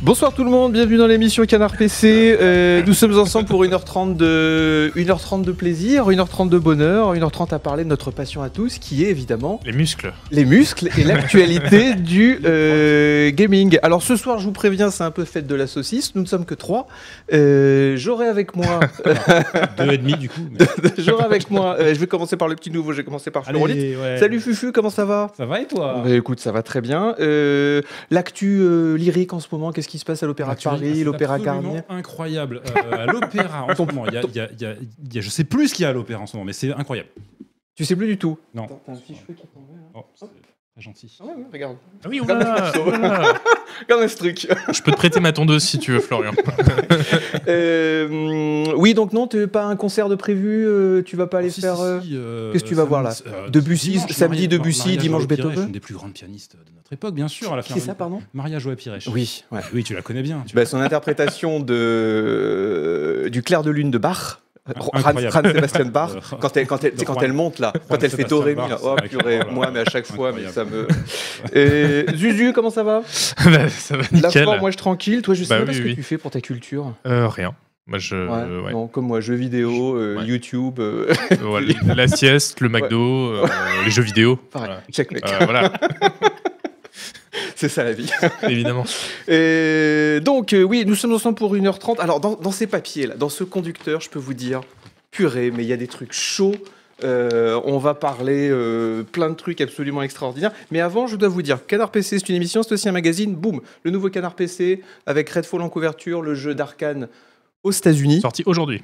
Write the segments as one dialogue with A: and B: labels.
A: Bonsoir tout le monde, bienvenue dans l'émission Canard PC. Euh, nous sommes ensemble pour 1h30 de, 1h30 de plaisir, 1h30 de bonheur, 1h30 à parler de notre passion à tous, qui est évidemment
B: Les muscles.
A: les muscles et l'actualité du euh, gaming. Alors ce soir, je vous préviens, c'est un peu fête de la saucisse. Nous ne sommes que trois. Euh, J'aurai avec moi,
C: Deux et demi du coup.
A: j'aurai avec moi. euh, je vais commencer par le petit nouveau. J'ai commencé par Fleurolite. Salut Fufu, comment ça va
C: Ça va et toi
A: Bah, écoute, ça va très bien. Euh, L'actu euh, lyrique en ce moment, qu'est-ce qui se passe à
C: Ah,
A: l'Opéra de Paris, l'Opéra Garnier
C: Carnier. Incroyable. Euh, à l'opéra en ce moment, il y a, il y a- il y a- il y a- je sais plus ce qu'il y a à l'opéra en ce moment, mais c'est incroyable.
A: Tu sais plus du tout.
C: Non.
A: Attends, T'as un petit cheveu qui est tombé, là.
C: Oh, c'est très gentil.
A: Ah ouais, ouais, regarde.
B: Ah oui, oulala, oulala.
A: Regarde ce truc.
B: Je peux te prêter ma tondeuse si tu veux, Florian.
A: Euh, oui, donc non, t'es pas un concert de prévu, euh, tu vas pas aller
C: Oh, Si, si,
A: faire.
C: si,
A: euh,
C: euh,
A: qu'est-ce que tu vas voir, là
C: samedi- euh,
A: Debussy,
C: dimanche,
A: samedi
C: Maria-
A: Debussy,
C: Maria
A: dimanche
C: Joël Pirech,
A: Beethoven
C: Une des plus grandes pianistes de notre époque, bien sûr. À la
A: Qui est ça, pardon
C: Maria Joie Pirech.
A: Oui, ouais.
C: Oui, tu la connais bien. tu-
A: Bah, son interprétation de du clair de lune de Bach. euh, Hans,
C: Incroyable.
A: Hans Sebastian Bach,
C: Euh,
A: quand elle, quand elle, tu sais, quand elle monte là, quand elle fait
C: Sébastien
A: Do Ré Mi,
C: Bach,
A: là,
C: c'est
A: oh
C: vrai que-
A: purée,
C: oh là
A: moi
C: là,
A: mais à chaque fois, mais ça me.
C: incroyable.
A: Euh, Zuzu, comment ça va
B: Bah, ça va
A: La
B: nickel.
A: forme, moi je tranquille. Toi, je sais
B: Bah
A: pas
B: oui,
A: ce que
B: oui.
A: tu fais pour ta culture.
B: Euh, rien. Moi, je. euh, ouais.
A: Non, comme moi, jeux vidéo, euh,
B: Ouais.
A: YouTube, euh,
B: Voilà, La sieste, le McDo, euh, les jeux vidéo.
A: pareil.
B: Voilà.
A: Check mec,
B: Euh, voilà,
A: c'est ça la vie.
B: évidemment.
A: Euh, donc, euh, oui, nous sommes ensemble pour 1h30. Alors, dans, dans ces papiers, là, dans ce conducteur, je peux vous dire, purée, mais il y a des trucs chauds. Euh, on va parler euh, plein de trucs absolument extraordinaires. Mais avant, je dois vous dire, Canard PC, c'est une émission, c'est aussi un magazine. Boum, le nouveau Canard PC avec Redfall en couverture, le jeu d'Arkane aux États-Unis.
B: Sorti aujourd'hui.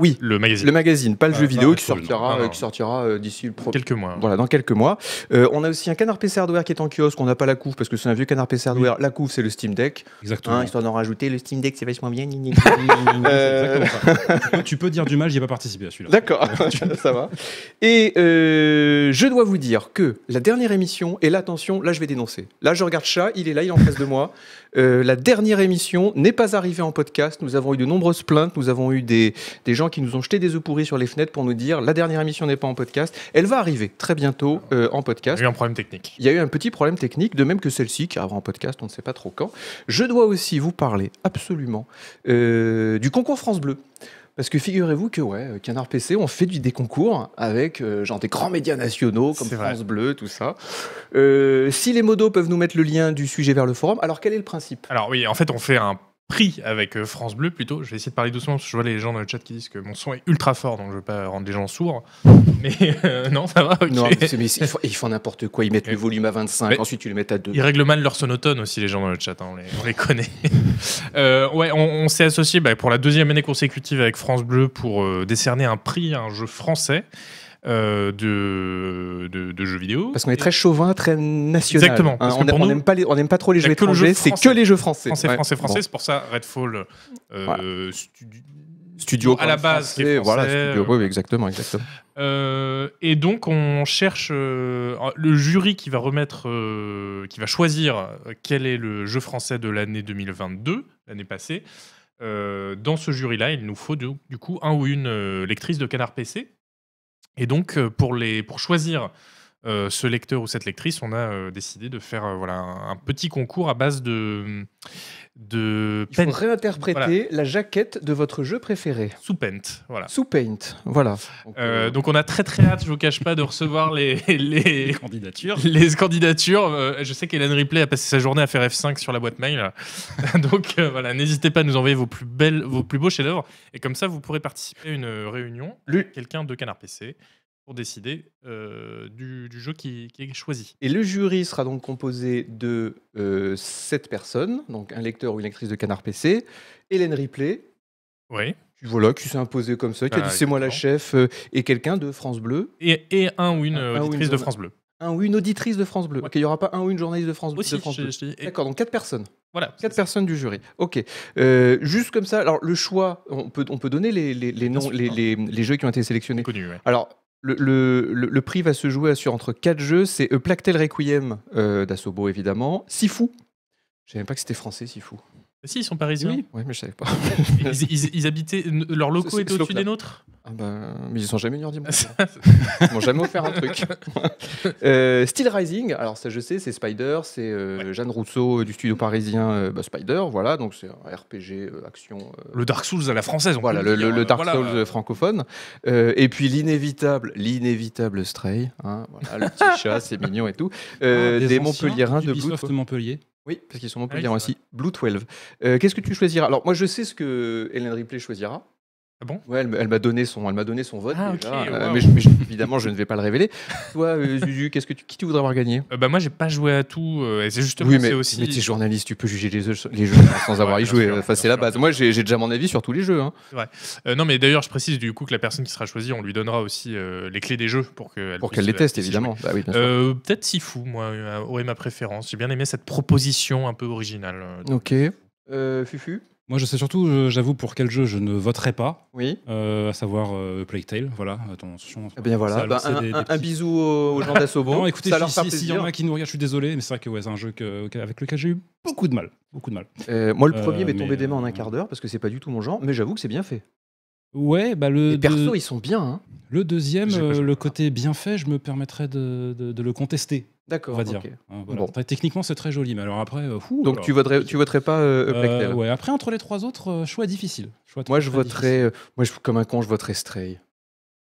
A: Oui.
B: Le magazine.
A: Le magazine, pas le
B: Ah,
A: jeu
B: non,
A: vidéo qui
B: absolument.
A: sortira,
B: Ah, non.
A: euh, qui sortira euh, d'ici le pro-
B: Quelques mois. hein.
A: voilà, dans quelques mois. Euh, on a aussi un canard PC hardware qui est en kiosque. On n'a pas la couve parce que c'est un vieux canard PC hardware. La couve, c'est le Steam Deck.
C: Exactement.
A: Hein, histoire d'en rajouter, le Steam Deck, c'est vachement bien. gni, gni. Euh.
C: C'est exactement ça. Tu peux- Tu peux dire du mal, j'y ai pas participé à celui-là.
A: D'accord, ça va. Et euh, je dois vous dire que la dernière émission, et là attention, là je vais dénoncer. Là je regarde chat, il est là, il est en face de moi. Euh, la dernière émission n'est pas arrivée en podcast. Nous avons eu de nombreuses plaintes, nous avons eu des, des gens qui nous ont jeté des œufs pourris sur les fenêtres pour nous dire la dernière émission n'est pas en podcast. Elle va arriver très bientôt euh, en
B: J'ai
A: podcast.
B: eu un problème technique.
A: Il y a eu un petit problème technique, de même que celle-ci, qui arrivera en podcast, on ne sait pas trop quand. Je dois aussi vous parler absolument euh, du concours France Bleu. Parce que figurez-vous que, ouais, euh, Canard PC, on fait du, des concours avec euh, genre des grands médias nationaux comme
B: C'est vrai.
A: France Bleu, tout ça. Euh, si les modos peuvent nous mettre le lien du sujet vers le forum, alors quel est le principe
B: Alors, oui, en fait, on fait un prix avec euh, France Bleu plutôt. Je vais essayer de parler doucement parce que je vois les gens dans le chat qui disent que mon son est ultra fort, donc je veux pas rendre les gens sourds. Mais euh, non, ça va, ok.
A: Non, mais c'est- mais c'est- ils font, ils font n'importe quoi, ils mettent
B: Ok.
A: le volume à 25,
B: Mais-
A: ensuite ils le mettent à 2.
B: Ils règlent mal leur sonotone aussi, les gens dans le chat, hein, on, les, on les connaît. Euh, ouais, on, on s'est associé bah, pour la deuxième année consécutive avec France Bleu pour euh, décerner un prix à un jeu français euh, de, de, de jeux vidéo.
A: Parce qu'on est très chauvin, très national. Hein,
B: Exactement, parce que
A: on a-
B: pour
A: on
B: nous,
A: n'aime pas, les- on n'aime pas trop les
B: il y a
A: jeux
B: que le jeu
A: étrangers, c'est que
B: français.
A: les jeux français.
B: Français,
A: Ouais.
B: français, français,
A: Bon.
B: c'est pour ça Redfall euh, studio-
A: studio
B: à la
A: quand même
B: base qui est
A: français, voilà
B: français,
A: studio,
B: euh,
A: oui, oui, exactement exactement
B: Euh, et donc on cherche euh, le jury qui va remettre, euh, qui va choisir quel est le jeu français de l'année 2022, l'année passée. Euh, dans ce jury-là, il nous faut du, du coup un ou une euh, lectrice de Canard PC. Et donc euh, pour les, pour choisir euh, ce lecteur ou cette lectrice, on a euh, décidé de faire euh, voilà un, un petit concours à base de de
A: il faut
B: paint,
A: réinterpréter la jaquette de votre jeu préféré
B: sous paint, voilà.
A: sous paint voilà Donc,
B: Ah. Euh,
A: euh,
B: donc on a très très hâte, je vous cache pas, de recevoir les, les,
C: Candidature.
B: les candidatures. Euh, je sais qu'Hélène Ripley a passé sa journée à faire F5 sur la boîte mail. Donc euh, voilà, n'hésitez pas à nous envoyer vos plus belles, vos plus beaux chefs-d'œuvre. Et comme ça, vous pourrez participer à une réunion
A: Le-
B: avec quelqu'un de Canard PC pour décider euh, du, du jeu qui, qui est choisi.
A: et le jury sera donc composé de euh, sept personnes donc un lecteur ou une lectrice de canard PC Hélène Ripley
B: Oui.
A: puis voilà qui s'est imposée comme ça qui a
B: Ah,
A: dit c'est moi la
B: exactement.
A: chef euh, et quelqu'un de France Bleu
B: Et, et un ou une
A: Un- un ou une
B: euh, auditrice de
A: journal-
B: France Bleu.
A: un ou une auditrice de France Bleu
B: Ouais.
A: ok il y aura pas un ou une journaliste de France, de
B: Aussi,
A: France
B: je-
A: Bleu
B: je dis- et-
A: d'accord donc quatre personnes
B: voilà.
A: Quatre personnes du jury. Ok. Euh, juste comme ça, alors le choix, on peut, on peut donner les, les- les noms,
B: sûr.
A: les, les- les jeux qui ont été sélectionnés.
B: Connu, ouais.
A: Alors, le, le- le- le prix va se jouer sur entre quatre jeux. C'est A Plactel Requiem euh, d'Assobo, évidemment. Sifu. Je savais même pas que c'était français, Sifu.
B: Si, ils sont parisiens.
A: Oui, mais je savais pas.
B: Ils, ils- ils habitaient. Leurs locaux
A: C'est- c'est
B: étaient au-dessus
A: Slopna.
B: des nôtres
A: Ah ben, mais ils sont jamais venus dire bonjour. Ils m'ont jamais offert un truc. Euh, Steel Rising, alors ça je sais, c'est Spider, c'est euh, Jeanne Rousseau euh, du studio parisien euh, bah, Spider, voilà, donc c'est un RPG euh, action. euh,
B: Le Dark Souls à la française. on
A: voilà,
B: peut
A: le,
B: dire,
A: le- le
B: euh,
A: Dark
B: voilà,
A: Souls
B: euh,
A: euh, francophone. Euh, et puis l'inévitable, l'inévitable Stray, hein, voilà, le petit chat, c'est mignon et tout. Euh,
C: Ah,
A: des,
C: anciens
A: Montpelliéerains de Blue
C: Ubisoft Montpellier.
A: oui, parce qu'ils sont
B: Ah oui,
A: Montpellier
B: c'est
A: aussi. Blue 12. Euh, Qu'est-ce que tu choisiras Alors, moi, je sais ce que Hélène Ripley choisira.
B: Ah bon
A: Ouais, elle, m- elle m'a donné son, elle m'a donné son vote.
B: Ah,
A: déjà,
B: ok,
A: euh,
B: waouh.
A: mais, je- mais je- évidemment, je ne vais pas le révéler. Toi, euh, Zuzu, qu'est-ce que tu, qui tu voudrais avoir gagné
B: euh, bah moi j'ai pas joué à tout. euh, et c'est justement
A: Oui,
B: c'est
A: mais,
B: aussi.
A: mais t'es journaliste, tu peux juger les jeux, les jeux sans- sans avoir
B: Ouais,
A: y
B: bien
A: joué.
B: sûr,
A: Enfin,
B: bien
A: c'est la
B: sûr.
A: base. Moi, j'ai j'ai déjà mon avis sur tous les jeux. hein.
B: Euh, non mais d'ailleurs je précise du coup que la personne qui sera choisie, on lui donnera aussi euh, les clés des jeux pour qu'elle
A: pour
B: puisse,
A: qu'elle les
B: euh,
A: teste,
B: puisse y
A: évidemment. Bah oui, bien sûr.
B: Euh, Peut-être Sifu, moi, euh, aurait ma préférence. J'ai bien aimé cette proposition un peu originale. euh,
A: Ok. Euh, Fufu
C: Moi, je sais surtout, euh, j'avoue, pour quel jeu je ne voterai pas,
A: Oui.
C: euh, à savoir euh, Plague Tale. Voilà, attention.
A: Eh bien
C: Ça
A: voilà.
C: a
A: Bah,
C: lancé
A: un,
C: des-
A: un-
C: des
A: un
C: petits-
A: bisou aux, aux gens d'Assobo.
C: Non, écoutez,
A: ça leur
C: si-
A: fera
C: si- s'il y en
A: plaisir.
C: a qui nous regardent, je suis désolé, mais c'est vrai que ouais, c'est un jeu que- que- avec lequel j'ai eu beaucoup de mal. Beaucoup de mal.
A: Euh, moi, le
C: Euh,
A: premier m'est
C: mais,
A: tombé des mains en
C: euh,
A: un quart d'heure parce que c'est pas du tout mon genre, mais j'avoue que c'est bien fait.
C: Ouais, bah le,
A: Les persos,
C: deux-
A: ils sont bien. Hein.
C: le deuxième,
B: J'ai pas
C: euh,
B: joué.
C: le côté bien fait, je me permettrais de, de- de le contester,
A: D'accord.
C: on va dire.
A: ok.
C: Hein, voilà.
A: Bon.
C: Très- Techniquement, c'est très joli, mais alors après. euh, fou,
A: Donc
C: alors.
A: tu voterais, tu voterais pas euh,
C: Euh,
A: Plectel
C: ouais, après, entre les trois autres, euh, choix difficile. Choix
A: Moi,
C: très,
A: je
C: très difficile.
A: voterais. euh, moi, je, comme un con, je voterais Stray.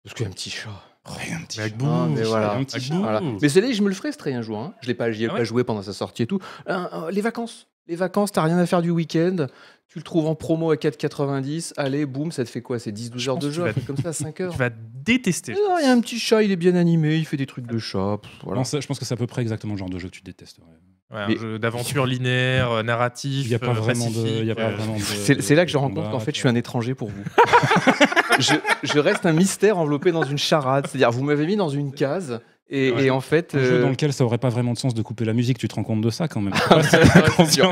A: Parce qu'il y a un petit chat.
C: Ouais, un petit
B: Mais avec
C: chat.
B: Boo,
A: Ah, mais
C: un
A: voilà.
C: petit
B: Avec
C: chat.
B: Boo.
A: Voilà.
B: Ouh.
A: Mais c'est là, je me le ferai Stray un jour. hein. Je l'ai pas, j'y ai
B: Hmm. Ah
A: pas
B: ouais
A: joué pendant sa sortie et tout. Euh, euh, les vacances. Les vacances, t'as rien à faire du week-end. Tu le trouves en promo à 4,90. Allez, boum, ça te fait quoi C'est 10-12 heures
B: pense
A: de
B: que
A: jeu,
B: tu
A: un truc comme ça, 5 heures.
B: Tu vas détester.
A: Mais non, Il y a un petit chat, il est bien animé, il fait des trucs de chat. pff, voilà.
C: Non, ça- je pense que c'est à peu près exactement le genre de jeu que tu détestes. ouais.
B: Ouais, un
A: Mais-
B: jeu d'aventure linéaire, euh, narratif.
C: Il n'y a pas
B: euh,
C: vraiment de. il y
B: pacifique,
C: a pas
B: euh,
C: vraiment de-
A: C'est c'est là que je
C: de
A: rencontre qu'en
C: combat,
A: fait, je suis un étranger pour vous. je, je reste un mystère enveloppé dans une charade. C'est-à-dire, vous m'avez mis dans une case, et,
B: Ouais.
A: et en fait.
C: Un jeu
A: euh,
C: dans lequel ça aurait pas vraiment de sens de couper la musique, tu te rends compte de ça quand même.
A: c'est dur.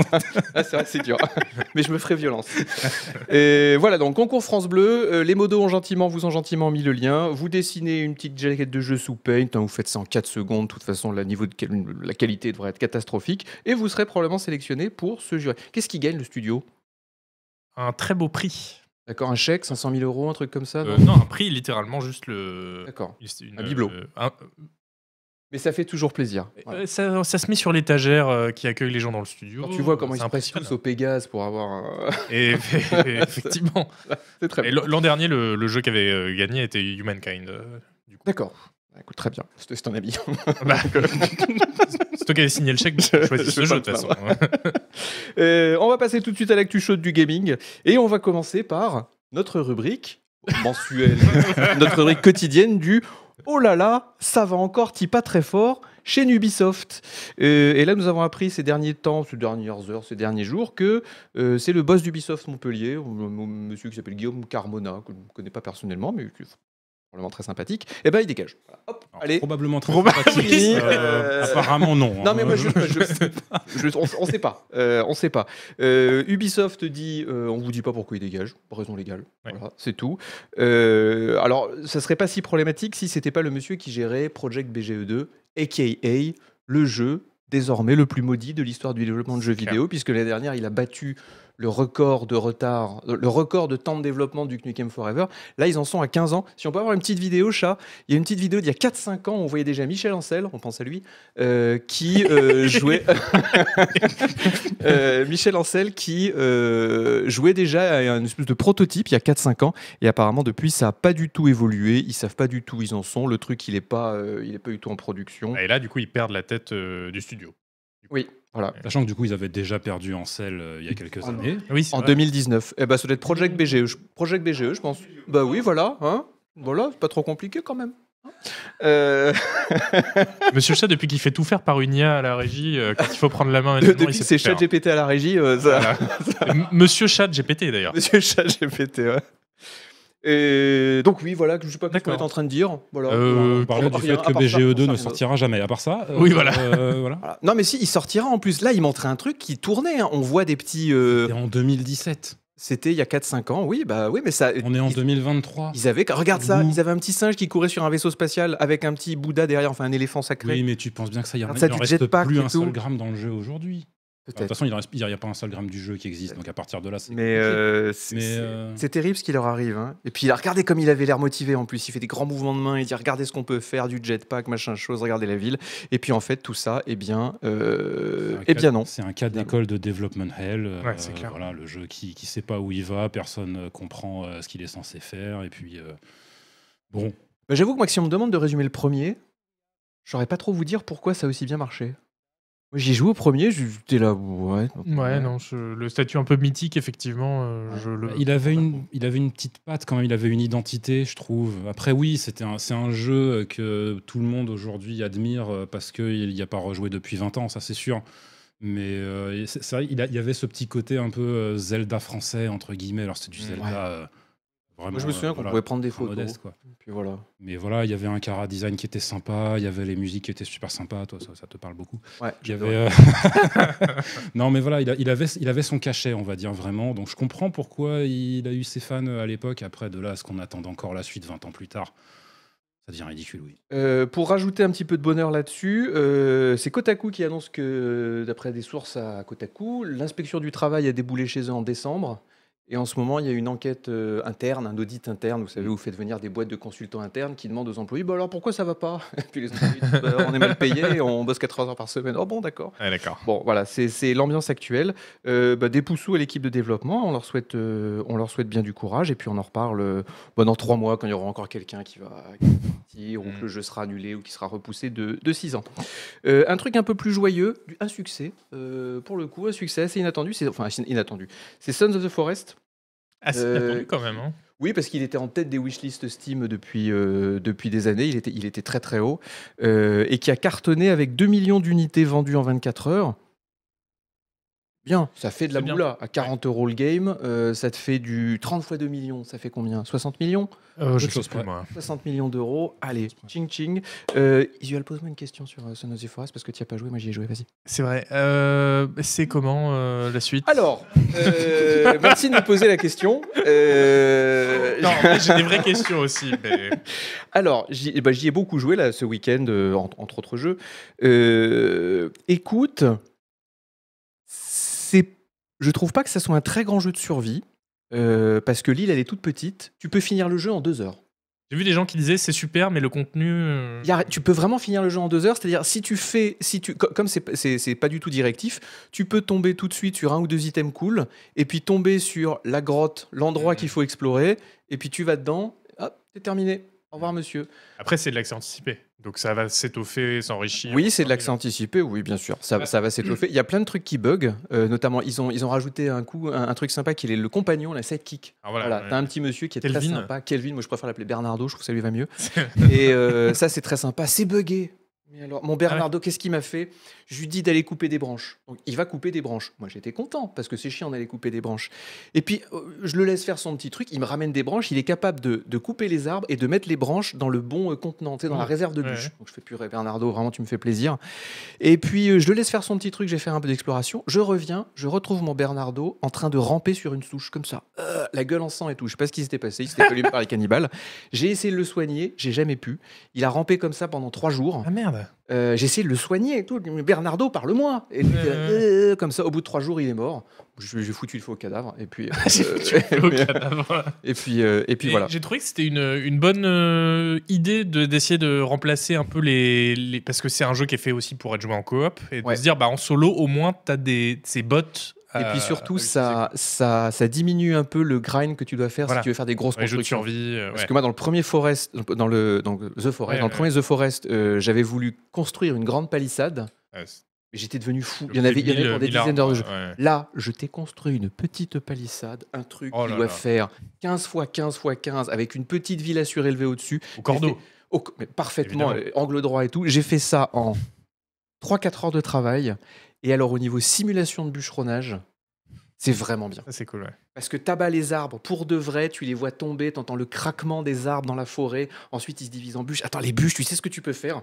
A: Ah, c'est vrai, c'est dur. Mais je me ferai violence. Et voilà, donc concours France Bleu. euh, les modos ont gentiment, vous ont gentiment mis le lien. Vous dessinez une petite jaquette de jeu sous Paint. hein, vous faites ça en 4 secondes. De toute façon, la, niveau de quel- la qualité devrait être catastrophique. Et vous serez probablement sélectionné pour ce jury. Qu'est-ce qui gagne le studio
B: Un très beau prix.
A: D'accord, un chèque, 500 000 euros, un truc comme ça non
B: Euh, non, un prix littéralement juste le.
A: D'accord.
B: juste une,
A: un bibelot.
B: euh, un-
A: Mais ça fait toujours plaisir. Voilà.
B: euh, ça, ça se met sur l'étagère euh, qui accueille les gens dans le studio.
A: Quand tu vois comment
B: C'est
A: ils se pressent tous
B: impressionnant.
A: au Pégase pour avoir. un-
B: Et, et- effectivement.
A: C'est très
B: Et
A: bien.
B: l'an l'an dernier, le, le jeu qui avait euh, gagné était Humankind. euh, du coup.
A: D'accord. Bah, Écoute, très bien. C'est c'est un ami.
B: Bah, c'est toi qui avais signé le chèque, tu choisis
A: je
B: ce
A: vais
B: jeu de
A: pas
B: toute
A: me
B: façon.
A: Euh, on va passer tout de suite à l'actu chaude du gaming. Et on va commencer par notre rubrique mensuelle, notre rubrique quotidienne du Oh là là, ça va encore, t'y pas très fort chez Ubisoft. Euh, et là, nous avons appris ces derniers temps, ces dernières heures, ces derniers jours, que euh, c'est le boss d'Ubisoft Montpellier, ou le- le monsieur qui s'appelle Guillaume Carmona, que je ne connais pas personnellement, mais qui est probablement très sympathique, et ben il dégage. Voilà, hop, allez,
C: Probablement très
B: Probable-
C: sympathique.
A: Oui,
C: Euh,
A: euh,
C: Apparemment, non.
A: Non,
C: hein.
A: mais moi, je, je- je- on, on sait pas. Euh, on sait pas. Euh, Ubisoft dit, euh, on vous dit pas pourquoi il dégage, pour raison légale.
B: Ouais.
A: Voilà, c'est tout. Euh, alors, ça serait pas si problématique si c'était pas le monsieur qui gérait Project E BGE2, aka le jeu désormais le plus maudit de l'histoire du développement de jeux
B: clair.
A: vidéo, puisque l'année dernière, il a battu le record de retard, euh, le record de temps de développement du Nukem Forever. Là, ils en sont à 15 ans. Si on peut avoir une petite vidéo, chat, il y a une petite vidéo d'il y a 4-5 ans, on voyait déjà Michel Ancel, on pense à lui, euh, qui euh, jouait. Euh, Michel Ancel qui euh, jouait déjà à une espèce de prototype il y a 4-5 ans. Et apparemment, depuis, ça n'a pas du tout évolué. Ils savent pas du tout où ils en sont. Le truc, il n'est pas, euh, il est pas du tout en production.
B: hein. Et là, du coup, ils perdent la tête euh, du studio.
A: Oui, voilà.
C: Sachant que du coup, ils avaient déjà perdu en selle euh, il y a quelques
A: Oh non.
C: années.
B: Oui, c'est
A: En
B: vrai.
A: 2019. Eh ben, ça doit être Project BGE, je- Project BGE, je pense. Bah oui, voilà. Hein voilà, c'est pas trop compliqué quand même. Euh,
B: Monsieur Chat, depuis qu'il fait tout faire par une IA à la régie, euh, quand il faut prendre la main, maintenant,
A: depuis
B: il
A: que
B: sait
A: c'est
B: tout faire.
A: ChatGPT à la régie, euh, ça,
B: Voilà. M- Monsieur Chat, j'ai pété d'ailleurs.
A: Monsieur ChatGPT, ouais. Et donc oui, voilà, je sais pas ce qu'on
B: D'accord.
A: est en train de dire. Voilà.
B: Euh,
C: On parlait
A: pour-
C: du
A: rien,
C: fait
A: à
C: que
A: part ça, pour
C: BGE2
A: ça,
C: ne
A: rien d'autre.
C: sortira jamais. À part ça. euh,
B: Oui, voilà.
C: euh, voilà.
A: Voilà. Non, mais si, il sortira en plus. Là, il montrait un truc qui tournait. hein. On voit des petits. euh,
C: Et en 2017.
A: C'était il y a 4-5 ans. Oui, bah oui, mais ça.
C: On est en
A: ils-
C: 2023.
A: Ils avaient, regarde ça,
C: Ouh.
A: ils avaient un petit singe qui courait sur un vaisseau spatial avec un petit Bouddha derrière, enfin un éléphant sacré.
C: Oui, mais tu penses bien que ça y en
A: Ça,
C: il en
A: du
C: reste
A: jetpack
C: plus
A: et
C: un seul
A: tout.
C: gramme dans le jeu aujourd'hui. Euh, De toute
A: Peut-être.
C: façon, il reste- il n'y a, pas un seul gramme du jeu qui existe, donc à partir de là, c'est.
A: Mais euh, c'est
C: Mais,
A: c'est-
C: euh,
A: c'est terrible ce qui leur arrive. hein. Et puis, là, regardez comme il avait l'air motivé en plus. Il fait des grands mouvements de main. Il dit Regardez ce qu'on peut faire, du jetpack, machin chose, regardez la ville. Et puis, en fait, tout ça, eh bien, euh,
C: c'est un
A: eh
C: cas-
A: bien non.
C: C'est un cas d'école de development hell. euh,
B: Ouais, c'est clair.
C: Voilà, le jeu qui ne sait pas où il va, personne euh, comprend euh, ce qu'il est censé faire, et puis. euh, Bon,
A: Mais J'avoue que moi, que si on me demande de résumer le premier, j'aurais pas trop vous dire pourquoi ça a aussi bien marché. Moi, j'y ai joué au premier, j'étais là, ouais.
B: Ouais, non, je- le statut un peu mythique, effectivement, euh, je le.
C: il avait une, il avait une petite patte quand même. Il avait une identité, je trouve. Après, oui, c'était un, c'est un jeu euh, que tout le monde aujourd'hui admire euh, parce qu'il n'y a pas rejoué depuis 20 ans, ça c'est sûr. Mais euh, c'est c'est vrai, il, a- il y avait ce petit côté un peu euh, Zelda français entre guillemets. Alors c'est du
B: Mm,
C: Zelda.
A: ouais.
C: euh, vraiment,
A: Moi, je me souviens
C: euh,
A: qu'on
C: voilà,
A: pouvait prendre des
C: très
A: photos.
C: modeste, quoi.
A: Puis voilà.
C: Mais voilà, il y avait un cara design qui était sympa, il y avait les musiques qui étaient super sympas, toi, ça, ça te parle beaucoup.
A: Ouais,
C: Il y avait, euh, non, mais voilà, il, a- il avait, il avait son cachet, on va dire vraiment. Donc je comprends pourquoi il a eu ses fans à l'époque. Après, de là à ce qu'on attende encore la suite 20 ans plus tard, ça devient ridicule, oui.
A: Euh, pour rajouter un petit peu de bonheur là-dessus, euh, c'est Kotaku qui annonce que, euh, d'après des sources à Kotaku, l'inspection du travail a déboulé chez eux en décembre. Et en ce moment, il y a une enquête euh, interne, un audit interne, vous savez, vous faites venir des boîtes de consultants internes qui demandent aux employés Bah alors pourquoi ça va pas Et puis les employés disent Bah, On est mal payé, on bosse 80 heures par semaine. Oh bon, d'accord.
B: Ah, d'accord.
A: Bon, voilà, c'est c'est l'ambiance actuelle. Euh, bah, des poussous à l'équipe de développement, on leur, souhaite, euh, on leur souhaite bien du courage et puis on en reparle euh, bah, dans trois mois quand il y aura encore quelqu'un qui va qui va partir ou
B: Mm.
A: que le jeu sera annulé ou qui sera repoussé de, de six ans. Euh, un truc un peu plus joyeux, du- un succès, euh, pour le coup, un succès assez inattendu, c'est- enfin assez inattendu, c'est Sons of the Forest.
B: Ah, c'est
A: Euh,
B: attendu quand même. Hein.
A: Oui, parce qu'il était en tête des wishlists Steam depuis, euh, depuis des années, il était, il était très très haut, euh, et qui a cartonné avec 2 millions d'unités vendues en 24 heures. Bien, ça fait de la
B: C'est bien.
A: boula. À 40 euros le game, euh, ça te fait du 30 fois 2 millions, ça fait combien 60 millions
B: Euh, je
C: autre
B: sais
C: chose,
B: plus,
C: ouais.
B: moi.
A: 60 millions d'euros, allez, ching ching. Euh, Isuel, pose-moi une question sur euh, Son of the Forest, parce que tu n'y as pas joué, moi j'y ai joué, vas-y.
B: C'est vrai. Euh, c'est comment euh, la suite
A: Alors, euh, merci de me poser la question. Euh,
B: Non, mais j'ai des vraies questions aussi. Mais...
A: Alors, j'y eh ben, j'y ai beaucoup joué là, ce week-end, euh, en- entre autres jeux. Euh, écoute, c'est, je trouve pas que ça soit un très grand jeu de survie, euh, parce que l'île, elle est toute petite. Tu peux finir le jeu en deux heures.
B: J'ai vu des gens qui disaient c'est super, mais le contenu. euh,
A: Y a- tu peux vraiment finir le jeu en deux heures, c'est-à-dire si tu fais, si tu, co- comme c'est pas- c'est c'est pas du tout directif, tu peux tomber tout de suite sur un ou deux items cool, et puis tomber sur la grotte, l'endroit
B: Mhm.
A: qu'il faut explorer, et puis tu vas dedans, hop, c'est terminé. Au revoir monsieur.
B: Après, c'est de l'accès anticipé. Donc ça va s'étoffer, s'enrichir.
A: Oui, c'est de l'accès anticipé, oui, bien sûr. Ça, ça va s'étoffer. Il y a plein de trucs qui bug, euh, notamment ils ont, ils ont rajouté un coup, un, un truc sympa qui est le compagnon, la sidekick.
B: Ah,
A: Voilà,
B: voilà,
A: t'as un petit monsieur qui est très
B: Kelvin.
A: sympa. Kelvin, moi je préfère l'appeler Bernardo, je trouve que ça lui va mieux.
B: ouais.
A: Et euh, ça, c'est très sympa. C'est buggé. Mais alors,
B: Ah
A: mon Bernardo, qu'est-ce qu'il m'a fait Je lui dis d'aller couper des branches. Donc, il va couper des branches. Moi, j'étais content parce que c'est chiant d'aller couper des branches. Et puis, euh, je le laisse faire son petit truc. Il me ramène des branches. Il est capable de, de couper les arbres et de mettre les branches dans le bon euh, contenant, tu sais, dans la
B: Ouais.
A: réserve de
B: Ouais,
A: bûches.
B: ouais.
A: Donc, je fais purée, Bernardo, vraiment, tu me fais plaisir. Et puis, euh, je le laisse faire son petit truc. J'ai fait un peu d'exploration. Je reviens. Je retrouve mon Bernardo en train de ramper sur une souche comme ça. Euh, la gueule en sang et tout. Je sais pas ce qui s'était passé. Il s'était volé par les cannibales. J'ai essayé de le soigner. J'ai jamais pu. Il a rampé comme ça pendant trois jours.
B: Ah merde.
A: Euh, j'ai essayé de le soigner et tout. Mais Bernardo, parle-moi. Et lui, il était là,
B: Euh.
A: Euh, comme ça, au bout de trois jours, il est mort. Je- J'ai foutu le feu au cadavre. Et puis,
B: J'ai
A: euh,
B: foutu le cadavre.
A: et puis, euh, et puis
B: Et
A: voilà.
B: J'ai trouvé que c'était une, une bonne euh, idée de- d'essayer de, remplacer un peu les, les- Parce que c'est un jeu qui est fait aussi pour être joué en coop. Et de
A: Ouais.
B: se dire, bah, en solo, au moins, t'as des, ces bots.
A: Et
B: à-
A: puis surtout,
B: à
A: ça, ça, ça diminue un peu le grind que tu dois faire
B: Voilà.
A: si tu veux faire des grosses
B: utiliser. Ouais, jeu de
A: constructions.
B: survie. euh,
A: Parce
B: ouais.
A: que moi, dans le premier Forest, dans le, dans le The Forest,
B: Ouais,
A: dans le
B: ouais.
A: premier The Forest, euh, j'avais voulu construire une grande palissade.
B: Ouais, c'est-
A: Mais j'étais devenu fou.
B: le
A: Il y en avait, il y en
B: mille-
A: avait pour des
B: mille
A: dizaines d'heures de
B: arbres,
A: jeu.
B: ouais, ouais.
A: Là, je t'ai construit une petite palissade, un truc
B: Oh
A: qui
B: là
A: doit
B: là.
A: faire 15 fois 15 fois 15 avec une petite villa surélevée au-dessus,
B: Au cordeau.
A: au- mais parfaitement
B: Évidemment.
A: euh, angle droit et tout. J'ai fait ça en 3-4 heures de travail. Et alors, au niveau simulation de bûcheronnage, c'est vraiment bien.
B: Ça, c'est cool. ouais.
A: Parce que t'abats les arbres pour de vrai, tu les vois tomber, t'entends le craquement des arbres dans la forêt, ensuite ils se divisent en bûches. Attends, les bûches, tu sais ce que tu peux faire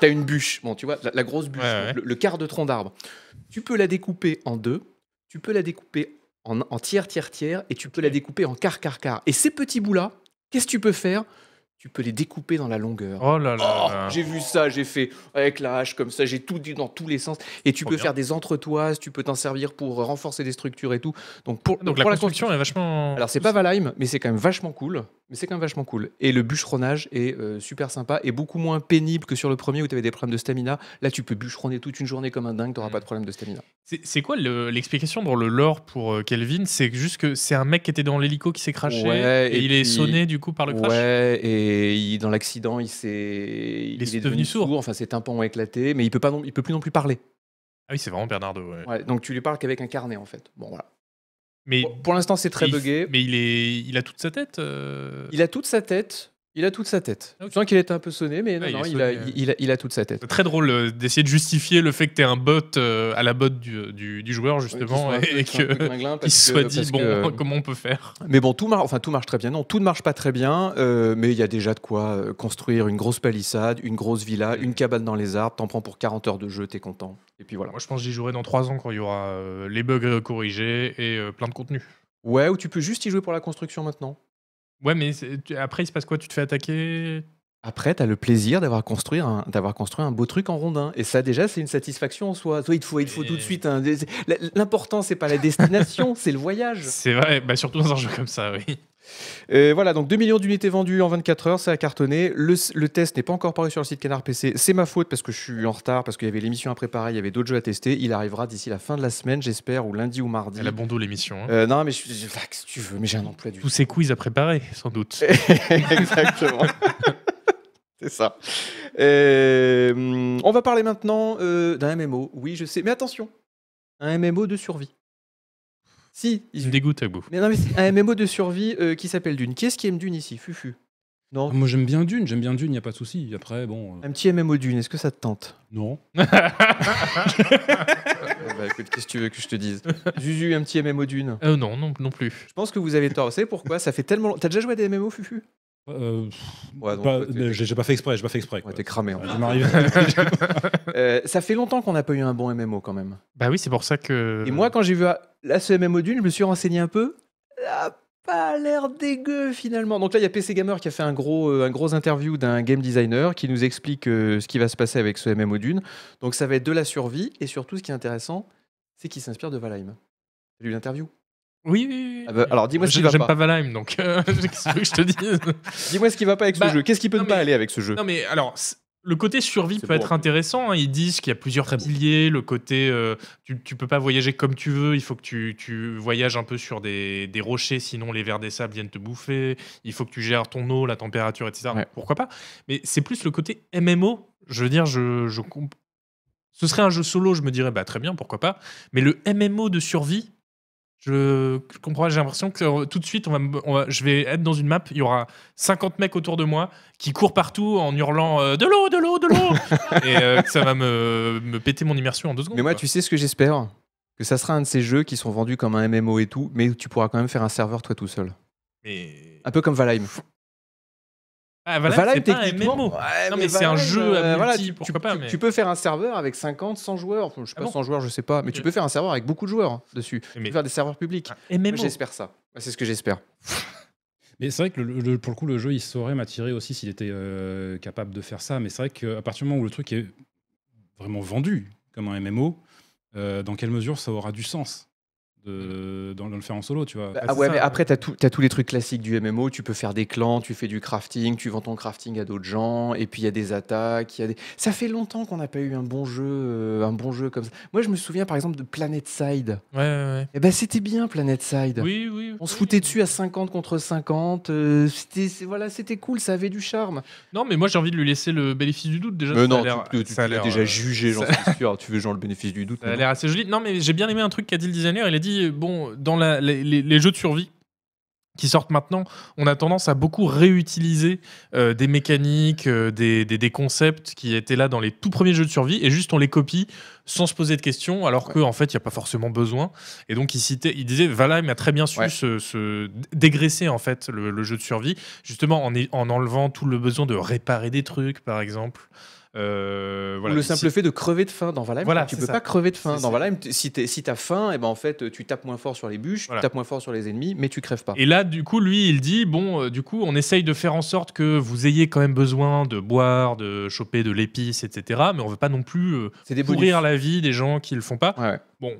A: T'as une bûche, bon, tu vois, la, la grosse bûche,
B: Ouais, ouais.
A: Le, le quart de tronc d'arbre. Tu peux la découper en deux, tu peux la découper en, en tiers, tiers, tiers, et tu peux la découper en quart, quart, quart. Et ces petits bouts-là, qu'est-ce que tu peux faire tu peux les découper dans la longueur.
B: Oh là
A: Oh,
B: là.
A: j'ai vu ça, j'ai fait avec la hache comme ça, j'ai tout dit dans tous les sens. Et tu
B: Trop
A: peux
B: bien.
A: faire des entretoises, tu peux t'en servir pour renforcer des structures et tout. Donc pour,
B: Ah, Donc la
A: pour
B: construction est vachement.
A: Alors c'est pas Valheim, mais c'est quand même vachement cool. Mais c'est quand même vachement cool. Et le bûcheronnage est euh, super sympa et beaucoup moins pénible que sur le premier où tu avais des problèmes de stamina. Là, tu peux bûcheronner toute une journée comme un dingue, t'auras
B: Mm.
A: pas de problème de stamina.
B: C'est c'est quoi le- l'explication dans le lore pour euh, Kelvin C'est juste que c'est un mec qui était dans l'hélico qui s'est craché
A: Ouais,
B: et,
A: et
B: il est
A: puis-
B: sonné du coup par le crash.
A: Ouais, et il- dans l'accident, il s'est, il,
B: est devenu sourd.
A: Enfin, ses tympans ont éclaté, mais il peut pas, non- il peut plus non plus parler.
B: Ah oui, c'est vraiment Bernardo. ouais.
A: Ouais, donc tu lui parles qu'avec un carnet en fait. Bon voilà.
B: Mais
A: Pour- pour l'instant, c'est Oh, très
B: il-
A: buggé.
B: Mais il est, il a toute sa tête. euh,
A: Il a toute sa tête. Il a toute sa tête.
B: Ah, ok.
A: Je sens qu'il était un peu sonné, mais non,
B: Ouais, il
A: non,
B: est
A: il, a,
B: sonné, euh.
A: il, il a, il a toute sa tête.
B: C'est très drôle euh, d'essayer de justifier le fait que t'es un bot euh, à la botte du, du- du joueur justement
A: Ouais,
B: et
A: qu'il soit un peu- qu'il soit un peu
B: que
A: glinglin
B: qu'il
A: parce
B: se soit
A: que- euh,
B: dit
A: parce
B: bon
A: que-
B: comment on peut faire.
A: Mais bon, tout marche. Enfin, tout marche très bien. Non, tout ne marche pas très bien. euh, mais il y a déjà de quoi euh, construire une grosse palissade, une grosse villa,
B: Mm.
A: une cabane dans les arbres. T'en prends pour 40 heures de jeu, t'es content. Et puis voilà.
B: Moi je pense que j'y jouerai dans 3 ans quand il y aura euh, les bugs euh, corrigés et euh, plein de contenu.
A: Ouais, ou tu peux juste y jouer pour la construction maintenant.
B: Ouais mais c'est- tu- après il se passe quoi Tu te fais attaquer
A: Après, t'as le plaisir d'avoir construit, un, d'avoir construit un beau truc en rondin. Et ça, déjà, c'est une satisfaction en soi. Toi, il te faut, il te faut tout de
B: Et-
A: suite un. des- la- L'important, c'est pas la destination, c'est le voyage.
B: C'est vrai, bah, surtout dans un jeu comme ça, oui.
A: Euh, voilà, donc 2 millions d'unités vendues en 24 heures, ça a cartonné. Le, le test n'est pas encore paru sur le site Canard PC. C'est ma faute parce que je suis en retard, parce qu'il y avait l'émission à préparer, il y avait d'autres jeux à tester. Il arrivera d'ici la fin de la semaine, j'espère, ou lundi ou mardi.
B: Elle a bon dos l'émission. hein.
A: Euh, non, mais je, je- ah, si tu veux, mais j'ai un emploi du
B: Euh, Tous ces quiz à préparer, sans doute.
A: Exactement. C'est ça. Euh, hum, on va parler maintenant euh, d'un MMO. Oui, je sais, mais attention, un MMO de survie. Si,
B: Il me dégoûte à bout.
A: mais non, mais c'est un MMO de survie euh, qui s'appelle Dune. Qui est-ce qui aime Dune ici Fufu. Non,
C: Ah, Moi j'aime bien Dune, j'aime bien Dune, il n'y a pas de souci. Après, bon, euh,
A: Un petit MMO d'une, est-ce que ça te tente
C: non.
A: Bah écoute, qu'est-ce que tu veux que je te dise Zuzu, un petit MMO d'une.
B: Euh, non, non, non plus.
A: Je pense que vous avez tort. Vous savez pourquoi Ça fait tellement. long- T'as déjà joué à des MMO, Fufu
C: Euh, pff,
A: Ouais, donc,
C: pas-
A: ouais, t'es-
C: mais j'ai j'ai pas fait exprès, j'ai pas fait exprès. quoi.
A: Ouais, t'es cramé. hein.
C: Ah, je m'arrive.
A: Euh, ça fait longtemps qu'on n'a pas eu un bon MMO quand même.
B: Bah oui, c'est pour ça que.
A: Et moi, quand j'ai vu ah, là ce MMO d'une, je me suis renseigné un peu. Ah, pas l'air dégueu finalement. Donc là, il y a PC Gamer qui a fait un gros, euh, un gros interview d'un game designer qui nous explique euh, ce qui va se passer avec ce MMO d'une. Donc ça va être de la survie et surtout, ce qui est intéressant, c'est qu'il s'inspire de Valheim. T'as lu l'interview
B: Oui, oui, oui.
A: Ah bah, alors, dis-moi ce qui
B: Je-
A: va
B: J'aime
A: pas.
B: pas Valheim, donc. euh, Qu'est-ce que tu veux que je te dise
A: Dis-moi ce qui va pas avec ce
B: Bah,
A: jeu. Qu'est-ce qui peut
B: non,
A: ne pas
B: mais-
A: aller avec ce jeu
B: Non, mais alors. c- Le côté survie
A: C'est
B: peut
A: bon,
B: être
A: en
B: intéressant. hein. Ils disent qu'il y a plusieurs
C: Très bon.
B: piliers. Le côté, euh, tu, tu peux pas voyager comme tu veux. Il faut que tu, tu voyages un peu sur des, des rochers, sinon les vers des sables viennent te bouffer. Il faut que tu gères ton eau, la température, etc.
A: Ouais.
B: Pourquoi pas Mais c'est plus le côté MMO. Je veux dire, je, je comp- ce serait un jeu solo, je me dirais, bah très bien, pourquoi pas. Mais le MMO de survie, je, je comprends, pas, j'ai l'impression que euh, tout de suite, on va, me- on va- je vais être dans une map, il y aura 50 mecs autour de moi qui courent partout en hurlant euh, de l'eau, de l'eau, de l'eau Et euh, que ça va me, me péter mon immersion en deux secondes.
A: Mais moi,
B: quoi.
A: tu sais ce que j'espère Que ça sera un de ces jeux qui sont vendus comme un MMO et tout, mais où tu pourras quand même faire un serveur toi tout seul.
B: Mais-
A: Un peu comme Valheim.
B: Ah, Valheim, c'est pas un MMO.
A: ouais,
B: Non, mais c'est
A: Valheim,
B: un
A: euh,
B: jeu à multi,
A: tu,
B: pourquoi
A: tu-
B: pas,
A: tu-
B: mais-
A: tu peux faire un serveur avec 50, 100 joueurs. Enfin, je sais
B: Ah
A: pas,
B: bon
A: 100 joueurs, je sais pas. Mais tu
B: Ok.
A: peux faire un serveur avec beaucoup de joueurs hein, dessus. Tu
B: Mais- Ah,
A: peux faire des serveurs publics.
B: Un
A: Moi,
B: MMO.
A: J'espère ça.
B: Bah,
A: Bah, Moi, C'est ce que j'espère.
C: Mais c'est vrai que le- le- pour le coup, le jeu, il saurait m'attirer aussi s'il était euh, capable de faire ça. Mais c'est vrai qu'à partir du moment où le truc est vraiment vendu comme un MMO, euh, dans quelle mesure ça aura du sens de, dans, le faire en solo, tu
A: Bah,
C: vois
B: Bah,
A: ah
B: c'est
A: ouais,
B: ça,
A: mais
B: ouais.
A: après, t'as, tout, t'as tous les trucs classiques du MMO. Tu peux faire des clans, tu fais du crafting, tu vends ton crafting à d'autres gens, et puis il y a des attaques. il Y a des... Ça fait longtemps qu'on n'a pas eu un bon jeu, euh, un bon jeu comme ça. Moi, je me souviens par exemple de PlanetSide.
B: Ouais, ouais,
A: Eh ben, c'était bien PlanetSide.
B: ouais. Oui, oui.
A: On se
B: oui.
A: foutait dessus hein. à 50 contre 50. euh, c'était, c'est- voilà, c'était cool, ça avait du charme.
B: Non, mais moi j'ai envie de lui laisser le bénéfice du doute déjà. ça a l'air- ça a l'air, euh,
A: jugé,
B: j'en
A: suis sûr. Tu veux genre le bénéfice du doute.
B: Ça a l'air assez joli. Non, mais j'ai bien aimé un truc qu'a dit le designer. Il a dit euh, bon, dans la- les, les- les jeux de survie qui sortent maintenant, on a tendance à beaucoup réutiliser euh, des mécaniques, euh, des, des- des concepts qui étaient là dans les tout premiers jeux de survie et juste on les copie sans se poser de questions, alors qu'en fait, il n'y a pas forcément besoin. Et donc, il, citait, il disait Valheim a très bien su
A: Ouais.
B: se, se dégraisser en fait le, le jeu de survie, justement en, é- en enlevant tout le besoin de réparer des trucs, par exemple. Euh,
A: Ou
B: voilà,
A: le
B: si-
A: simple fait de crever de faim dans Valheim,
B: Voilà,
A: tu
B: c'est
A: peux
B: ça.
A: pas crever de faim.
B: C'est
A: Dans
B: ça.
A: Valheim, t- si t'es- si t'as faim, et ben en fait, tu tapes moins fort sur les bûches,
B: Voilà.
A: tu tapes moins fort sur les ennemis, mais tu crèves pas.
B: Et là, du coup, lui, il dit bon, euh, du coup, on essaye de faire en sorte que vous ayez quand même besoin de boire, de choper de l'épice, etc. Mais on veut pas non plus euh,
A: C'est des bonus.
B: pourrir la vie des gens qui le font pas.
A: Ouais, ouais.
B: Bon,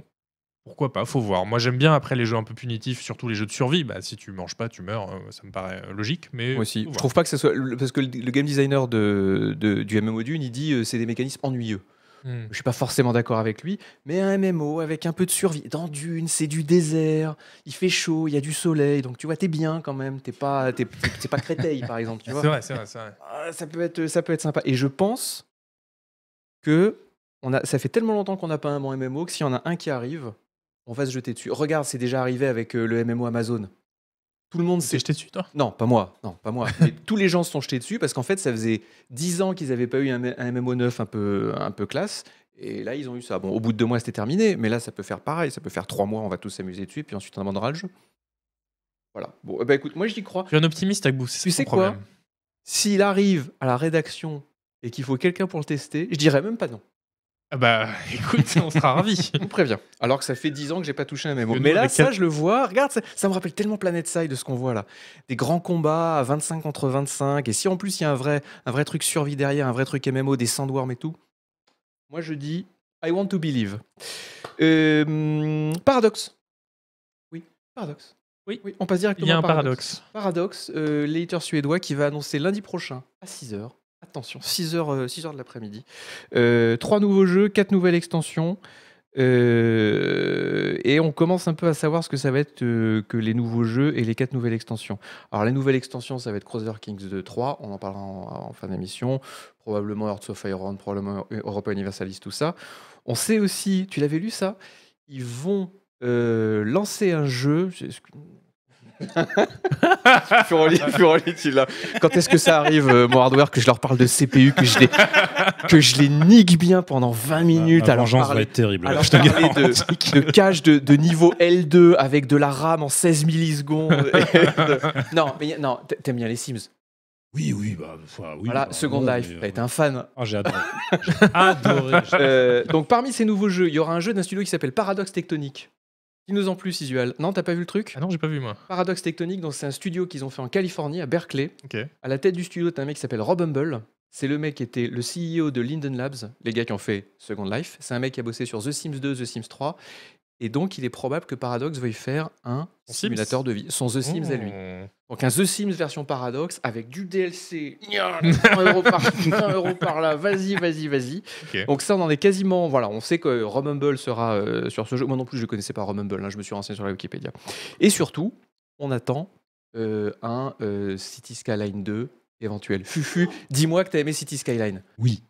B: pourquoi pas, faut voir. Moi, j'aime bien après les jeux un peu punitifs, surtout les jeux de survie. Bah, si tu manges pas, tu meurs. euh, Ça me paraît euh, logique, mais
A: Moi aussi.
B: faut
A: Je
B: voir.
A: trouve pas que ce soit. le- Parce que le le game designer de, de- du MMO Dune, il dit euh, c'est des mécanismes ennuyeux.
B: Hmm.
A: Je suis pas forcément d'accord avec lui, mais un MMO avec un peu de survie. Dans Dune, c'est du désert, il fait chaud, il y a du soleil, donc tu vois, t'es bien quand même. T'es pas, t'es, t'es- t'es pas Créteil, par exemple. Tu
B: C'est
A: vois.
B: vrai, c'est vrai, c'est vrai.
A: Ah, ça peut être ça peut être sympa et je pense que on a ça fait tellement longtemps qu'on n'a pas un bon MMO que s'il y en a un qui arrive on va se jeter dessus regarde c'est déjà arrivé avec euh, le MMO Amazon tout le monde
B: C'est
A: s'est
B: jeté dessus, toi
A: non pas moi non pas moi Mais tous les gens se sont jetés dessus parce qu'en fait ça faisait 10 ans qu'ils n'avaient pas eu un, un MMO neuf un peu un peu classe et là ils ont eu ça bon au bout de deux mois c'était terminé mais là ça peut faire pareil ça peut faire trois mois on va tous s'amuser dessus puis ensuite on abandonnera le jeu voilà bon eh ben, écoute moi j'y crois
B: Tu es un optimiste, Agbou, c'est
A: Tu
B: ça
A: sais
B: ton
A: quoi
B: problème.
A: s'il arrive à la rédaction et qu'il faut quelqu'un pour le tester, je dirais même pas non.
B: Ah bah, écoute, on sera ravis.
A: On prévient. Alors que ça fait 10 ans que j'ai pas touché un MMO.
B: Que
A: Mais
B: nous,
A: là,
B: avec
A: ça,
B: quatre-
A: je le vois. Regarde, ça, ça me rappelle tellement Planet Side de ce qu'on voit là. Des grands combats à 25 contre 25. Et si en plus il y a un vrai, un vrai truc survie derrière, un vrai truc MMO, des sandworms et tout. Moi, je dis I want to believe. Euh, hum, paradoxe. Oui, paradoxe.
B: Oui.
A: on passe
B: Il
A: directement
B: y a
A: à
B: un paradoxe.
A: Paradoxe, euh, l'éditeur suédois qui va annoncer lundi prochain à 6h. Attention, 6h, de l'après-midi. Euh, trois nouveaux jeux, quatre nouvelles extensions. euh, et on commence un peu à savoir ce que ça va être euh, que les nouveaux jeux et les quatre nouvelles extensions. Alors, la nouvelle extension, ça va être Crossfire Kings 2 3. On en parlera en, en fin d'émission. Probablement Hearts of Iron, probablement Europa Universalis, tout ça. On sait aussi, tu l'avais lu ça Ils vont euh, lancer un jeu. Furoli, Furoli, tu l'as. Quand est-ce que ça arrive, euh, mon hardware, que je leur parle de CPU, que je les, que je les nique bien pendant 20 minutes
C: La
A: à leur
C: vengeance Bah, va
A: parler,
C: être terrible.
A: à leur
C: je te
A: parler
C: garantis.
A: de, de cache de, de niveau L2 avec de la RAM en 16 millisecondes. et de- Non, mais y a- non, t'a- t'aimes bien les Sims.
C: Oui, oui, bah, enfin, oui.
A: voilà,
C: bah,
A: Second
C: non,
A: Life,
C: mais,
A: t'as
C: euh,
A: été un fan.
C: Ah, j'ai adoré. J'ai adoré.
A: Euh, donc parmi ces nouveaux jeux, il y aura un jeu d'un studio qui s'appelle Paradox Tectonique. Dis-nous en plus, Isual. Non, t'as pas vu le truc
B: Ah non, j'ai pas vu, moi.
A: Paradox Tectonique, donc c'est un studio qu'ils ont fait en Californie, à Berkeley.
B: Ok.
A: À la tête du studio, t'as un mec qui s'appelle Rob Humble. C'est le mec qui était le CEO de Linden Labs, les gars qui ont fait Second Life. C'est un mec qui a bossé sur The Sims 2, The Sims 3. Et donc, il est probable que Paradox veuille faire un
B: Son Sims
A: simulateur de vie. Son The Sims à lui.
B: Oh.
A: Donc, un The Sims version Paradox avec du DLC. Gna, 100 euros par, 100 euros par là. Vas-y, vas-y, vas-y.
B: Ok.
A: Donc, ça, on en est quasiment. Voilà, on sait que Rob Humble sera euh, sur ce jeu. Moi non plus, je ne connaissais pas Rob Humble. hein, je me suis renseigné sur la Wikipédia. Et surtout, on attend euh, un euh, City Skyline 2 éventuel. Fufu, dis-moi que t'as aimé City Skyline.
C: Oui.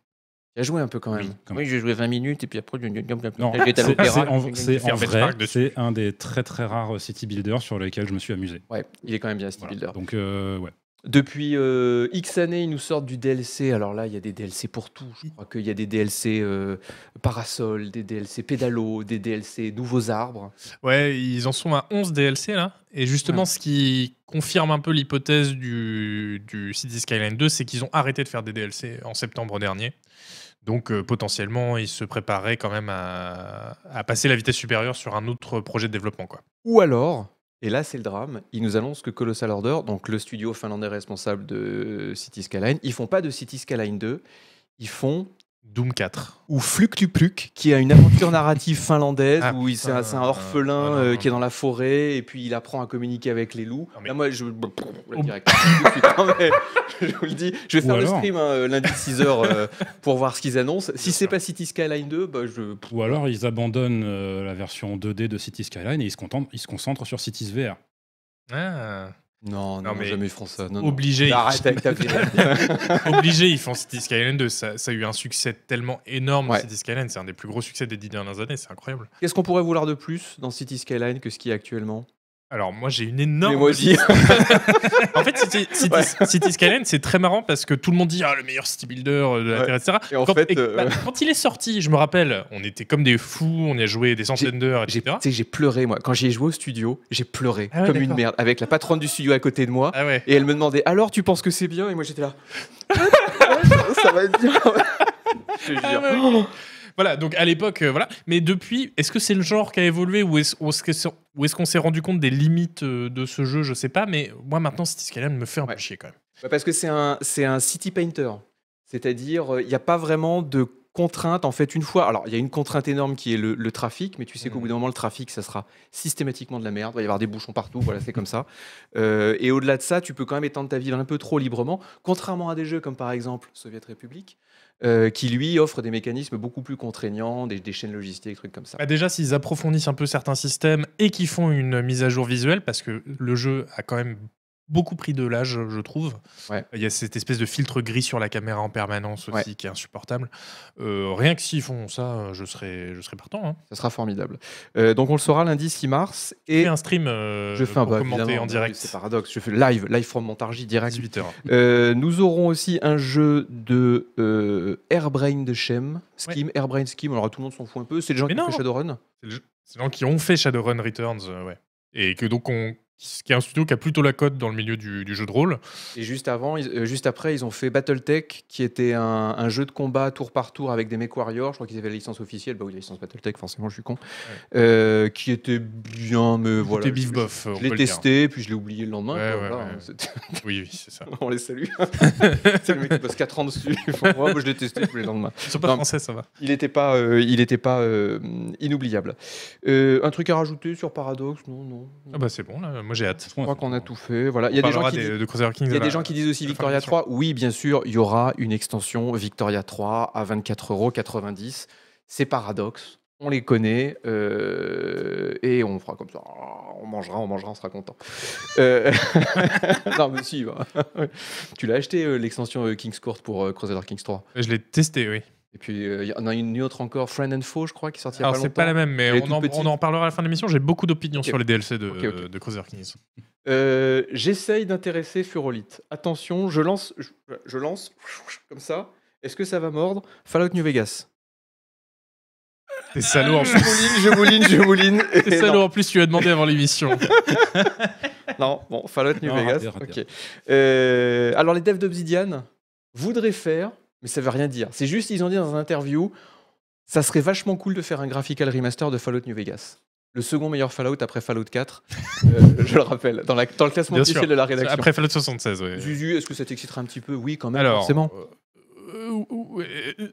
A: Tu as joué un peu quand même.
C: Oui, quand même.
A: j'ai joué 20 minutes et puis après, j'ai-
C: Non,
A: j'étais
C: c'est-
A: à l'opéra.
C: c'est en- c'est en,
B: Faire
C: vrai,
B: benchmark dessus.
C: c'est un des très très rares city builders sur lesquels je me suis amusé.
A: Ouais, il est quand même bien City
C: Voilà.
A: Builder.
C: Donc euh, ouais.
A: Depuis euh, X années, ils nous sortent du DLC. Alors là, il y a des DLC pour tout. Je crois qu'il y a des DLC euh, parasols, des DLC pédalos, des DLC nouveaux arbres.
B: Ouais, ils en sont à 11 DLC là. Et justement, ce qui confirme un peu l'hypothèse du, du City Skyline 2, c'est qu'ils ont arrêté de faire des DLC en septembre dernier. Donc euh, potentiellement, ils se préparaient quand même à, à passer la vitesse supérieure sur un autre projet de développement. Quoi.
A: Ou alors, et là c'est le drame, ils nous annoncent que Colossal Order, donc le studio finlandais responsable de City Skyline, ils font pas de City Skyline 2, ils font
B: Doom 4.
A: ou Fluktupluk, qui a une aventure narrative finlandaise
B: Ah,
A: où il- c'est un, c'est un
B: putain,
A: orphelin
B: ouais, non,
A: euh,
B: non.
A: qui est dans la forêt et puis il apprend à communiquer avec les loups.
B: Non, mais-
A: Là, moi, je. direct. Tout de suite. Non, mais je vous le dis, je vais
C: Ou
A: faire le
C: alors-
A: stream hein, euh, lundi 6h pour voir ce qu'ils annoncent. Si
B: Bien
A: c'est
B: sûr.
A: pas City Skyline 2, bah, je.
C: Ou alors ils abandonnent euh, la version 2D de City Skyline et ils se, contentent, ils se concentrent sur Cities VR.
B: Ah.
A: Non, non,
B: Non, mais-
A: jamais ils feront ça. Non, non.
B: Obligé,
A: Arrête avec ta vérité.
B: obligé, ils font City Skyline 2. Ça, ça a eu un succès tellement énorme.
A: Ouais.
B: City Skyline, c'est un des plus gros succès des dix dernières années. C'est incroyable.
A: Qu'est-ce qu'on pourrait vouloir de plus dans City Skyline que ce qu'il y a actuellement
B: Alors moi, j'ai une énorme.
A: Mais moi aussi.
B: En fait, City, City- City Skyline, c'est très marrant parce que tout le monde dit ah, le meilleur city builder euh, de la
A: Ouais.
B: Terre, etc.
A: Et en
B: quand,
A: fait, euh,
B: bah, quand il est sorti, je me rappelle, on était comme des fous, on y a joué des centaines d'heures,
A: J'ai- tu
B: etc.
A: sais, j'ai pleuré, moi. Quand j'y ai joué au studio, j'ai pleuré
B: Ah ouais,
A: comme une
B: d'accord.
A: merde avec la patronne du studio à côté de moi.
B: Ah ouais.
A: Et elle me demandait alors tu penses que c'est bien Et moi j'étais là. ça va être bien. Je te
B: Ah,
A: jure.
B: ouais, ok. voilà, donc à l'époque, euh, voilà. Mais depuis, est-ce que c'est le genre qui a évolué ou est-ce ou est-ce que c'est- ou est-ce qu'on s'est rendu compte des limites euh, de ce jeu Je sais pas, mais moi maintenant, City Skyline me fait un peu
A: Ouais.
B: chier quand même.
A: Bah, parce que c'est un, c'est un city painter. C'est-à-dire, euh, il n'y a pas vraiment de contrainte. En fait, une fois. Alors, il y a une contrainte énorme qui est le, le trafic, mais tu sais qu'au
B: Mhm.
A: bout d'un moment, le trafic, ça sera systématiquement de la merde. Il va y avoir des bouchons partout. Voilà, c'est comme ça. Euh, et au-delà de ça, tu peux quand même étendre ta ville un peu trop librement. Contrairement à des jeux comme par exemple Soviet République, euh, qui lui offre des mécanismes beaucoup plus contraignants, des, des chaînes logistiques, des trucs comme ça.
B: Bah, déjà, s'ils approfondissent un peu certains systèmes et qu'ils font une mise à jour visuelle, parce que le jeu a quand même beaucoup pris de l'âge, je trouve.
A: Ouais.
B: Il y a cette espèce de filtre gris sur la caméra en permanence aussi
A: Ouais.
B: qui est insupportable. Euh, rien que s'ils font ça, euh, je serais, je serais partant. hein.
A: Ça sera formidable. Euh, donc, on le saura lundi 6 mars.
B: Je
A: Et
B: fais un stream euh,
A: je fais un
B: pour
A: bah,
B: commenter
A: évidemment,
B: en
A: C'est
B: direct.
A: paradoxe. Je fais live, live from Montargis direct.
B: 18h.
A: Euh, nous aurons aussi un jeu de euh, Airbrain de Shem, Scheme, Airbrain Scheme. Alors tout le monde s'en fout un peu. C'est les gens
B: Mais
A: qui ont
B: non.
A: fait Shadowrun.
B: C'est le jeu- c'est les gens qui ont fait Shadowrun Returns, euh, ouais. Et que donc on, qui qui est un studio qui a plutôt la cote dans le milieu du, du jeu de rôle.
A: Et juste avant, ils- euh, juste après, ils ont fait Battletech, qui était un, un jeu de combat tour par tour avec des mecs warriors. Je crois qu'ils avaient la licence officielle. Bah oui, la licence Battletech, forcément, je suis con. Euh, qui était bien, mais voilà.
B: C'était
A: je-
B: bif
A: je-
B: bof. on
A: Je
B: peut
A: l'ai
B: le dire.
A: testé, puis je l'ai oublié le lendemain.
B: Ouais,
A: quoi,
B: ouais,
A: voilà,
B: ouais.
A: hein, c'était-
B: Oui, oui, c'est ça.
A: On les salue. C'est le mec qui passe 4 ans dessus. Moi, je l'ai testé, puis le lendemain.
B: Ils sont pas
A: Non.
B: français, ça va.
A: Il n'était pas, euh, il était pas euh, inoubliable. Euh, un truc à rajouter sur Paradox Non, non.
B: Ah bah c'est bon, là. moi j'ai hâte.
A: Je crois qu'on a tout fait. Voilà. Il y
B: On
A: a des gens
B: parlera
A: qui,
B: des-
A: disent-
B: de Crusader Kings.
A: il y a
B: à
A: des
B: la-
A: gens qui disent aussi
B: la
A: Victoria
B: formation.
A: 3. Oui, bien sûr, il y aura une extension Victoria 3 à 24,90€. C'est Paradox. On les connaît euh, et on fera comme ça. Ah, On mangera, on mangera, on sera content. Euh, non, mais si. bah. Tu l'as acheté euh, l'extension euh, Kings Court pour euh, Crusader Kings 3.
B: Je l'ai testé, oui.
A: Et puis euh, il y en a une autre encore, Friend and Foe, je crois, qui sortira
B: Alors
A: pas
B: c'est
A: longtemps.
B: pas la même, mais
A: Elle est
B: on
A: toute
B: en,
A: petite.
B: on en parlera à la fin de l'émission. J'ai beaucoup d'opinions
A: Ok.
B: sur les DLC de,
A: Ok, ok.
B: de Crusader Kings.
A: Euh, J'essaye d'intéresser Furolite. Attention, je lance, je, je lance comme ça. Est-ce que ça va mordre Fallout New Vegas.
B: T'es salaud en
A: Je
B: plus.
A: mouline, je mouline, je mouline. Et
B: T'es salaud en plus, tu lui as demandé avant l'émission.
A: Non, non, bon, Fallout New
C: Non,
A: Vegas.
C: raté, raté.
A: ok. Euh, alors, les devs d'Obsidian voudraient faire, mais ça veut rien dire. C'est juste, ils ont dit dans une interview ça serait vachement cool de faire un graphical remaster de Fallout New Vegas. Le second meilleur Fallout après Fallout 4, euh, je le rappelle, dans, la- dans le classement
B: Bien
A: officiel
B: sûr.
A: de la rédaction.
B: Après Fallout 76, ouais.
A: Zuzu, est-ce que ça t'excitera un petit peu Oui, quand même,
B: Alors,
A: forcément.
B: euh, euh, euh, euh,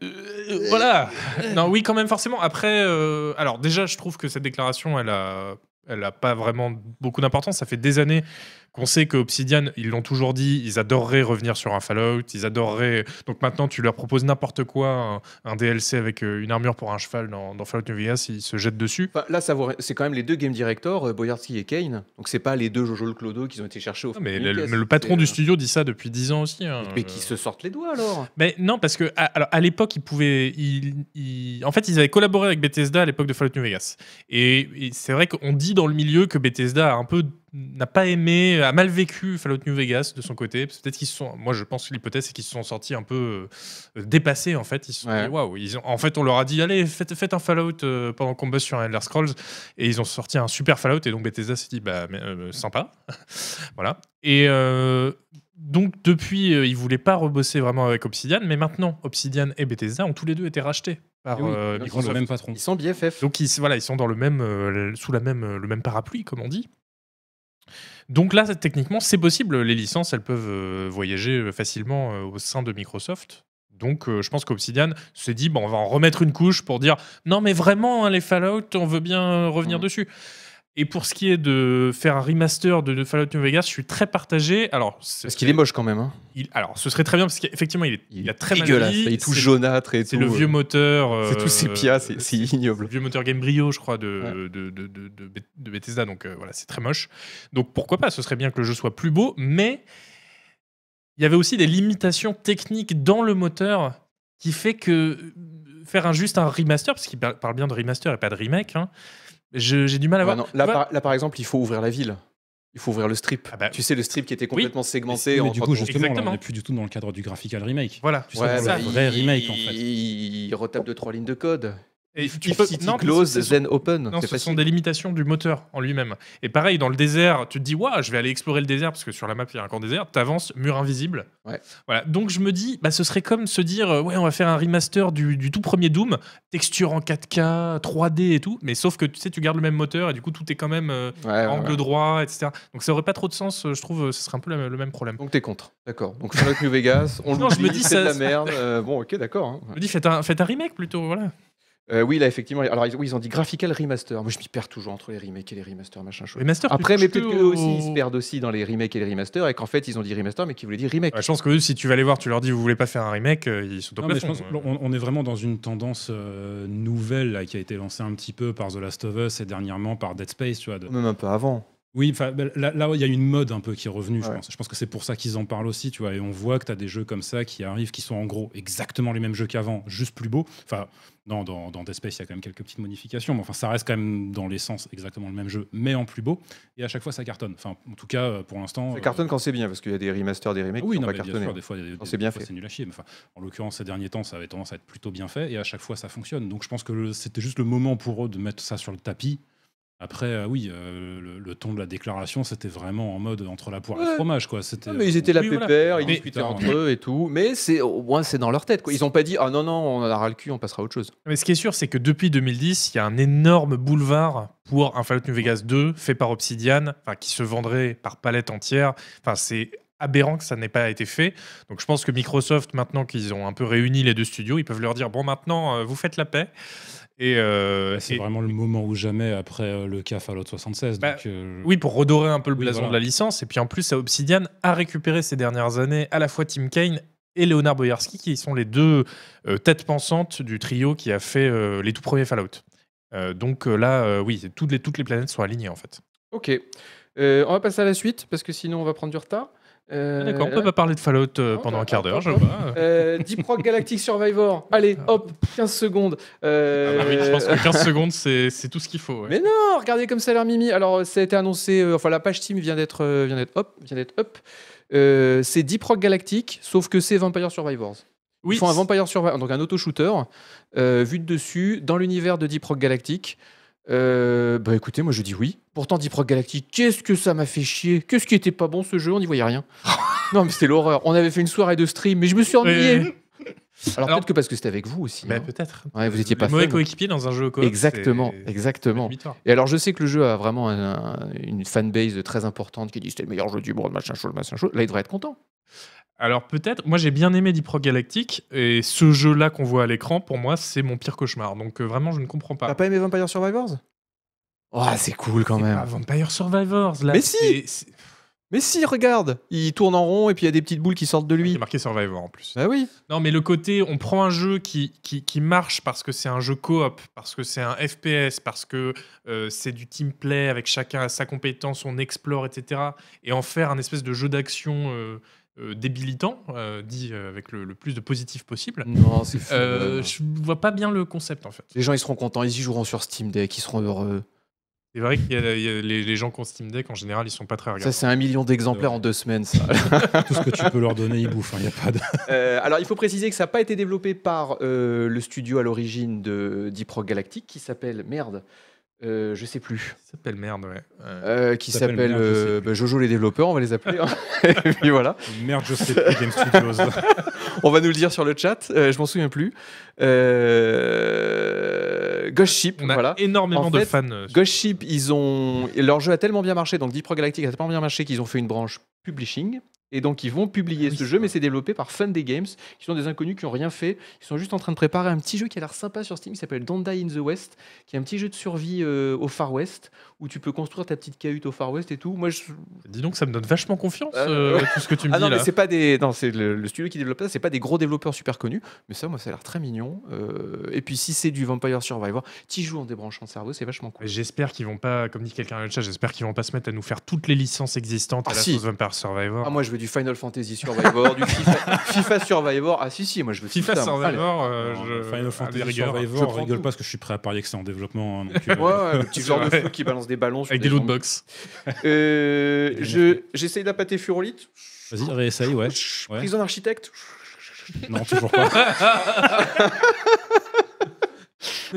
B: euh, voilà. Non, oui, quand même, forcément. Après, euh, alors déjà, je trouve que cette déclaration, elle a, elle a pas vraiment beaucoup d'importance. Ça fait des années qu'on sait que Obsidian, ils l'ont toujours dit, ils adoreraient revenir sur un Fallout, ils adoreraient. Donc maintenant, tu leur proposes n'importe quoi, un, un DLC avec euh, une armure pour un cheval dans, dans Fallout New Vegas, ils se jettent dessus.
A: Enfin, là, ça vaut rien. c'est quand même les deux game directors, euh, Boyarsky et Kane. Donc, c'est pas les deux Jojo le Clodo qui ont été cherchés au
B: Non,
A: fond
B: mais
A: d'une
B: le,
A: pièce.
B: le patron
A: C'est,
B: du
A: euh,
B: studio dit ça depuis 10 ans aussi. hein.
A: Mais qui se sortent les doigts alors
B: Mais non, parce que à, alors, à l'époque, ils pouvaient. ils- ils- En fait, ils avaient collaboré avec Bethesda à l'époque de Fallout New Vegas. Et, et c'est vrai qu'on dit dans le milieu que Bethesda a un peu n'a pas aimé, a mal vécu Fallout New Vegas de son côté. Parce que Peut-être qu'ils se sont. Moi, je pense que l'hypothèse, c'est qu'ils se sont sortis un peu euh, dépassés, en fait. Ils se sont
A: Ouais.
B: dit, waouh. ils ont- En fait, on leur a dit, allez, faites, faites un Fallout euh, pendant qu'on bosse sur un Elder Scrolls. Et ils ont sorti un super Fallout. Et donc, Bethesda s'est dit, bah, mais, euh, sympa. voilà. Et. euh, donc depuis, euh, ils voulaient pas rebosser vraiment avec Obsidian, mais maintenant, Obsidian et Bethesda ont tous les deux été rachetés par
C: Eh oui,
B: euh,
C: Ils ont
B: Microsoft.
C: le même patron.
A: Ils sont BFF.
B: Donc ils, voilà, ils sont dans le même, euh, sous la même, euh, le même parapluie, comme on dit. Donc là, c'est- techniquement, c'est possible. Les licences, elles peuvent euh, voyager euh, facilement euh, au sein de Microsoft. Donc euh, je pense qu'Obsidian s'est dit, bon, on va en remettre une couche pour dire, non mais vraiment, hein, les Fallout, on veut bien euh, revenir
A: Mhm.
B: dessus. Et pour ce qui est de faire un remaster de de Fallout New Vegas, je suis très partagé. Alors, c'est-
A: Parce qu'il est moche quand même. hein.
B: il- alors, ce serait très bien parce qu'effectivement, il, est- il a très mal
A: dégueulasse.
B: vieilli.
A: Il est tout
B: C'est-
A: jaunâtre et tout. euh,
B: C'est le vieux moteur.
A: C'est
B: euh,
A: tout sépia, c'est c'est
B: le
A: ignoble.
B: vieux moteur Gamebryo, je crois, de,
A: Ouais.
B: de, de, de- de Beth- de Bethesda. Donc euh, voilà, c'est très moche. Donc pourquoi pas Ce serait bien que le jeu soit plus beau, mais il y avait aussi des limitations techniques dans le moteur qui fait que euh, faire un, juste un remaster, parce qu'il par- parle bien de remaster et pas de remake, hein, je- j'ai du mal à
A: Ouais,
B: voir.
A: non, là,
B: Tu vois,
A: par, là, par exemple, il faut ouvrir la ville. Il faut ouvrir le strip.
B: Ah bah,
A: Tu sais, le strip qui était complètement segmenté.
C: Mais
A: en
C: du coup,
A: trois-
C: justement, là,
B: Exactement.
C: on n'est plus du tout dans le cadre du graphical remake.
B: Voilà,
C: Tu sais, Ouais, dans le
A: bah,
C: vrai
A: il-
C: remake, en fait.
A: Il retape deux trois lignes de code.
B: Et
A: If,
B: il faut-
A: City
B: non,
A: Close,
B: ce sont-
A: Then Open.
B: non,
A: c'est
B: ce sont
A: facile.
B: des limitations du moteur en lui-même. Et pareil, dans le désert, tu te dis, waouh, je vais aller explorer le désert, parce que sur la map, il y a un grand désert, t'avances, mur invisible.
A: Ouais.
B: Voilà. Donc je me dis, bah, ce serait comme se dire, euh, ouais, on va faire un remaster du, du tout premier Doom, texture en 4K, 3D et tout, mais sauf que tu sais, tu gardes le même moteur et du coup, tout est quand même euh,
A: Ouais, ouais,
B: angle
A: ouais.
B: droit, etc. Donc ça aurait pas trop de sens, euh, je trouve, euh, ce serait un peu la- le même problème.
A: Donc t'es contre. D'accord. Donc Sherlock New Vegas, on
B: Non, je me
A: l'oublie,
B: dis
A: c'est de
B: ça-
A: la merde. Euh, bon, ok, d'accord. hein.
B: Je me dis, faites un, faites un remake plutôt, voilà.
A: Euh, oui, là, effectivement. Alors, ils, oui, ils ont dit graphical remaster. Moi, je m'y perds toujours entre les remakes et les remasters, machin chouette.
B: Remaster, tu
A: Après, mais
B: touches
A: peut-être
B: plus
A: qu'eux aussi,
B: au-
A: ils se perdent aussi dans les remakes et les remasters, et qu'en fait, ils ont dit remaster, mais qu'ils voulaient dire remake.
B: Ouais, Ah, je pense que eux, si tu vas les voir, tu leur dis, vous voulez pas faire un remake, euh, ils sont au
C: Non, mais je
B: plafond,
C: pense
B: euh.
C: qu'on- on, est vraiment dans une tendance euh, nouvelle là, qui a été lancée un petit peu par The Last of Us et dernièrement par Dead Space. Tu vois, de-
A: Même un peu avant.
C: Oui, enfin, ben, là, là, il y a une mode un peu qui est revenue, je
A: Ouais.
C: pense. Je pense que c'est pour ça qu'ils en parlent aussi, tu vois. Et on voit que tu as des jeux comme ça qui arrivent, qui sont en gros exactement les mêmes jeux qu'avant, juste plus beaux. Enfin, non, dans, dans Dead Space, il y a quand même quelques petites modifications, mais enfin, ça reste quand même dans l'essence exactement le même jeu, mais en plus beau. Et à chaque fois, ça cartonne. Enfin, en tout cas, euh, pour l'instant.
A: Ça
C: euh,
A: cartonne quand c'est bien, parce qu'il y a des remasters, des
C: ah
A: remakes
C: oui,
A: qui
C: non,
A: n'ont pas
C: mais bien
A: cartonné.
C: sûr, des fois, des-
A: c'est
C: des
A: bien
C: fois,
A: fait.
C: c'est nul à chier. Mais enfin, en l'occurrence, ces derniers temps, ça avait tendance à être plutôt bien fait. Et à chaque fois, ça fonctionne. Donc, je pense que le- c'était juste le moment pour eux de mettre ça sur le tapis. Après, euh, oui, euh, le, le ton de la déclaration, c'était vraiment en mode entre la poire et
A: Ouais.
C: le fromage, quoi. C'était.
A: Non, mais ils étaient là
B: euh, Oui, voilà.
A: pépère, ils
B: Mais-
A: discutaient
C: Putain,
A: entre eux et tout. Mais c'est au moins c'est dans leur tête. Quoi. Ils n'ont pas dit ah non non on en a ras le cul, on passera à autre chose.
B: Mais ce qui est sûr, c'est que depuis 2010, il y a un énorme boulevard pour un Fallout New Vegas 2 fait par Obsidian, enfin, qui se vendrait par palette entière. Enfin, c'est aberrant que ça n'ait pas été fait. Donc je pense que Microsoft, maintenant qu'ils ont un peu réuni les deux studios, ils peuvent leur dire, bon maintenant, euh, vous faites la paix. Et, euh,
C: Ouais, C'est
B: et-
C: vraiment le moment ou jamais après euh, le cas Fallout 76.
B: Bah,
C: donc, euh,
B: Oui, pour redorer un peu le
C: Oui,
B: blason
C: voilà.
B: de la licence. Et puis en plus, ça, Obsidian a récupéré ces dernières années à la fois Tim Kaine et Leonard Boyarski, qui sont les deux euh, têtes pensantes du trio qui a fait euh, les tout premiers Fallout. Euh, donc euh, là, euh, oui, c'est- toutes les, toutes les planètes sont alignées en fait.
A: Ok. Euh, on va passer à la suite parce que sinon on va prendre du retard. Euh,
B: Ah, D'accord, on peut pas parler de Fallout euh,
A: non,
B: pendant un
A: bah,
B: quart d'heure, je
A: attends,
B: vois.
A: euh, Deep Rock Galactic Survivor. Allez, hop, 15 secondes. Euh,
B: Ah bah oui, je pense que 15 secondes, c'est c'est tout ce qu'il faut. ouais.
A: Mais Oh, regardez comme ça a l'air mimi. Alors, euh, ça a été annoncé. euh, enfin, la page Steam vient d'être euh, vient d'être up, vient d'être up. Euh, c'est Deep Rock Galactic, sauf que c'est Vampire Survivors.
B: oui,
A: Ils font un Vampire Survivor, donc un auto-shooter, euh, vu de dessus, dans l'univers de Deep Rock Galactic. Euh, bah écoutez, moi je dis oui. Pourtant, Deep Rock Galactic, qu'est-ce que ça m'a fait chier Qu'est-ce qui était pas bon ce jeu On n'y voyait rien. non, mais c'était l'horreur. On avait fait une soirée de stream, mais je me suis ennuyé.
B: Oui, oui,
A: Alors,
B: Alors-
A: peut-être que parce que c'était avec vous aussi.
B: oui. Bah,
A: hein.
B: peut-être.
A: Ouais, vous étiez pas
B: Les mauvais
A: fun.
B: coéquipier dans un jeu co
A: Exactement, exactement.
B: Exactement.
A: Et alors, je sais que le jeu a vraiment un- un- une fanbase très importante qui dit c'était le meilleur jeu du monde, machin chose, machin chose. Là, il devrait être content.
B: Alors peut-être, moi j'ai bien aimé Deep Rock Galactic et ce jeu-là qu'on voit à l'écran, pour moi c'est mon pire cauchemar. Donc euh, vraiment je ne comprends pas.
A: aimé Vampire Survivors Oh, c'est cool Ah, quand
B: C'est
A: même.
B: pas Vampire Survivors là.
A: Mais si
B: c'est- c'est-
A: Mais si, regarde, il tourne en rond et puis il y a des petites boules qui sortent de
B: Il est
A: lui.
B: marqué Survivor en plus.
A: Bah oui.
B: Non mais le côté, on prend un jeu qui, qui, qui marche parce que c'est un jeu coop, parce que c'est un FPS, parce que euh, c'est du team play avec chacun à sa compétence, on explore, etc. Et en faire un espèce de jeu d'action euh, euh, débilitant, euh, dit euh, avec le, le plus de positif possible.
A: Non, c'est fou.
B: Euh, je vois pas bien le concept en fait.
A: Les gens, ils seront contents, ils y joueront sur Steam Deck, ils seront heureux.
B: C'est vrai qu'il y a- il y a les, les gens qui ont Steam Deck, en général, ils sont pas très
A: Ça,
B: regardants.
A: c'est un million d'exemplaires
C: Ouais.
A: en deux semaines. ça.
C: tout ce que tu peux leur donner, ils bouffent. hein, Il y a pas de.
A: Euh, alors, il faut préciser que ça n'a pas été développé par euh, le studio à l'origine de Deep Rock Galactic qui s'appelle merde. euh, je sais plus.
B: Ça s'appelle merde, ouais. Euh,
A: Euh, qui
C: Ça s'appelle
A: s'appelle
C: merde, je sais
A: euh,
C: plus.
A: bah, Jojo les développeurs, on va les appeler. hein. Et puis voilà.
C: Merde, je sais plus Game Studios.
A: On va nous le dire sur le chat. euh, je m'en souviens plus. Euh... Ghost Ship,
B: on a
A: voilà.
B: énormément
A: En
B: de
A: fait,
B: fans. euh, sur-
A: Ghost Ship, ils ont... leur jeu a tellement bien marché, donc Deep Rock Galactic a tellement bien marché qu'ils ont fait une branche publishing. Et donc ils vont publier
B: Ah oui,
A: ce
B: c'est
A: jeu,
B: vrai.
A: mais c'est développé par Fun Day Games, qui sont des inconnus qui n'ont rien fait. Ils sont juste en train de préparer un petit jeu qui a l'air sympa sur Steam, qui s'appelle Don't Die in the West, qui est un petit jeu de survie euh, au Far West, où tu peux construire ta petite cahute au Far West et tout. Moi, je...
B: Dis donc, ça me donne vachement confiance,
A: Ah,
B: euh,
A: ouais.
B: tout ce que tu me
A: Ah
B: dis
A: non, mais
B: là.
A: c'est pas des. Non, c'est le, le studio qui développe ça, c'est pas des gros développeurs super connus, mais ça, moi, ça a l'air très mignon. Euh, Et puis si c'est du Vampire Survivor, t'y joues en débranchant le cerveau, c'est vachement cool.
B: J'espère qu'ils vont pas, comme dit quelqu'un dans le chat, j'espère qu'ils vont pas se mettre à nous faire toutes les licences existantes à
A: Ah,
B: la
A: si.
B: sauce Vampire Survivor.
A: Ah, moi, je veux du Final Fantasy Survivor, du FIFA, FIFA Survivor. Ah, si, si, moi, je veux tout
B: FIFA
A: ça, moi.
B: Survivor, euh,
C: Alors,
B: je... à
C: Final Fantasy
B: la rigueur,
A: je
C: Survivor,
A: prends
C: rigole
A: tout.
C: pas parce que je suis prêt à parier que c'est en développement. hein, donc, euh,
A: Allez. Ouais, ouais, le petit
B: C'est
A: genre de
B: vrai.
A: fou qui balance des ballons. sur
B: avec des
A: gens.
B: lootbox.
A: Euh,
C: Des
A: je- J'essaye d'appâter Furolite.
C: Vas-y, réessaye, ouais. Ouais.
A: Prison Architecte.
C: Non, toujours pas.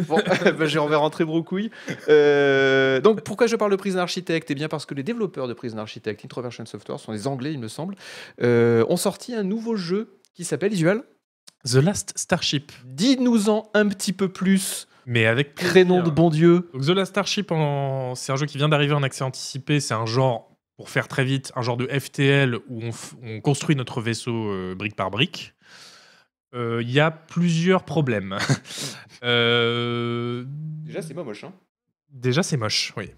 A: Bon, bah, j'ai envers rentrer broucouille. Euh, donc, pourquoi je parle de Prison Architect Eh bien, parce que les développeurs de Prison Architect, Introversion Software, sont des Anglais, il me semble, euh, ont sorti un nouveau jeu qui s'appelle Isual.
B: The Last Starship.
A: Dis-nous-en un petit peu plus,
B: Mais avec
A: crénom de
B: plaisir.
A: bon Dieu.
B: Donc The Last Starship, en- c'est un jeu qui vient d'arriver en accès anticipé. C'est un genre, pour faire très vite, un genre de FTL où on, f- on construit notre vaisseau euh, brique par brique. Euh, Il y a plusieurs problèmes. Euh,
A: pas moche. Hein.
B: déjà, c'est moche, oui.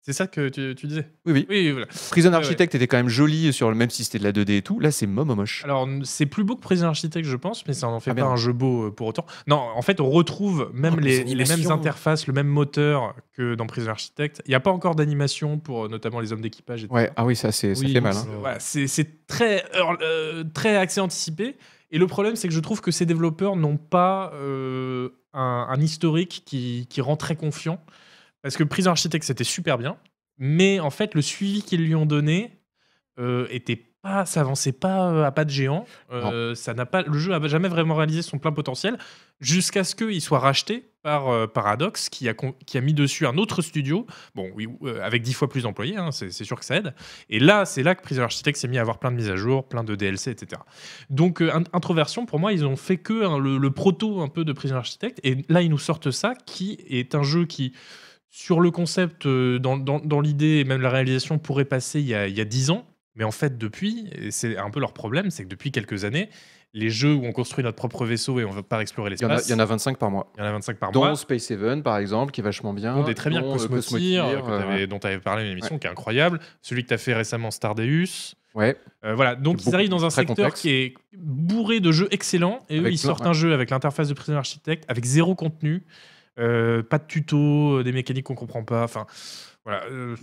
B: C'est ça que tu, tu disais
A: Oui, oui.
B: Oui, voilà.
A: Prison
B: ouais.
A: Architect était quand même joli sur le même si c'était de la 2D et tout. Là, c'est momo moche.
B: Alors, n- c'est plus beau que Prison Architect, je pense, mais ça n'en fait
A: Ah,
B: pas
A: merde.
B: un jeu beau euh, pour autant. Non, en fait, on retrouve même
D: Oh,
B: les,
D: les
B: les mêmes
D: animations.
B: interfaces, le même moteur que dans Prison Architect. Il n'y a pas encore d'animation pour euh, notamment les hommes d'équipage et tout
A: Ouais, ah oui, ça, c'est, ça
C: Oui,
A: fait mal.
C: ça-
A: hein.
B: Voilà, c'est c'est très, earl- euh, très accès anticipé. Et le problème, c'est que je trouve que ces développeurs n'ont pas euh, un, un historique qui, qui rend très confiant. Parce que Prison Architect, c'était super bien. Mais en fait, le suivi qu'ils lui ont donné euh, était pas, s'avançait pas euh, à pas de géant. Euh, ça n'a pas, le jeu n'a jamais vraiment réalisé son plein potentiel jusqu'à ce qu'il soit racheté par euh, Paradox, qui a, con- qui a mis dessus un autre studio, bon, oui, euh, avec dix fois plus d'employés, hein, c'est c'est sûr que ça aide. Et là, c'est là que Prison Architect s'est mis à avoir plein de mises à jour, plein de DLC, etc. Donc, euh, in- introversion, pour moi, ils ont fait que hein, le, le proto un peu de Prison Architect. Et là, ils nous sortent ça, qui est un jeu qui, sur le concept, euh, dans, dans- dans l'idée et même la réalisation, pourrait passer il y a, il y a 10 ans. Mais en fait, depuis, et c'est un peu leur problème, c'est que depuis quelques années, les jeux où on construit notre propre vaisseau et on va pas explorer
A: Il, y en a,
B: l'espace,
A: il y en a 25 par mois.
B: il y en a 25 par
A: Dont
B: mois.
A: Space Seven, par exemple, qui est vachement bien.
B: On est très bien
A: dont, euh,
B: Cosmotir,
A: Cosmotir,
B: que t'avais-
A: euh,
B: dont tu avais parlé dans l'émission, qui est incroyable. Celui que tu as fait récemment, Stardeus.
A: ouais.
B: Euh, voilà, donc
A: C'est
B: ils arrivent
A: beaucoup-
B: dans un
A: très
B: secteur
A: complexe.
B: qui est bourré de jeux excellents et eux
A: Avec
B: ils
A: plein-
B: sortent
A: ouais.
B: un jeu avec l'interface de Prison Architect avec zéro contenu, euh, pas de tuto, euh, des mécaniques qu'on comprend pas. Enfin, voilà. euh,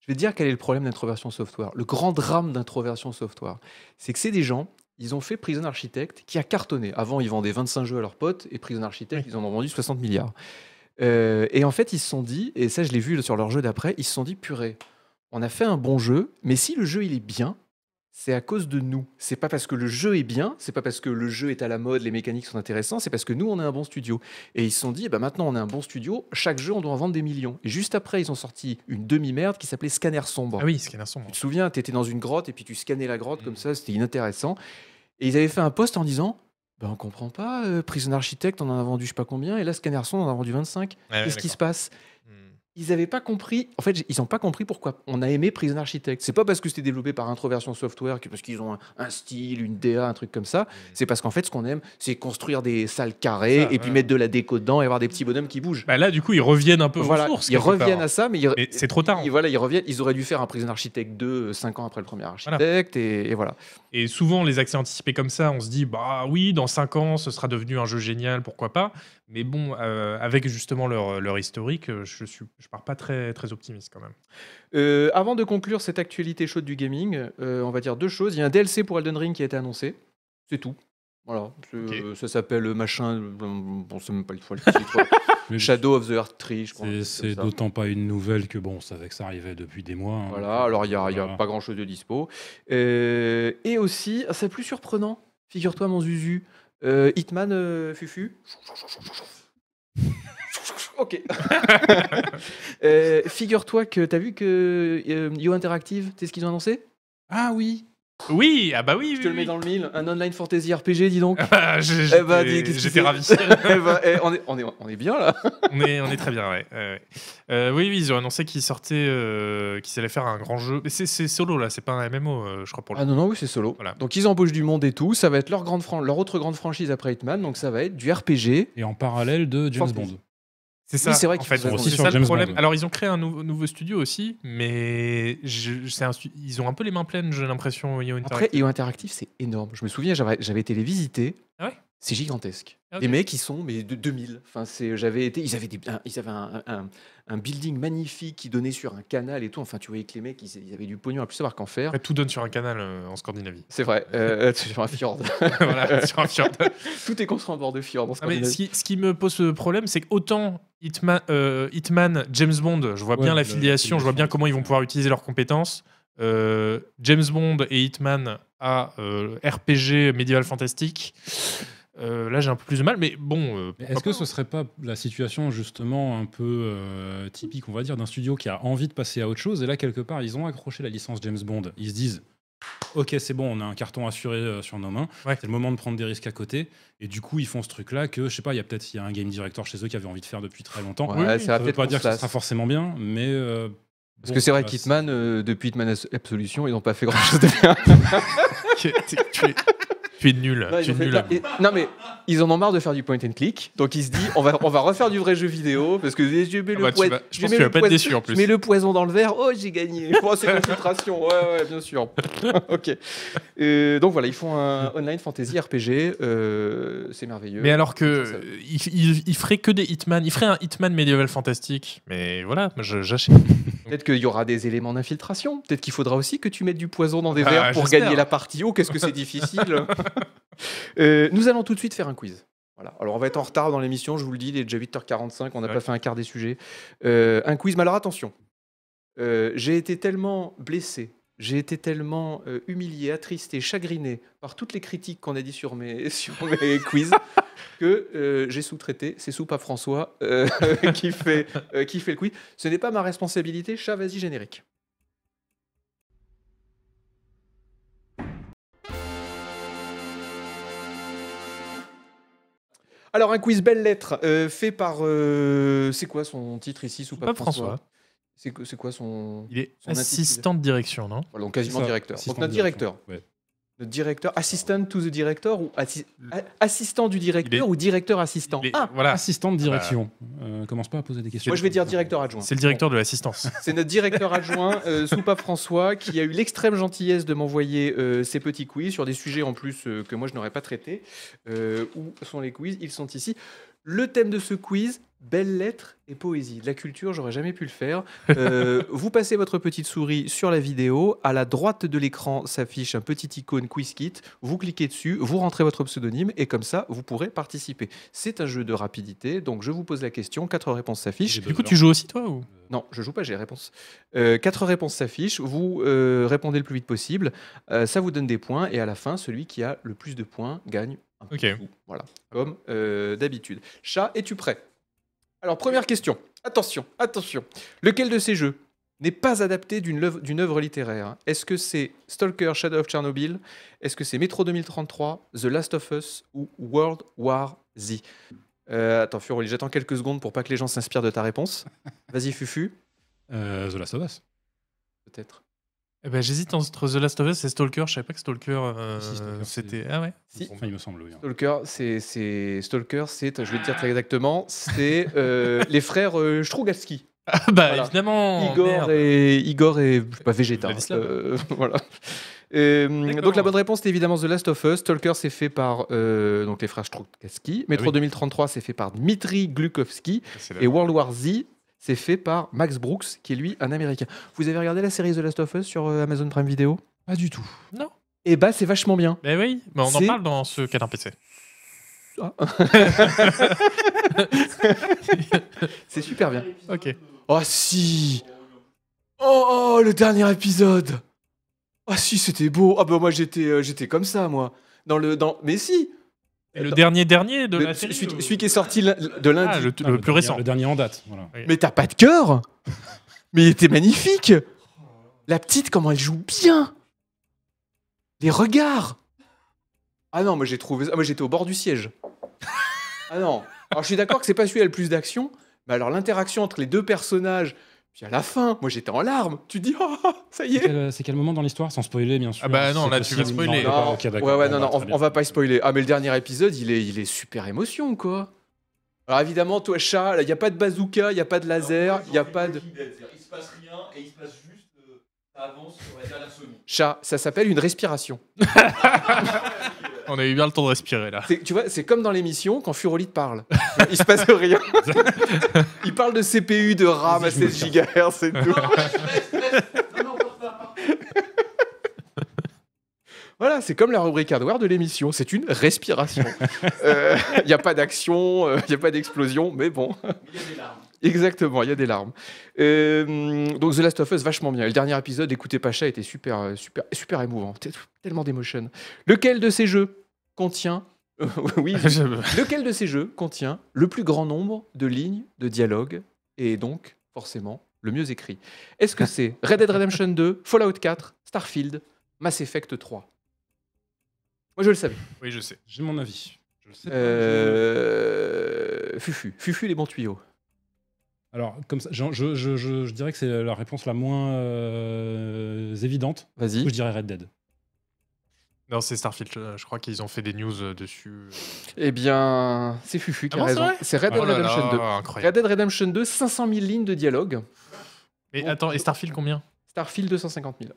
A: Je vais te dire quel est le problème d'introversion software. Le grand drame d'introversion software, c'est que c'est des gens, ils ont fait Prison Architect qui a cartonné. Avant, ils vendaient 25 jeux à leurs potes et Prison Architect, ils en ont vendu 60 milliards. Euh, et en fait, ils se sont dit, et ça je l'ai vu sur leur jeu d'après, ils se sont dit, purée, on a fait un bon jeu, mais si le jeu il est bien, c'est à cause de nous. C'est pas parce que le jeu est bien, c'est pas parce que le jeu est à la mode, les mécaniques sont intéressantes, c'est parce que nous on a un bon studio. Et ils se sont dit, bah maintenant on a un bon studio, chaque jeu on doit en vendre des millions. Et juste après, ils ont sorti une demi-merde qui s'appelait Scanner Sombre.
B: Ah oui, Scanner Sombre.
A: Tu te souviens, tu étais dans une grotte et puis tu scannais la grotte comme
B: Mhm.
A: ça, c'était inintéressant. Et ils avaient fait un post en disant ben, On comprend pas, euh, Prison Architect, on en a vendu je sais pas combien, et là, Scanner Son, on en a vendu 25.
B: Ah Ouais,
A: Qu'est-ce qui
B: d'accord.
A: se passe
B: Hmm.
A: Ils avaient pas compris, en fait, j- ils ont pas compris pourquoi on a aimé Prison Architect. C'est pas parce que c'était développé par Introversion Software, que- parce qu'ils ont un, un style, une DA, un truc comme ça. C'est parce qu'en fait, ce qu'on aime, c'est construire des salles carrées
B: Mm. Ça,
A: et puis
B: ouais.
A: mettre de la déco dedans et avoir des petits bonhommes qui bougent.
B: Bah là, du coup, ils reviennent un peu
A: voilà,
B: aux sources.
A: ils
B: quelque part.
A: reviennent à ça, mais ils,
B: Mais c'est trop tard. en
A: ils, voilà, ils reviennent. Ils auraient dû faire un Prison Architect 2 5 ans après le premier architecte, et, et voilà.
B: Et souvent, les accès anticipés comme ça, on se dit, bah oui, dans 5 ans, ce sera devenu un jeu génial, pourquoi pas. Mais bon, euh, avec justement leur, leur historique, euh, je suis, je pars pas très, très optimiste quand même.
A: Euh, avant de conclure cette actualité chaude du gaming, euh, on va dire deux choses. Il y a un DLC pour Elden Ring qui a été annoncé. C'est tout. Voilà, C'est, euh, ça s'appelle machin. euh, Bon, c'est même pas le fois le titre.
C: Mais
A: Shadow of the Earth Tree, je crois. un
C: C'est
A: truc
C: c'est
A: comme ça.
C: d'autant pas une nouvelle que bon, on savait que ça arrivait depuis des mois. hein.
A: euh, Voilà, alors il n'y a, il y a
C: Voilà.
A: pas grand chose de dispo. Euh, et aussi, ah, c'est plus surprenant, figure-toi mon Zuzu, euh, Hitman euh, Fufu. ok. Euh, figure-toi que t'as vu que euh, Yo Interactive, tu sais ce qu'ils ont annoncé
C: Ah oui.
B: Oui, ah bah oui,
A: Je te le mets dans le mille, un online fantasy RPG, dis donc.
B: Ah, j'ai- J'étais
A: Eh ben, dis, qu'est-ce que c'est
B: j'étais ravi.
A: Eh ben, eh, on, est, on, est, on est bien là.
B: on, est, on est très bien, ouais. ouais, ouais. Euh, oui, oui, ils ont annoncé qu'ils sortaient, euh, qu'ils allaient faire un grand jeu. Mais c'est c'est solo, là, c'est pas un MMO, euh, je crois, pour le
A: Ah non, non, oui, c'est solo.
B: Voilà.
A: Donc ils embauchent du monde et tout. Ça va être leur, grande fran- leur autre grande franchise après Hitman. Donc ça va être du RPG.
C: Et en parallèle de James
A: Fortnite.
C: Bond.
B: C'est ça.
A: c'est vrai
B: en
A: qu'ils
B: fait,
A: font ça
B: bon,
A: aussi
B: c'est
C: sur
B: ça le
C: James
B: problème.
C: Bond.
B: Alors, ils ont créé un nou- nouveau studio aussi, mais je- je- c'est un stu- ils ont un peu les mains pleines, j'ai l'impression. Yo Interactive.
A: Après, IO Interactive, c'est énorme. Je me souviens, j'avais j'avais été les visiter.
B: Ah ouais
A: c'est gigantesque.
B: Ah, ok.
A: Des mecs, ils sont mais de 2000. Enfin, c'est- j'avais été, ils avaient, des, un- ils avaient un, un- un building magnifique qui donnait sur un canal et tout. Enfin, tu voyais que les mecs, ils, ils avaient du pognon à plus savoir qu'en faire.
B: Après, tout donne sur un canal euh, en Scandinavie.
A: C'est vrai. euh, sur un fjord.
B: voilà, sur un fjord.
A: Tout est construit en bord de fjord. en
B: Ah, mais
A: Scandinavie.
B: ce, qui, ce qui me pose ce problème, c'est que autant Hitman, euh, Hitman, James Bond, je vois
C: Ouais,
B: bien
C: la-
B: l'affiliation, je vois bien comment ils vont pouvoir utiliser leurs compétences. Euh, James Bond et Hitman à euh, RPG médiéval fantastique. Euh, là, j'ai un peu plus de mal, mais bon. euh,
C: Mais
B: pourquoi
C: Est-ce que
B: pas.
C: ce serait pas la situation justement un peu euh, typique, on va dire, d'un studio qui a envie de passer à autre chose et là quelque part ils ont accroché la licence James Bond, ils se disent ok c'est bon on a un carton assuré euh, sur nos mains,
B: Ouais.
C: c'est le moment de prendre des risques à côté et du coup ils font ce truc là que je sais pas il y a peut-être il y a un game director chez eux qui avait envie de faire depuis très longtemps.
B: oui,
D: Ouais,
B: ça
D: ça va
C: Ça veut
D: peut-être
C: pas
D: qu'on
C: dire que
D: se
C: ce
D: lasse.
C: sera forcément bien, mais euh,
D: Parce
C: bon,
D: que c'est vrai
C: voilà,
D: qu'Hitman, euh, depuis Hitman As- Absolution, ils n'ont pas fait grand-chose de bien.
B: tu, es, tu es- tu es nul.
A: Non,
B: tu
A: Bah, ils
B: es
A: ont fait
B: nul.
A: pas- et- non, mais ils en ont marre de faire du point and click, donc ils se disent on va on va refaire du vrai jeu vidéo parce que je mets
B: Ah
A: le
B: bah, tu
A: poison-
B: vas- je
A: je
B: pense que
A: mets
B: tu vas
A: le
B: pas être
A: poison-
B: déçu en
A: je
B: plus.
A: mets le poison dans le verre, oh j'ai gagné. Oh, c'est une filtration, ouais ouais bien sûr. ok. Euh, donc voilà, ils font un online fantasy RPG, euh, c'est merveilleux.
B: Mais alors que
A: Ça, ça-
B: euh, il, il- il ferait que des Hitman, il ferait un Hitman médiéval fantastique. Mais voilà, moi, je- j'achète.
A: Peut-être qu'il y aura des éléments d'infiltration. Peut-être qu'il faudra aussi que tu mettes du poison dans des
B: Ah,
A: verres pour
B: j'espère.
A: gagner la partie. Oh, qu'est-ce que c'est difficile Euh, Nous allons tout de suite faire un quiz. Voilà. Alors, on va être en retard dans l'émission, je vous le dis, il est déjà 8h45, on n'a
B: Ouais.
A: pas fait un quart des sujets. Euh, un quiz, mais alors attention. Euh, j'ai été tellement blessé, j'ai été tellement euh, humilié, attristé, chagriné par toutes les critiques qu'on a dit sur mes, sur mes quiz que euh, j'ai sous-traité. C'est Soupe à François euh, qui, fait, euh, qui fait le quiz. Ce n'est pas ma responsabilité, chat, vas-y, générique. Alors, un quiz belle lettre euh, fait par. euh, c'est quoi son titre ici Soupe à
B: Pas François.
A: C'est que- c'est quoi son.
B: Il est
A: Son
B: assistant de direction, non
A: Voilà, donc quasiment
C: ça,
A: directeur.
C: assistant
A: donc notre
C: direction.
A: directeur.
C: Ouais.
A: Notre directeur, assistant to the director ou assi- a- assistant du directeur ou directeur assistant
B: Il est-
A: Ah
B: Voilà,
C: Assistant de direction. Euh, commence pas à poser des questions.
A: Moi je vais dire directeur adjoint.
B: c'est le directeur de l'assistance.
A: C'est notre directeur adjoint, euh, Soupa François, qui a eu l'extrême gentillesse de m'envoyer euh, ces petits quiz sur des sujets en plus euh, que moi je n'aurais pas traités. Euh, où sont les quiz Ils sont ici. Le thème de ce quiz, belles lettres et poésie. De la culture, j'aurais jamais pu le faire. Euh, vous passez votre petite souris sur la vidéo. À la droite de l'écran s'affiche un petit icône quiz kit. Vous cliquez dessus, vous rentrez votre pseudonyme et comme ça, vous pourrez participer. C'est un jeu de rapidité, donc je vous pose la question. Quatre réponses s'affichent.
B: Du coup, tu joues aussi toi ou
A: Non, je joue pas, j'ai les réponses. Euh, quatre réponses s'affichent, vous euh, répondez le plus vite possible, euh, ça vous donne des points, et à la fin, celui qui a le plus de points gagne un peu
B: Ok.
A: de sous. Voilà, comme euh, d'habitude. Chat, es-tu prêt Alors, première question. Attention, attention. Lequel de ces jeux n'est pas adapté d'une leuv- d'une œuvre littéraire Est-ce que c'est Stalker, Shadow of Chernobyl Est-ce que c'est Metro 2033, The Last of Us ou World War Z Euh, Attends, Furoli, j'attends quelques secondes pour pas que les gens s'inspirent de ta réponse. Vas-y, Fufu.
C: Euh, The Last of Us.
A: Peut-être.
B: Eh ben, J'hésite entre The Last of Us et Stalker. Je savais pas que Stalker, euh,
C: Si, si, Stalker,
B: c'était. Ah ouais
A: Si.
C: Enfin, il me semble. oui. hein.
A: Stalker, c'est, c'est- Stalker, c'est, je vais te dire très exactement, c'est euh, les frères euh, Strugatsky.
B: Ah bah
A: Voilà.
B: évidemment
A: Igor
B: merde.
A: et Igor et je sais pas Vegeta.
B: Vladislav.
A: euh, voilà. Euh,
B: D'accord.
A: donc la bonne réponse c'est évidemment The Last of Us. Stalker c'est fait par euh, donc les frères Strugatsky. Metro
B: oui.
A: 2033 c'est fait par Dmitri Glukovsky
B: C'est la-
A: et World War Z c'est fait par Max Brooks qui est lui un américain. Vous avez regardé la série The Last of Us sur euh, Amazon Prime Video
C: Pas du tout.
A: Eh bah c'est vachement bien.
B: Bah oui, mais on en
A: C'est-
B: parle dans ce cadre PC.
A: C'est super bien.
B: Ok.
A: Oh si Oh, oh, le dernier épisode Ah si, c'était beau Ah bah moi j'étais euh, j'étais comme ça moi dans le dans mais si
B: Et le
A: Attends.
B: dernier dernier de
A: Le-
B: la
A: celui,
B: série ou-
A: celui qui est sorti l- de lundi.
B: Ah, le,
C: Non,
B: le
C: dernier-
B: plus récent.
C: Le dernier en date. Voilà.
A: Mais t'as pas de cœur Mais il était magnifique La petite, comment elle joue bien Les regards Ah non, moi j'ai trouvé ça. Moi j'étais au bord du siège. Ah non. Alors je suis d'accord que c'est pas celui qui a le plus d'action, mais alors l'interaction entre les deux personnages, puis à la fin, moi j'étais en larmes. Tu te dis, ah, ça y
C: C'est
A: est
C: quel, euh, c'est quel moment dans l'histoire Sans spoiler, bien sûr.
B: Ah bah non,
C: C'est
B: là, tu vas
C: possible.
B: spoiler.
C: Non,
A: Non,
C: ok, d'accord.
A: ouais, ouais,
C: Bon,
A: non,
C: bah,
A: non,
C: très
A: on,
C: bien.
A: on va pas spoiler. Ah, mais le dernier épisode, il est, il est super émotion, quoi. Alors évidemment, toi, chat, il n'y a pas de bazooka, il n'y a pas de laser, il n'y a pas de...
E: Il se passe rien et il se passe juste. euh, Ça avance, on va dire la Sony.
A: Chat, ça s'appelle une respiration.
B: On a eu bien le temps de respirer là.
A: C'est- Tu vois, c'est comme dans l'émission quand Furoli te parle. Il se passe rien. il parle de CPU, de RAM à
C: Vas-y, je me
A: 16 GHz, c'est tout.
E: Non, reste, reste, reste. Non, non, part, part, part.
A: Voilà, c'est comme la rubrique hardware de l'émission. C'est une respiration. Euh, Il n'y a pas d'action, euh, il n'y a pas d'explosion, mais bon.
E: Il y a des larmes.
A: Exactement, il y a des larmes. Euh, donc The Last of Us, vachement bien. Et le dernier épisode, écoutez Pacha, était super, euh, super, super émouvant. T- Tellement d'émotion. Lequel de ces jeux contient oui. Lequel de ces jeux contient le plus grand nombre de lignes de dialogue et donc forcément le mieux écrit Est-ce que c'est Red Dead Redemption 2, Fallout 4, Starfield, Mass Effect 3 Moi je le savais.
B: oui, je sais.
C: J'ai mon avis. Je le sais pas, je-
A: Euh... Fufu. Fufu les bons tuyaux.
C: Alors, comme ça, je, je- je- je- je dirais que c'est la réponse la moins euh, évidente. Du
A: Vas-y.
C: coup, je dirais Red Dead.
B: Non, c'est Starfield. euh, Je crois qu'ils ont fait des news euh, dessus.
A: Eh bien, c'est Fufu qui
B: Ah
A: a
B: bon, c'est
A: raison.
B: vrai
A: C'est Red Dead
B: Oh là
A: Redemption
B: là,
A: 2. Red
B: Incroyable.
A: Dead Redemption 2, 500 000 lignes de dialogue.
B: Mais
A: Bon.
B: attends, et Starfield combien
A: Starfield, 250 000.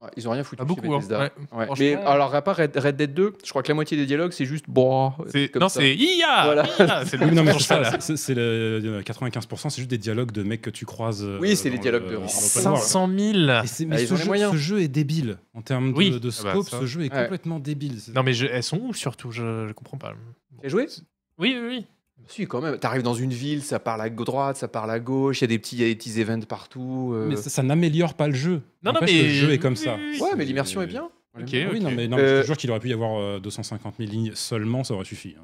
A: Ouais, ils ont rien foutu.
B: Pas
A: chez
B: beaucoup. hein.
A: Bethesda.
B: Ouais.
A: Ouais,
B: Franchement.
A: Mais alors, à part Red, Red Dead 2, je crois que la moitié des dialogues, c'est juste boah.
B: C'est-
A: comme
B: Non,
A: ça.
B: c'est IA.
A: Voilà.
B: IA, C'est le
C: Oui,
B: nom
C: non, mais
B: de
C: c'est
B: ça,
C: ça.
B: là.
C: c'est- c'est le- euh, 95%, c'est juste des dialogues de mecs que tu croises. euh,
A: Oui, c'est
C: dans
A: les dialogues
C: le-
A: de-
C: dans l'open world.
B: 500 000.
C: Et c'est- mais
A: Ah, ils
C: ce,
A: ont les
C: jeu,
A: moyens.
C: ce jeu est débile en termes de,
B: Oui.
C: de
B: Ah bah,
C: scope.
B: ça.
C: ce jeu est
A: Ouais.
C: complètement débile. C'est-
B: Non, mais je- elles sont où surtout Je je comprends pas.
A: T'as joué
B: Oui, oui, oui.
A: Si, quand même. T'arrives dans une ville, ça parle à droite, ça parle à gauche, il y a des petits, il y a des petits events partout. euh.
C: Mais ça, ça n'améliore pas le jeu.
B: Non, non,
C: N'empêche
B: mais
C: que le jeu est comme ça.
B: Oui, oui, oui.
A: Ouais, mais l'immersion est bien.
B: Ok,
C: Ah oui,
B: ok.
C: non, mais, non, mais je
A: Euh,
C: te jure qu'il aurait pu y avoir euh, 250 000 lignes seulement, ça aurait suffi. hein.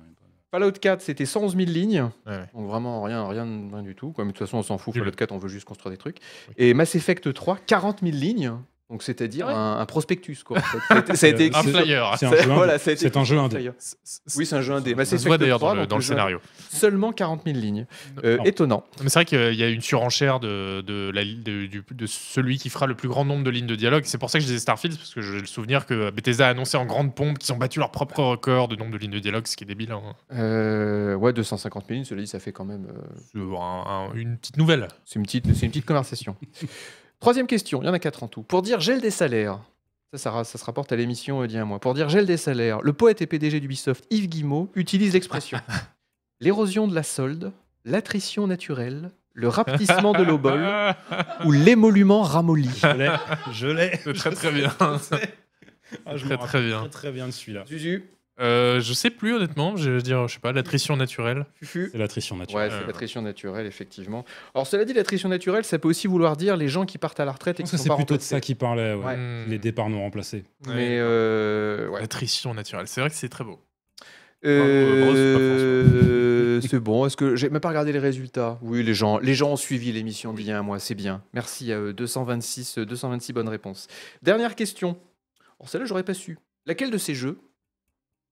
A: Fallout 4, c'était 111 000 lignes.
B: Ouais, ouais.
A: Donc vraiment rien, rien, rien du tout. Quoi. Mais de toute façon, on s'en fout.
B: Nul.
A: Fallout 4, on veut juste construire des trucs.
B: Oui.
A: Et Mass Effect 3, 40 000 lignes. Donc c'est-à-dire
B: Ah ouais.
A: un, un prospectus. Quoi. Ça a été- ça a été-
B: Un
C: C'est-
B: flyer.
C: C'est un jeu
A: voilà,
C: indé.
A: ça a été
C: C'est un jeu indé.
A: d'ailleurs. Oui, c'est un jeu indé. Mass
B: Ça se voit
A: Effect
B: d'ailleurs
A: 3,
B: dans le,
A: donc
B: dans le
A: jeu indé.
B: scénario.
A: Seulement 40 000 lignes. Euh,
B: Non.
A: étonnant.
B: Mais c'est vrai qu'il y a une surenchère de, de, la, li- de, du- de celui qui fera le plus grand nombre de lignes de dialogue. C'est pour ça que je disais Starfield, parce que j'ai le souvenir que Bethesda a annoncé en grande pompe qu'ils ont battu leur propre record de nombre de lignes de dialogue, ce qui est débile. hein.
A: Euh, ouais, 250 000 lignes, cela dit, ça fait quand même. euh,
B: C'est un- un- une petite nouvelle.
A: c'est une petite, c'est une petite conversation. Troisième question, il y en a quatre en tout. Pour dire gel des salaires, ça, ça, ra- ça se rapporte à l'émission euh, d'il y a un mois. Pour dire gel des salaires, le poète et PDG d'Ubisoft, Yves Guillemot, utilise l'expression l'érosion de la solde, l'attrition naturelle, le rapetissement de l'obol
B: Ah,
A: ou l'émolument ramolli.
C: Je l'ai. Je l'ai.
B: C'est très, très bien.
C: Je sais. Ah, je me
B: Très,
C: rappelle
B: très bien.
C: très, très bien de celui-là.
A: Zuzu,
B: Euh, je sais plus, honnêtement. Je veux dire, je sais pas, l'attrition naturelle.
A: Fufu.
C: C'est l'attrition naturelle.
A: Ouais, c'est l'attrition naturelle, effectivement. Alors, cela dit, l'attrition naturelle, ça peut aussi vouloir dire les gens qui partent à la retraite
C: Je
A: et
C: pense
A: qui
C: que
A: sont
C: c'est
A: pas
C: plutôt de
A: retraités.
C: ça qu'il parlait. ouais.
B: Hmm.
C: Les départs non remplacés.
A: Mais euh, ouais.
B: L'attrition naturelle. C'est vrai que c'est très beau. Hein,
A: Euh, c'est bon. Est-ce que j'ai même pas regardé les résultats Oui, les gens, les gens ont suivi l'émission d'il y a un mois. C'est bien. Merci à eux. 226, euh, 226 bonnes réponses. Dernière question. Alors celle-là, j'aurais pas su. Laquelle de ces jeux,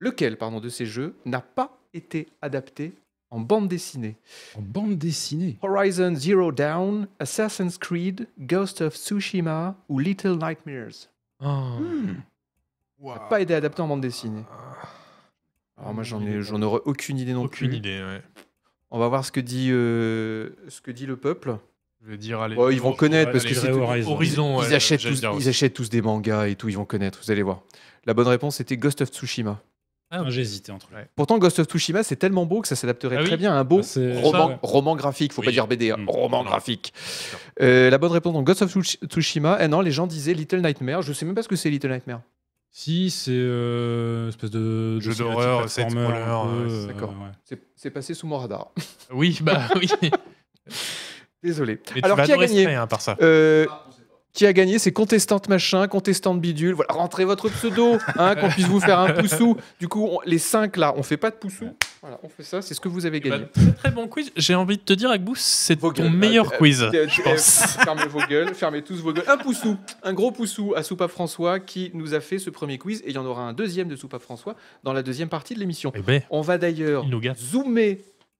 A: lequel pardon de ces jeux n'a pas été adapté en bande dessinée
C: En bande dessinée.
A: Horizon Zero Dawn, Assassin's Creed, Ghost of Tsushima ou Little Nightmares
B: Oh.
A: n'a Hmm.
B: Ah.
A: pas été adapté en bande dessinée. Alors moi, j'en ai, j'en aurais aucune idée non
B: Aucune
A: plus.
B: idée, ouais.
A: On va voir ce que dit, euh, ce que dit le peuple.
B: Je veux dire, allez.
A: Oh, ils vont connaître parce
B: allez,
A: que
C: je
A: c'est
C: dirais
A: tout-
C: Horizon.
B: Horizon.
A: ils,
B: ouais,
A: achètent
B: j'allais
A: tous,
B: dire
A: ils
B: aussi.
A: achètent tous des mangas et tout, ils vont connaître, vous allez voir. La bonne réponse était Ghost of Tsushima.
C: Ah, J'ai hésité entre les
B: Ouais.
A: Pourtant, Ghost of Tsushima, c'est tellement beau que ça s'adapterait
B: Ah oui.
A: très bien à un beau
C: Ah, c'est-
A: roman,
C: ça, ouais.
A: roman graphique. Faut
B: Oui.
A: pas dire BD, hein,
C: Mm.
A: roman
B: Non.
A: graphique. Euh, la bonne réponse, donc Ghost of Tsush- Tsushima. Et non, les gens disaient Little Nightmare. Je sais même pas ce que c'est Little Nightmare.
C: Si, c'est euh, espèce de. de
B: Jeu
C: cinématique
B: d'horreur, side
C: platformer un
B: scroller,
C: peu,
B: ouais,
C: euh,
A: d'accord.
C: ouais.
A: C'est- C'est passé sous mon radar.
B: Oui, bah oui.
A: Désolé.
B: Mais tu
A: Alors,
B: vas
A: qui a
B: adorer
A: gagné
B: ce trait, hein, par ça.
A: Euh,
E: Ah, on sait pas.
A: qui a gagné, c'est contestante machin, contestante bidule. Voilà, rentrez votre pseudo, hein, qu'on puisse vous faire un poussou. Du coup, on- les cinq là, on fait pas de poussou. Voilà, on fait ça, c'est ce que vous avez
B: Eh ben,
A: gagné.
B: très très bon quiz. J'ai envie de te dire, Agbous, c'est
A: Vos
B: ton
A: gueules.
B: meilleur
A: Euh,
B: quiz.
A: Euh,
B: je
A: euh,
B: pense.
A: fermez vos gueules, fermez tous vos gueules. Un poussou, un gros poussou à Soupa François qui nous a fait ce premier quiz et il y en aura un deuxième de Soupa François dans la deuxième partie de l'émission.
B: Eh ben,
A: On va d'ailleurs
B: il nous gâte.
A: zoomer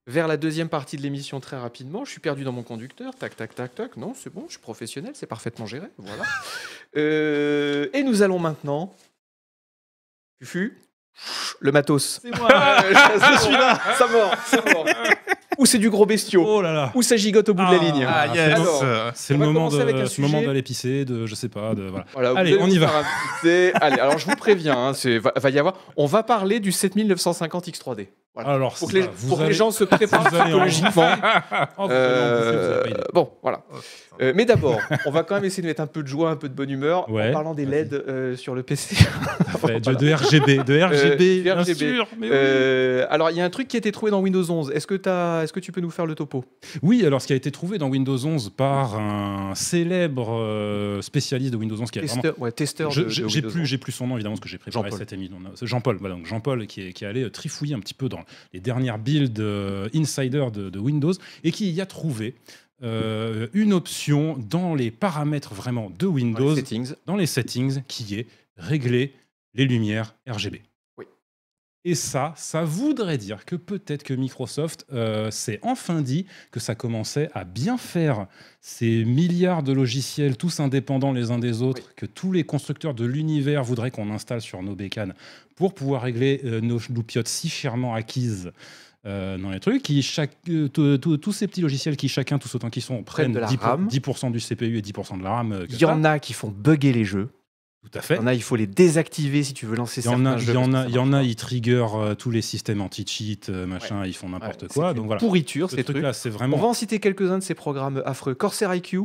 A: vers la deuxième partie de l'émission très rapidement. Je suis perdu dans mon conducteur. Tac, tac, tac, tac. Non, c'est bon, je suis professionnel, c'est parfaitement géré. Voilà. Euh, et nous allons maintenant. Fufu, le matos. C'est moi, je suis là. Ça mord, ça mord. Ou c'est du gros bestiau,
C: Oh là là!
A: ou ça gigote au bout de la ligne.
B: Ah,
C: Ah,
B: yes.
A: alors.
B: Euh,
C: C'est
A: On
C: le
A: va
C: moment,
A: commencer
C: de,
A: avec un
C: c'est le moment
A: sujet.
C: d'aller pisser, de je sais pas, de voilà.
A: Voilà, vous
C: Allez,
A: allez
C: on
A: vous
C: y va.
A: faire inviter. Allez, alors je vous préviens, hein, c'est- va, va y avoir. On va parler du 7950 X3D. Voilà.
C: Ah, Alors,
A: Pour que
C: c'est
A: les,
C: ça, vous
A: pour que les
C: allez-
A: gens se préparent
C: vous allez en-
A: psychologiquement.
C: Oh, vous allez en bouffer, vous avez
A: Euh,
C: pas idée.
A: bon, voilà.
B: hein.
A: Euh, mais d'abord, on va quand même essayer de mettre un peu de joie, un peu de bonne humeur
C: Ouais,
A: en parlant des
C: vas-y.
A: LED euh, sur le PC.
C: Fait de, de RGB, de RGB,
A: Euh,
C: bien
A: RGB.
C: sûr. mais oui.
A: Euh, alors, il y a un truc qui a été trouvé dans Windows 11. Est-ce que, as... Est que tu peux nous faire le topo
C: Oui, alors ce qui a été trouvé dans Windows 11 par un célèbre euh, spécialiste de Windows 11 qui est vraiment
A: Testeur, ouais, testeur
C: Je-
A: de-
C: je-
A: de
C: J'ai
A: Windows
C: plus,
A: 11.
C: j'ai plus son nom évidemment parce que j'ai préparé
A: Jean-Paul.
C: cette émission. C'est Jean-Paul, voilà, donc Jean-Paul qui est, qui est allé euh, trifouiller un petit peu dans les dernières builds euh, insider de, de Windows et qui y a trouvé euh, une option dans les paramètres vraiment de
A: Dans
C: Windows,
A: les settings.
C: dans les settings, qui est régler les lumières RGB.
A: Oui.
C: Et ça, ça voudrait dire que peut-être que Microsoft euh, s'est enfin dit que ça commençait à bien faire ces milliards de logiciels tous indépendants les uns des autres, que tous les constructeurs de l'univers voudraient qu'on installe sur nos bécanes pour pouvoir régler euh, nos loupiotes si chèrement acquises euh, dans les trucs, qui chaque, euh, tout- tout- tous ces petits logiciels qui chacun, tous autant qu'ils sont, prennent
A: de la
C: 10%, pour-
A: RAM.
C: 10% du CPU et 10% de la RAM. euh, que
A: Il y
C: ça.
A: en a qui font bugger les jeux.
C: tout à fait.
A: Il y en a, il faut les désactiver si tu veux lancer
C: Il y en
A: certains
C: a, il
A: jeux.
C: y en a,
A: parce que ça
C: il y en
A: marche
C: a,
A: pas.
C: ils trigger euh, tous les systèmes anti-cheat, euh, machin, ils font n'importe
A: Ouais,
C: quoi.
A: c'est
C: Donc
A: une
C: voilà.
A: Pourriture,
C: Ce
A: ces trucs.
C: truc-là, c'est
A: On va
C: vraiment.
A: en citer quelques-uns de ces programmes affreux. Corsair IQ,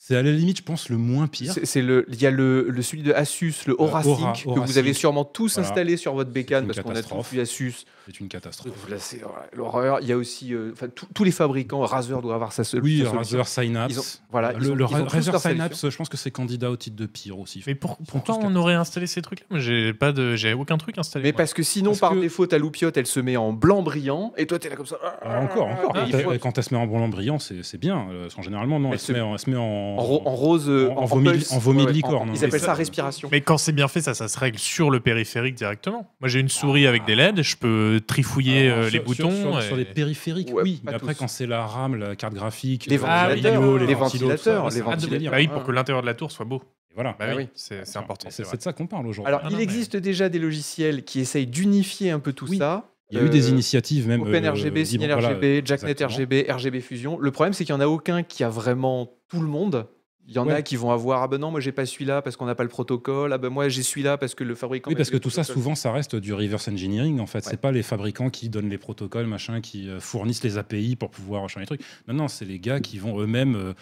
C: C'est à la limite, je pense, le moins pire. Euh,
A: c'est c'est le, il y a le, le- celui de Asus, le Aura,
C: Aura,
A: Sync, que
C: Aura
A: vous avez
C: Sync.
A: sûrement tous
C: Voilà.
A: installé sur votre bécane
C: une
A: parce qu'on a tous
C: catastrophe.
A: eu Asus.
C: C'est une catastrophe.
A: oh Là, c'est voilà, l'horreur. Il y a aussi, euh, enfin, tous- tous les fabricants, Razer doit avoir sa seule.
C: Oui,
A: sa solution.
C: Razer
A: Ils ont-
C: Synapse.
A: voilà, ils
C: le
A: ont-
C: le
A: ils ont
C: Ra-
A: tous
C: Razer
A: leur
C: Synapse,
A: solution.
C: je pense que c'est candidat au titre de pire aussi.
B: Mais pour-
C: Ils sont
B: pourquoi
C: tous
B: on aurait installé ces trucs-là Moi, J'ai pas de, j'ai aucun truc installé.
A: Mais
B: moi.
A: parce que sinon,
C: Parce
A: par
C: que-
A: défaut, ta loupiote, elle se met en blanc brillant, et toi, t'es là comme ça.
C: Ah, encore, encore.
A: Et
C: Quand
A: il
C: elle-
A: faut-
C: quand elle se met en branlant brillant, c'est c'est bien. euh, Parce qu'en généralement, non,
A: Elle
C: elle, se met en, elle se met en,
A: en, ro- en rose, euh,
C: en-
A: en,
C: en vomi de-
A: pulse.
C: en vomi de
A: Ouais, ouais,
C: licorne, hein.
A: Ils appellent
B: Mais
A: ça
B: ça-
A: respiration.
B: Mais quand c'est bien fait, ça, ça se règle sur le périphérique directement. Moi, j'ai une souris avec des LED, je peux trifouiller
C: Alors,
B: euh,
C: Ah, sur-
B: les
C: sur-
B: boutons.
C: Sur, sur
B: et-
C: les périphériques,
A: Ouais,
C: oui.
A: pas
C: Mais après,
A: tous.
C: quand c'est la RAM, la carte graphique,
A: Les
C: euh,
A: ventilateurs,
C: radio,
A: les
C: ventilos, tout ça,
A: ventilateurs,
C: là,
A: les
C: c'est un délire.
A: ventilateurs.
B: Bah oui,
A: Ah.
B: pour que l'intérieur de la tour soit beau.
C: Et Voilà.
B: Bah
A: Ah oui.
B: oui, c'est c'est important.
C: C'est
B: c'est
C: c'est
B: vrai.
C: de ça qu'on parle aujourd'hui.
A: Alors,
B: Ah
A: il
B: non, mais-
A: existe déjà des logiciels qui essayent d'unifier un peu tout
C: Oui.
A: ça.
C: Il y a eu des
A: Euh,
C: initiatives même. euh,
A: OpenRGB,
C: libre-
A: Signal
C: voilà,
A: RGB, Jacknet
C: exactement.
A: RGB, RGB Fusion. Le problème, c'est qu'il n'y en a aucun qui a vraiment tout le monde. Il y en a
C: Ouais.
A: qui vont avoir ah ben non moi j'ai pas celui-là parce qu'on n'a pas le protocole ah ben moi j'ai celui-là parce que le fabricant
C: Oui,
A: m'a
C: parce
A: fait
C: que
A: le
C: tout ça,
A: protocole.
C: souvent, ça reste du reverse engineering. En fait,
A: Ouais.
C: c'est pas les fabricants qui donnent les protocoles, machin, qui euh, fournissent les API pour pouvoir changer les trucs. Non, non, c'est les gars qui vont eux-mêmes euh,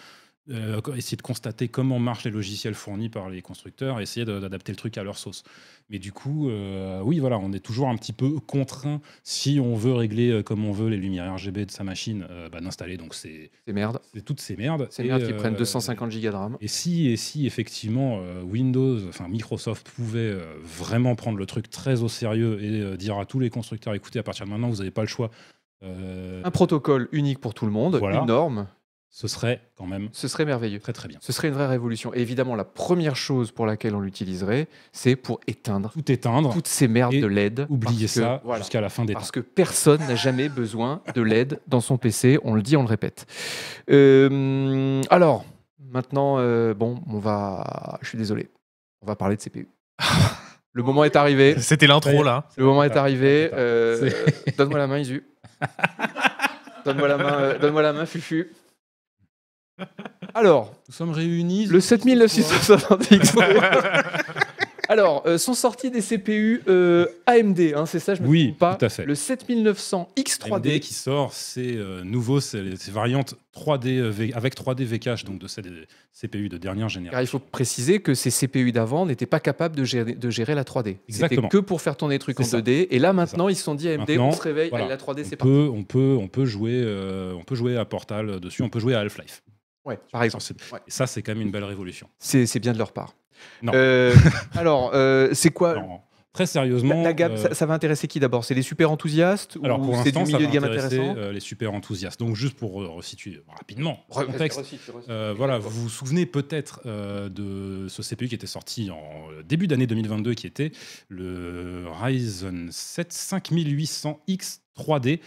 C: euh, co- essayer de constater comment marchent les logiciels fournis par les constructeurs, essayer de- d'adapter le truc à leur sauce. Mais du coup, euh, oui, voilà, on est toujours un petit peu contraint si on veut régler euh, comme on veut les lumières RGB de sa machine, euh, bah, d'installer. Donc c'est
A: c'est merde
C: c'est toutes ces merdes.
A: c'est
C: Et,
A: merde qui
C: euh,
A: prennent 250 gigas de RAM
C: et si, et si effectivement euh, Windows, enfin Microsoft pouvait euh, vraiment prendre le truc très au sérieux et euh, dire à tous les constructeurs, écoutez, à partir de maintenant, vous n'avez pas le choix, euh,
A: un protocole unique pour tout le monde
C: Voilà.
A: une norme
C: ce serait quand même
A: ce serait merveilleux
C: très très bien.
A: ce serait une vraie révolution et évidemment la première chose pour laquelle on l'utiliserait c'est pour éteindre
C: Tout éteindre,
A: toutes ces merdes
C: Et
A: de LED
C: oubliez
A: parce que-
C: ça
A: voilà.
C: jusqu'à la fin des temps.
A: Parce que personne n'a jamais besoin de LED dans son PC, on le dit, on le répète. Euh, alors, maintenant, euh, bon, on va. Je suis désolé, on va parler de CPU. Le moment est arrivé.
B: C'était l'intro là.
A: Le moment est arrivé.
C: Attends,
A: euh, donne-moi la main, Isu. donne-moi la main, euh, donne-moi la main, Fufu. Alors,
C: Nous sommes réunis.
A: le 7970. Alors, euh, sont sortis des CPU euh, AMD, hein, c'est ça, je me
C: Oui,
A: trompe pas.
C: tout à fait.
A: Le 7900 X3D.
C: AMD qui sort ces euh, nouveaux, ces, ces variantes 3D euh, V- avec 3D VCache, donc de ces des CPU de dernière
A: Car il
C: génération.
A: faut préciser que ces CPU d'avant n'étaient pas capables de gérer, de gérer la 3D. C'était
C: Exactement.
A: que pour faire tourner les trucs en
C: C'est ça.
A: 2D. Et là, maintenant, ils se sont dit AMD, on
C: Maintenant,
A: se réveille,
C: voilà.
A: allez, la 3D,
C: On
A: c'est parti.
C: peut, on, peut, on, peut jouer, euh, on peut jouer à Portal dessus, on peut jouer à Half-Life.
A: Ouais, par exemple.
C: Ça, c'est-
A: Ouais.
C: Et ça, c'est quand même une belle révolution.
A: C'est c'est bien de leur part.
C: Non.
A: Euh, alors, euh, c'est quoi
C: Alors, très
A: la,
C: sérieusement,
A: la gamme
C: euh,
A: Ça, ça va intéresser qui d'abord C'est les super enthousiastes
C: alors
A: Ou
C: pour
A: c'est du
C: l'instant, ça
A: milieu
C: va
A: de gamme
C: intéresser
A: intéressant
C: euh, les super enthousiastes. Donc juste pour euh, resituer rapidement le
A: Re-
C: contexte,
A: re- re- re-
C: euh, voilà, vous vous souvenez peut-être euh, de ce CPU qui était sorti en euh, début d'année 2022, qui était le Ryzen 7 5800X 3D.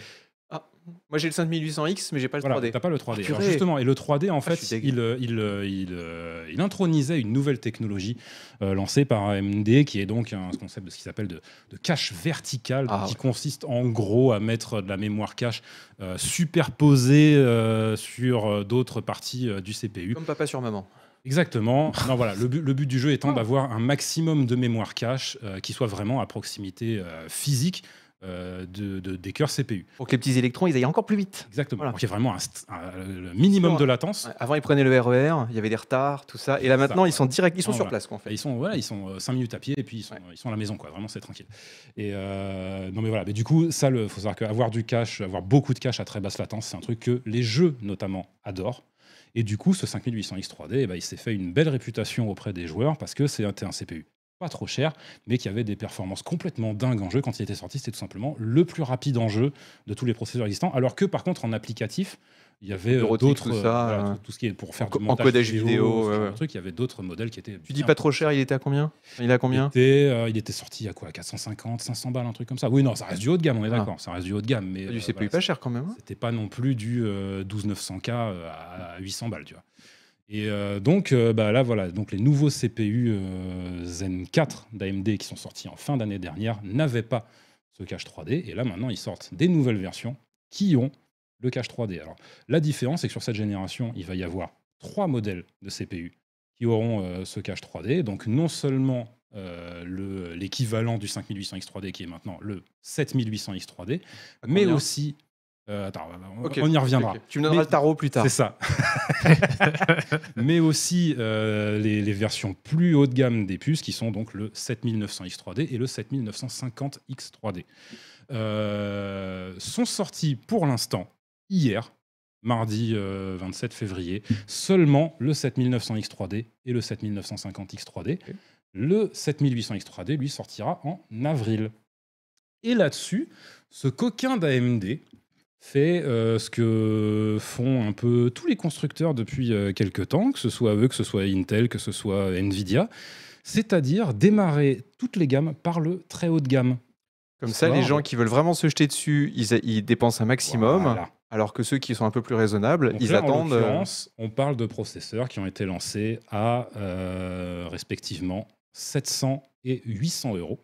A: Moi, j'ai le 5800X, mais j'ai pas le
C: Voilà,
A: 3D.
C: t'as pas le 3D.
A: Ah,
C: Alors,
A: purée. Ah,
C: justement, et le 3D, en
A: je
C: fait,
A: suis dégueu.
C: il, euh, il, euh, il, euh, il intronisait une nouvelle technologie euh, lancée par AMD, qui est donc un concept de ce qu'ils appellent de, de cache verticale,
A: Ah,
C: qui consiste en gros à mettre de la mémoire cache euh, superposée euh, sur euh, d'autres parties euh, du CPU.
A: Comme papa sur maman.
C: Exactement. Non, voilà, le, but, le but
A: Oh.
C: du jeu étant d'avoir un maximum de mémoire cache euh, qui soit vraiment à proximité euh, physique euh, de, de- des cœurs CPU.
D: Pour que les petits électrons, ils aillent encore plus vite.
C: Exactement.
D: Voilà.
C: Donc il y a vraiment un, st- un- le minimum de latence.
D: Ouais, Avant, ils prenaient le
A: E
D: RER, il y avait des retards, tout ça. Et là, maintenant,
C: Ça.
D: ils sont direct, ils sont
C: Ah,
D: sur
C: voilà.
D: place, quoi, en
C: Enfin,
D: fait.
C: ils sont voilà, ils sont 5 minutes à pied et puis ils sont,
D: Ouais.
C: ils sont à la maison quoi, vraiment c'est tranquille. Et euh, non mais voilà, mais du coup ça le faut savoir qu'avoir du cash, avoir beaucoup de cash à très basse latence, c'est un truc que les jeux notamment adorent. Et du coup ce 5800X 3D, eh ben, il s'est fait une belle réputation auprès des joueurs parce que c'est un, un CPU pas trop cher, mais qui avait des performances complètement dingues en jeu quand il était sorti. C'était tout simplement le plus rapide en jeu de tous les processeurs existants. Alors que par contre en applicatif, il y avait euh,
D: Bureautique,
C: d'autres
D: tout
C: euh,
D: ça,
C: voilà,
D: euh,
C: tout, tout ce qui est pour faire
D: en-
C: du
D: en
C: montage
D: codage
C: vidéo,
D: vidéo,
C: ce genre
D: ouais,
C: de
D: ouais.
C: truc. Il y avait d'autres modèles qui étaient
D: Tu dis pas trop cher, il était à combien Il est à combien
C: était, euh, il était sorti à quoi 450, 500 balles, un truc comme ça. Oui, non, ça reste du haut de gamme, on est
D: Ah.
C: d'accord. Ça reste du haut de gamme, mais
D: Du
C: euh,
D: CPU
C: voilà,
D: pas cher quand même. hein.
C: C'était pas non plus du euh, 12900K euh, à 800 balles, tu vois. Et euh, donc euh, bah, là, voilà, donc les nouveaux CPU euh, Zen 4 d'AMD qui sont sortis en fin d'année dernière n'avaient pas ce cache 3D. Et là, maintenant, ils sortent des nouvelles versions qui ont le cache 3D. Alors, la différence, c'est que sur cette génération, il va y avoir trois modèles de CPU qui auront euh, ce cache 3D. Donc, non seulement euh, le- l'équivalent du 5800X 3D qui est maintenant le 7800X 3D, mais
D: combien
C: aussi. euh, attends, on,
A: Ok,
C: on y reviendra.
A: Ok. Tu me
C: Mais-
A: donneras le tarot plus tard.
C: C'est ça. Mais aussi euh, les, les versions plus haut de gamme des puces qui sont donc le 7900X3D et le 7950X3D. Euh, sont sortis pour l'instant, hier, mardi euh, 27 février, seulement le 7900X3D et le 7950X3D.
D: Ok.
C: Le 7800X3D, lui, sortira en avril. Et là-dessus, ce coquin d'AMD fait euh, ce que font un peu tous les constructeurs depuis euh, quelques temps, que ce soit eux, que ce soit Intel, que ce soit Nvidia, c'est-à-dire démarrer toutes les gammes par le très haut de gamme.
D: Comme ça, les
C: Soir.
D: gens qui veulent vraiment se jeter dessus, ils, ils dépensent un maximum,
C: Voilà.
D: alors que ceux qui sont un peu plus raisonnables,
C: Donc
D: ils
C: là, En
D: attendent. euh,
C: l'occurrence, on parle de processeurs qui ont été lancés à euh, respectivement 700 et 800 euros.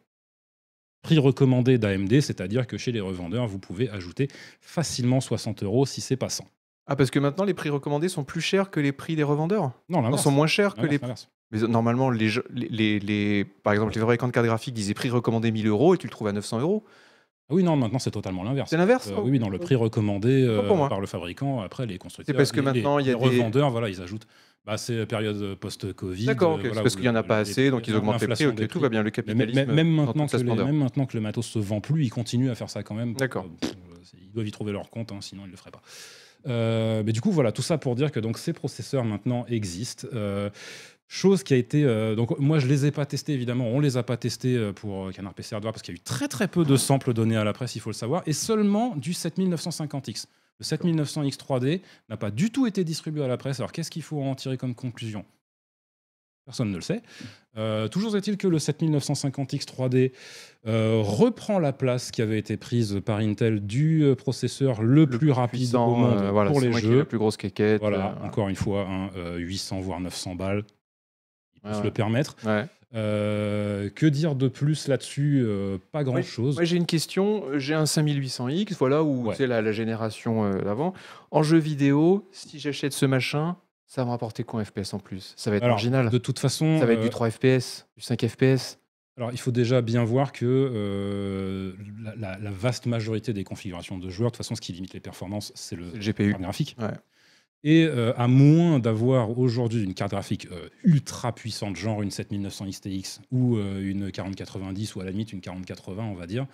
C: Prix recommandé d'AMD, c'est-à-dire que chez les revendeurs, vous pouvez ajouter facilement 60 euros si c'est pas 100.
D: Ah, parce que maintenant, les prix recommandés sont plus chers que les prix des revendeurs
C: Non,
D: Ils
C: l'inverse.
D: sont moins chers que les
C: L'inverse, l'inverse.
D: Mais normalement, les, jeux- les, les- les- par exemple, les fabricants de cartes graphiques disaient prix recommandé 1000 euros et tu le trouves à 900 euros.
C: Ah Oui, non, maintenant c'est totalement l'inverse.
D: C'est l'inverse
C: Euh,
D: oh.
C: oui, oui, dans le prix recommandé
D: Pas
C: euh,
D: pour moi.
C: par le fabricant, après les constructeurs.
D: C'est parce que
C: les- les-
D: maintenant, il y a
C: les
D: des-
C: revendeurs, voilà, ils ajoutent. Bah, c'est la période post-Covid.
D: D'accord,
C: euh,
D: ok.
C: voilà,
D: C'est parce
C: où
D: qu'il n'y en
C: le-
D: a pas
C: les-
D: assez, donc ils augmentent les prix,
C: l'inflation
D: ok,
C: des
D: tout
C: prix.
D: va bien, le
C: Mais- mais-
D: capitalisme.
C: Même,
D: dans
C: maintenant
D: toute
C: que
D: sa
C: les-
D: splendeur.
C: même maintenant que le matos se vend plus, ils continuent à faire ça quand même.
D: D'accord.
C: Euh, pff, ils doivent y trouver leur compte, hein, sinon ils ne le feraient pas. Euh, mais du coup, voilà, tout ça pour dire que donc, ces processeurs maintenant existent. Euh, Chose qui a été. euh, donc, moi, je les ai pas testés, évidemment. On les a pas testés euh, pour euh, Canard PC Hardware parce qu'il y a eu très, très peu de samples donnés à la presse, il faut le savoir, et seulement du 7950X. Le 7900X 3D n'a pas du tout été distribué à la presse. Alors, qu'est-ce qu'il faut en tirer comme conclusion Personne ne le sait. Euh, toujours est-il que le 7950X 3D euh, reprend la place qui avait été prise par Intel du euh, processeur le, plus rapide
D: Puissant,
C: au monde
D: euh, voilà,
C: pour
D: c'est
C: les
D: moi qui ai
C: jeux.
D: la plus grosse quéquette.
C: Voilà,
D: euh,
C: encore une fois, hein, euh, 800 voire 900 balles. Il peut
D: Ouais,
C: se
D: ouais.
C: le permettre.
D: ouais.
C: Euh, que dire de plus là-dessus Euh, Pas grand-chose.
D: Moi, j'ai une question. J'ai un 5800X, voilà, où
C: Ouais.
D: c'est la, la génération euh, d'avant. En jeu vidéo, si j'achète ce machin, ça va me rapporter combien FPS en plus Ça va être
C: Alors,
D: marginal.
C: De toute façon,
D: Ça va être
C: euh,
D: du 3 FPS, du 5 FPS.
C: alors, il faut déjà bien voir que euh, la, la- la vaste majorité des configurations de joueurs, de toute façon, ce qui limite les performances, c'est le,
D: C'est le GPU.
C: carte graphique.
D: Ouais.
C: Et euh, à moins d'avoir aujourd'hui une carte graphique euh, ultra puissante, genre une 7900 XTX ou euh, une 4090 ou à la limite une 4080, on va dire,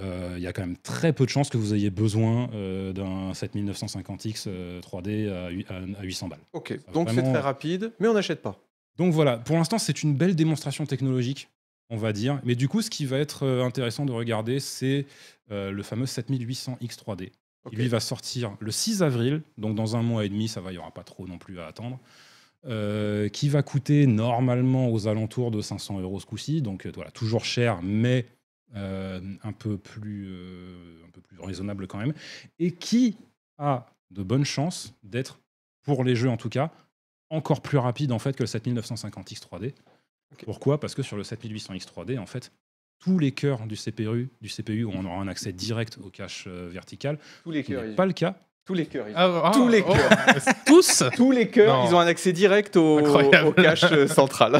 C: euh, il y a quand même très peu de chances que vous ayez besoin euh, d'un 7950X euh, 3D à, hu- à- à 800 balles.
A: Ok,
C: va
A: donc c'est
C: vraiment- euh,
A: très rapide, mais on n'achète pas.
C: Donc voilà, pour l'instant, c'est une belle démonstration technologique, on va dire. Mais du coup, ce qui va être euh, intéressant de regarder, c'est euh, le fameux 7800X 3D.
A: Ok.
C: qui lui va sortir le 6 avril, donc dans un mois et demi, ça va, il n'y aura pas trop non plus à attendre. euh, qui va coûter normalement aux alentours de 500 euros ce coup-ci, donc euh, voilà, toujours cher, mais euh, un, peu plus, euh, un peu plus raisonnable quand même, et qui a de bonnes chances d'être, pour les jeux en tout cas, encore plus rapide en fait que le 7950X 3D.
A: Ok.
C: Pourquoi Parce que sur le 7800X 3D, en fait, tous les cœurs du CPU, du CPU, on aura un accès direct au cache euh, vertical.
A: Tous les
C: Ce qui
A: cœurs,
C: n'est
A: ils-
C: pas le cas.
A: tous les cœurs, ils-
B: Ah, ah,
A: Tous les
B: oh, Tous
A: tous les cœurs,
B: Non.
A: ils ont un accès direct au,
B: Incroyable.
A: au cache euh, central.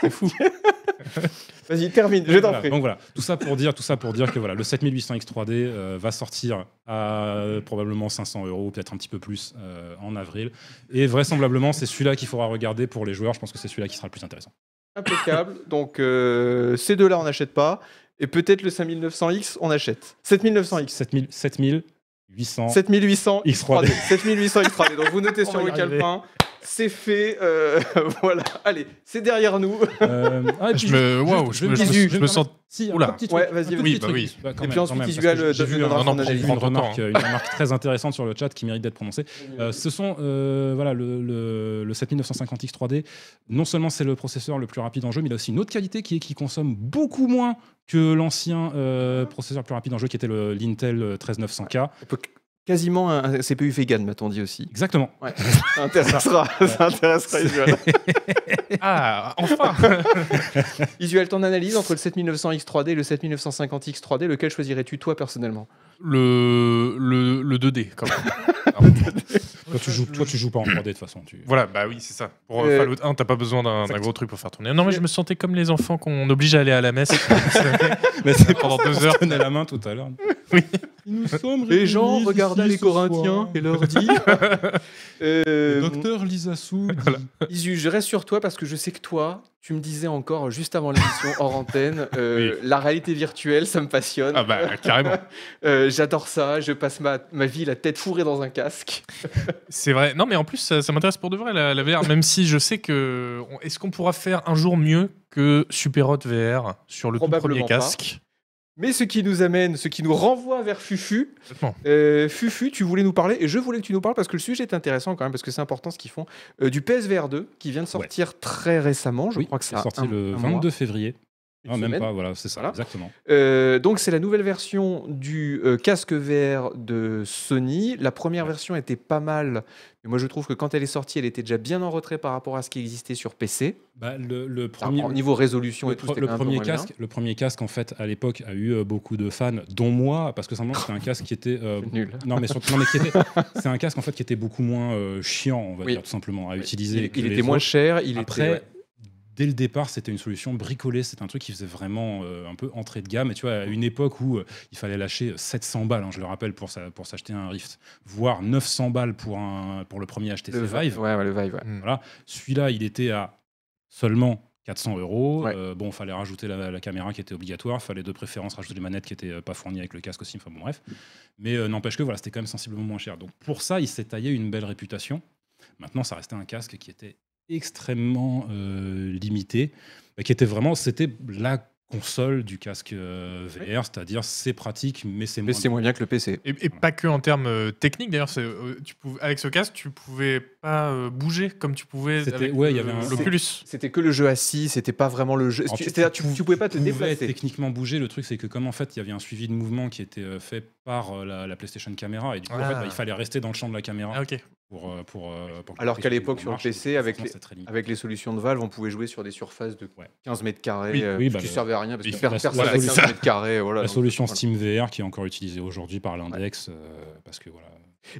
A: C'est fou. Vas-y, termine, je t'en
C: Voilà,
A: prie.
C: Donc voilà, tout ça pour dire, tout ça pour dire que voilà, le 7800X 3D euh, va sortir à euh, probablement 500 euros, peut-être un petit peu plus euh, en avril. Et vraisemblablement, c'est celui-là qu'il faudra regarder pour les joueurs. Je pense que c'est celui-là qui sera le plus intéressant.
A: Impeccable. Donc, euh, ces deux-là, on n'achète pas. Et peut-être le 5900X, on achète. 7900X.
C: 7000 7800.
A: 7800
C: X3D.
A: 7800 X3D. Donc, vous notez
F: On
A: sur
F: va y
A: le
F: arriver.
A: calepin. C'est fait. euh, voilà. Allez, c'est derrière nous.
C: Euh, ah, et puis
B: Je me,
C: juste-
B: waouh, je, me, je me-
C: permets-
B: je
C: vais
B: me
C: permettre-
B: sens.
C: Si,
B: Oula.
C: un tout petit
A: Ouais,
C: truc,
A: vas-y,
C: un tout
B: oui,
C: petit
B: bah
C: truc.
B: oui.
C: Bah, quand
A: Et
C: même,
A: puis ensuite,
C: quand
A: il
C: même, parce
A: y a
C: que
A: le-
C: j'ai
A: le-
C: vu
A: le
C: un-
A: draft
C: non, non,
A: en
C: j'ai vu
B: analyse.
C: une
B: Prends ton
C: remarque,
B: temps,
C: euh, une remarque très intéressante sur le chat qui mérite d'être prononcée. Euh, ce sont euh, voilà, le, le, le 7950X 3D. Non seulement c'est le processeur le plus rapide en jeu, mais il a aussi une autre qualité qui est qu'il consomme beaucoup moins que l'ancien euh, processeur plus rapide en jeu qui était le- l'Intel euh, 13900K.
A: On peut quasiment un, un CPU vegan, m'a-t-on dit aussi.
C: Exactement.
A: Ça intéressera, ça intéressera Isuel.
B: Ah, enfin
A: Isuel, ton analyse entre le 7900X 3D et le 7950X 3D, lequel choisirais-tu toi personnellement
B: le, le, le 2D, quand même.
C: Toi, tu joues, toi, tu joues pas en 3D de toute façon. Tu...
B: Voilà, bah oui, c'est ça. Pour euh,
A: Euh,
B: Fallout 1, t'as pas besoin d'un d'un
C: exact.
B: gros truc pour faire tourner. Non, mais je me sentais comme les enfants qu'on oblige à aller à la messe
C: Mais c'est
B: pendant deux heures.
C: donner la main tout à l'heure.
B: Oui.
C: Nous sommes
A: Les gens
C: réunis
A: regardaient
C: ici
A: les
C: ce soir.
A: Corinthiens et leur dit.
C: Le
A: euh,
C: docteur Lisassou. dit-
A: Isu, je reste sur toi parce que je sais que toi, tu me disais encore juste avant l'émission hors antenne, euh, la réalité virtuelle, ça me passionne.
B: Ah bah, carrément.
A: Euh, J'adore ça, je passe ma, ma vie la tête fourrée dans un casque.
B: C'est vrai. Non, mais en plus, ça, ça m'intéresse pour de vrai, la, la VR, même si je sais que. on- Est-ce qu'on pourra faire un jour mieux que Superhot VR sur le tout premier
A: Probablement pas.
B: casque
A: Mais ce qui nous amène, ce qui nous renvoie vers Fufu.
B: Complètement.
A: Euh, Fufu, tu voulais nous parler, et je voulais que tu nous parles parce que le sujet est intéressant quand même, parce que c'est important ce qu'ils font, euh, du PSVR 2 qui vient de sortir très récemment. Je
C: Oui,
A: crois que
C: c'est
A: ça a
C: sorti
A: un-
C: le
A: un mois,
C: 22 février.
A: une
C: Ah, même
A: semaine.
C: pas, voilà, c'est ça,
A: Voilà.
C: exactement.
A: Euh, donc c'est la nouvelle version du euh, casque VR de Sony. La première version était pas mal, mais moi je trouve que quand elle est sortie, elle était déjà bien en retrait par rapport à ce qui existait sur PC.
C: Bah, le, le
A: Enfin,
C: premier,
A: en niveau résolution
C: le,
A: et tout,
C: pro-
A: c'était
C: le
A: quand même hein. un peu
C: premier
A: moins bien.
C: casque, le premier casque, en fait, à l'époque, a eu euh, beaucoup de fans, dont moi, parce que simplement, c'était un casque qui était. euh,
A: C'est nul.
C: non, mais, surtout- non, mais qui était- c'est un casque, en fait, qui était beaucoup moins euh, chiant, on va
A: Oui.
C: dire, tout simplement, à
A: Oui.
C: utiliser.
A: Il,
C: que
A: il
C: les
A: était moins
C: autres.
A: cher. Il
C: Après,
A: était. ouais.
C: dès le départ, c'était une solution bricolée. C'était un truc qui faisait vraiment euh, un peu entrée de gamme. Et tu vois, à une époque où euh, il fallait lâcher 700 balles, hein, je le rappelle, pour, sa- pour s'acheter un Rift, voire 900 balles pour, un, pour le premier HTC
A: Le Vi-
C: Vive.
A: Ouais, ouais, le Vive. ouais.
C: Celui-là, il était à seulement 400 euros.
A: Ouais.
C: Euh, bon, fallait rajouter la, la caméra qui était obligatoire, fallait de préférence rajouter les manettes qui étaient euh, pas fournies avec le casque aussi. Enfin bon, bref. Mais euh, n'empêche que voilà, c'était quand même sensiblement moins cher. Donc pour ça, il s'est taillé une belle réputation. Maintenant, ça restait un casque qui était extrêmement euh, limité, euh, qui était vraiment, c'était la console du casque euh, VR, c'est-à-dire c'est pratique, mais c'est
A: Mais
C: moins.
A: c'est moins bien que le PC.
B: Et, et pas que en termes euh, techniques, d'ailleurs. c'est, euh, tu pouvais- avec ce casque, tu pouvais pas euh, bouger comme tu pouvais
C: C'était-
B: avec
C: ouais,
B: le-
C: il y avait un-
B: l'Oculus.
A: C'était que le jeu assis. C'était pas vraiment le jeu.
C: Alors,
A: Tu-
C: tu-
A: C'est-à-dire, tu, tu pouvais pas te
C: pouvait
A: déplacer.
C: techniquement bouger. Le truc, c'est que comme en fait, il y avait un suivi de mouvement qui était euh, fait par euh, la, la PlayStation Camera, et du coup, en
B: Ah.
C: fait, bah, il hein. fallait rester dans le champ de la caméra
B: Ah, ok.
C: pour, euh, pour, euh, pour que
A: Alors
C: le
A: qu'à
C: truc
A: l'époque, sur le
C: marche,
A: PC, avec
C: forcément,
A: les-
C: c'est très limité.
A: Avec les solutions de Valve, on pouvait jouer sur des surfaces de
C: Ouais.
A: 15 mètres carrés
C: Oui,
A: euh,
C: oui,
A: qui
C: bah, le-
A: servaient à rien parce
B: oui,
A: que faire
C: la-
A: personne
C: voilà,
A: à
C: c'est
A: 15
C: ça.
A: mètres carrés. Voilà,
C: la
A: donc,
C: solution
A: voilà.
C: Steam VR qui est encore utilisée aujourd'hui par l'index, euh, parce que
A: Ah.
C: voilà.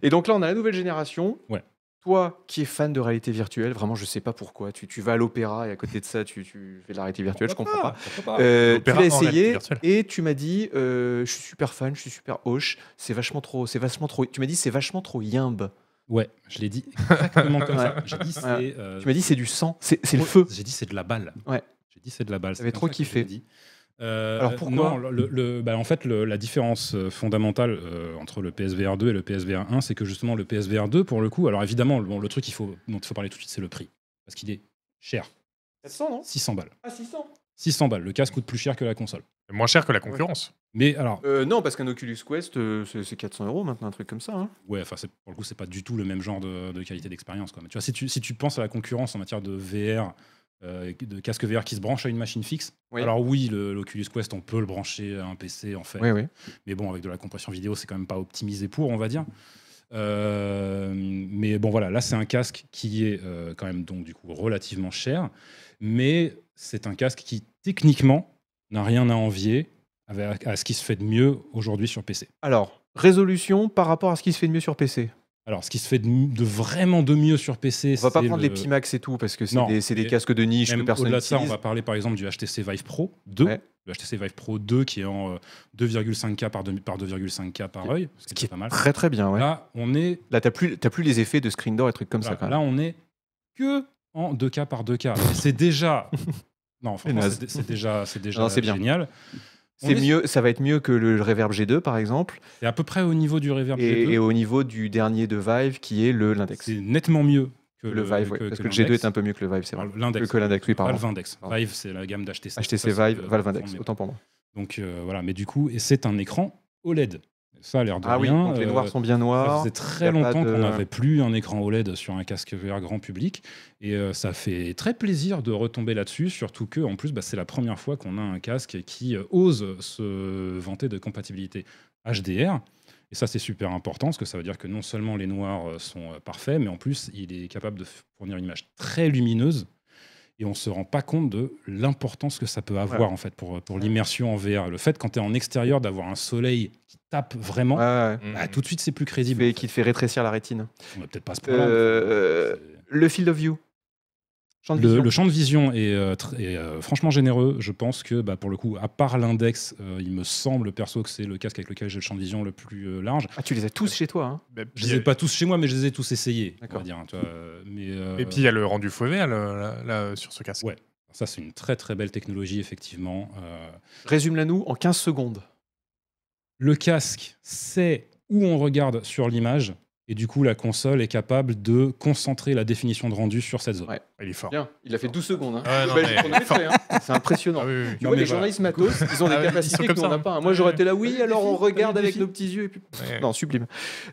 A: Et donc là, on a la nouvelle génération.
C: Ouais.
A: Toi, qui es fan de réalité virtuelle, vraiment, je sais pas pourquoi. Tu, tu vas à l'opéra et à côté de ça, tu, tu fais de la réalité virtuelle, je comprends pas. Euh, tu
B: L'opéra
A: l'as
B: en réalité
A: essayé
B: virtuelle.
A: et tu m'as dit, euh, je suis super fan, je suis super hoche, c'est vachement trop, c'est vachement trop. Tu m'as dit, c'est vachement trop yimbe.
C: Ouais, je l'ai dit exactement comme ça.
A: Ouais.
C: J'ai dit, c'est.
A: Ouais.
C: euh,
A: Tu m'as dit, c'est du sang, c'est c'est le
C: ouais,
A: feu.
C: J'ai dit, c'est de la balle.
A: Ouais.
C: J'ai dit, c'est de la balle.
A: T'avais
C: C'est
A: trop
C: comme ça que
A: kiffé.
C: je l'ai dit. Euh,
A: Alors, pourquoi
C: non, le- le- bah, En fait, le- la différence euh, fondamentale euh, entre le PSVR 2 et le PSVR 1, c'est que justement le PSVR 2, pour le coup, alors évidemment, bon, le truc il faut, dont il faut parler tout de suite, c'est le prix. Parce qu'il est cher,
A: 400, non
C: 600 balles.
A: Ah, 600
C: 600 balles, le casque coûte plus cher que la console.
B: Moins cher que la concurrence.
C: Mais alors,
A: euh, Non, parce qu'un Oculus Quest, euh, c'est c'est 400 euros maintenant, un truc comme ça. hein.
C: ouais, enfin, c'est- pour le coup, c'est pas du tout le même genre de, de qualité d'expérience. quoi. Mais Tu vois, si tu, si tu penses à la concurrence en matière de VR, euh, de casque VR qui se branche à une machine fixe,
A: Oui.
C: alors oui, le- l'Oculus Quest, on peut le brancher à un PC, en fait.
A: Oui, oui.
C: Mais bon, avec de la compression vidéo, c'est quand même pas optimisé pour, on va dire. Euh, mais bon, voilà, là, c'est un casque qui est euh, quand même donc du coup relativement cher, mais c'est un casque qui techniquement n'a rien à envier avec- à ce qui se fait de mieux aujourd'hui sur PC.
A: Alors, résolution par rapport à ce qui se fait de mieux sur PC.
C: Alors, ce qui se fait de, de vraiment de mieux sur PC,
A: On va pas
C: c'est
A: prendre
C: le-
A: les Pimax et tout parce que c'est
C: Non.
A: des, c'est des
C: Et
A: casques de niche que
C: Même
A: personne
C: au-delà de ça, on
A: n'utilise.
C: va parler par exemple du HTC Vive Pro 2.
A: Ouais.
C: Le HTC Vive Pro 2 qui est en euh, 2,5K par, deux- par 2,5K par
A: Qui-
C: œil, ce
A: Ce
C: qui est pas mal.
A: Très très bien, ouais. Là,
C: Là, on est,
A: t'as plus, t'as plus les effets de screen door et trucs comme ça
C: voilà,
A: quand même.
C: là, on est que en 2K par 2K. Et C'est déjà. non, franchement,
A: naze.
C: c'est dé- c'est déjà, c'est déjà
A: Non, c'est bien.
C: génial. on
A: C'est
C: est-
A: mieux, ça va être mieux que le Reverb G2 par exemple,
C: C'est à peu près au niveau du Reverb
A: et,
C: G2.
A: et au niveau du dernier de Vive qui est le l'index.
C: C'est nettement mieux que
A: Le Vive, ouais,
C: que-
A: parce que,
C: que
A: le G2
C: l'index.
A: est un peu mieux que le Vive, c'est vrai.
C: Alors, L'index.
A: Que, que l'index, oui, pardon.
C: Valve Index.
A: Pardon.
C: Vive, c'est la gamme d'HTC.
A: HTC
C: Ça, c'est
A: Vive,
C: le-
A: Valve Index,
C: mais-
A: autant pour moi.
C: Donc euh, voilà, mais du coup, et c'est un écran OLED. Ça a l'air de
A: Ah oui,
C: rien.
A: donc les
C: euh,
A: noirs sont bien
C: Ça
A: noirs.
C: faisait
A: y
C: très
A: a pas
C: longtemps
A: de-
C: qu'on n'avait plus un écran OLED sur un casque VR grand public et euh, ça fait très plaisir de retomber là-dessus, surtout que en plus bah, c'est la première fois qu'on a un casque qui euh, ose se vanter de compatibilité HDR. Et ça c'est super important parce que ça veut dire que non seulement les noirs euh, sont euh, parfaits, mais en plus il est capable de fournir une image très lumineuse. Et on se rend pas compte de l'importance que ça peut avoir en fait pour, pour l'immersion en VR. Le fait quand tu es en extérieur d'avoir un soleil qui tape vraiment,
A: Ouais, ouais,
B: Mmh.
A: ouais.
C: bah, tout de suite c'est plus
A: Qui
C: crédible.
A: fait-
C: en fait.
A: qui te fait rétrécir la rétine.
C: On va peut-être pas se prendre.
A: Euh, le field of view. Champ de
C: le,
A: vision.
C: le champ de vision est, euh, tr- est, euh, franchement généreux. Je pense que, bah, pour le coup, à part l'index, euh, il me semble perso que c'est le casque avec lequel j'ai le champ de vision le plus euh, large.
A: Ah, tu les as tous chez toi. hein.
B: Bah, puis
C: Je
B: il
C: les
B: y a-
C: ai pas tous chez moi, mais je les ai tous essayés. on va
A: D'accord.
C: dire, hein, tu vois, euh, mais, euh,
B: Et puis il y a le rendu faux vert le- là, là, sur ce casque.
C: Ouais. ça, c'est une très très belle technologie, effectivement. Euh,
A: Résume-la nous en 15 secondes.
C: le casque sait où on regarde sur l'image. Et du coup, la console est capable de concentrer la définition de rendu sur cette zone.
A: Ouais.
B: Il est fort.
E: Bien, il a fait 12 secondes. hein.
B: Ouais, non,
E: Bah,
B: mais-
E: je prends le fait, hein. C'est impressionnant.
B: Ah oui, oui, oui.
E: Tu
C: Non,
E: vois,
C: mais voilà.
E: les journalistes matos, ils ont
B: Ah
E: des
B: ouais, ils sont
E: capacités
B: comme
E: que nous,
B: ça,
E: on n'a
B: hein.
E: pas. hein. Moi, j'aurais été là, oui, alors on regarde
A: des
E: avec
A: filles.
E: nos petits yeux. Et puis... pff,
B: Ouais.
A: Non, sublime.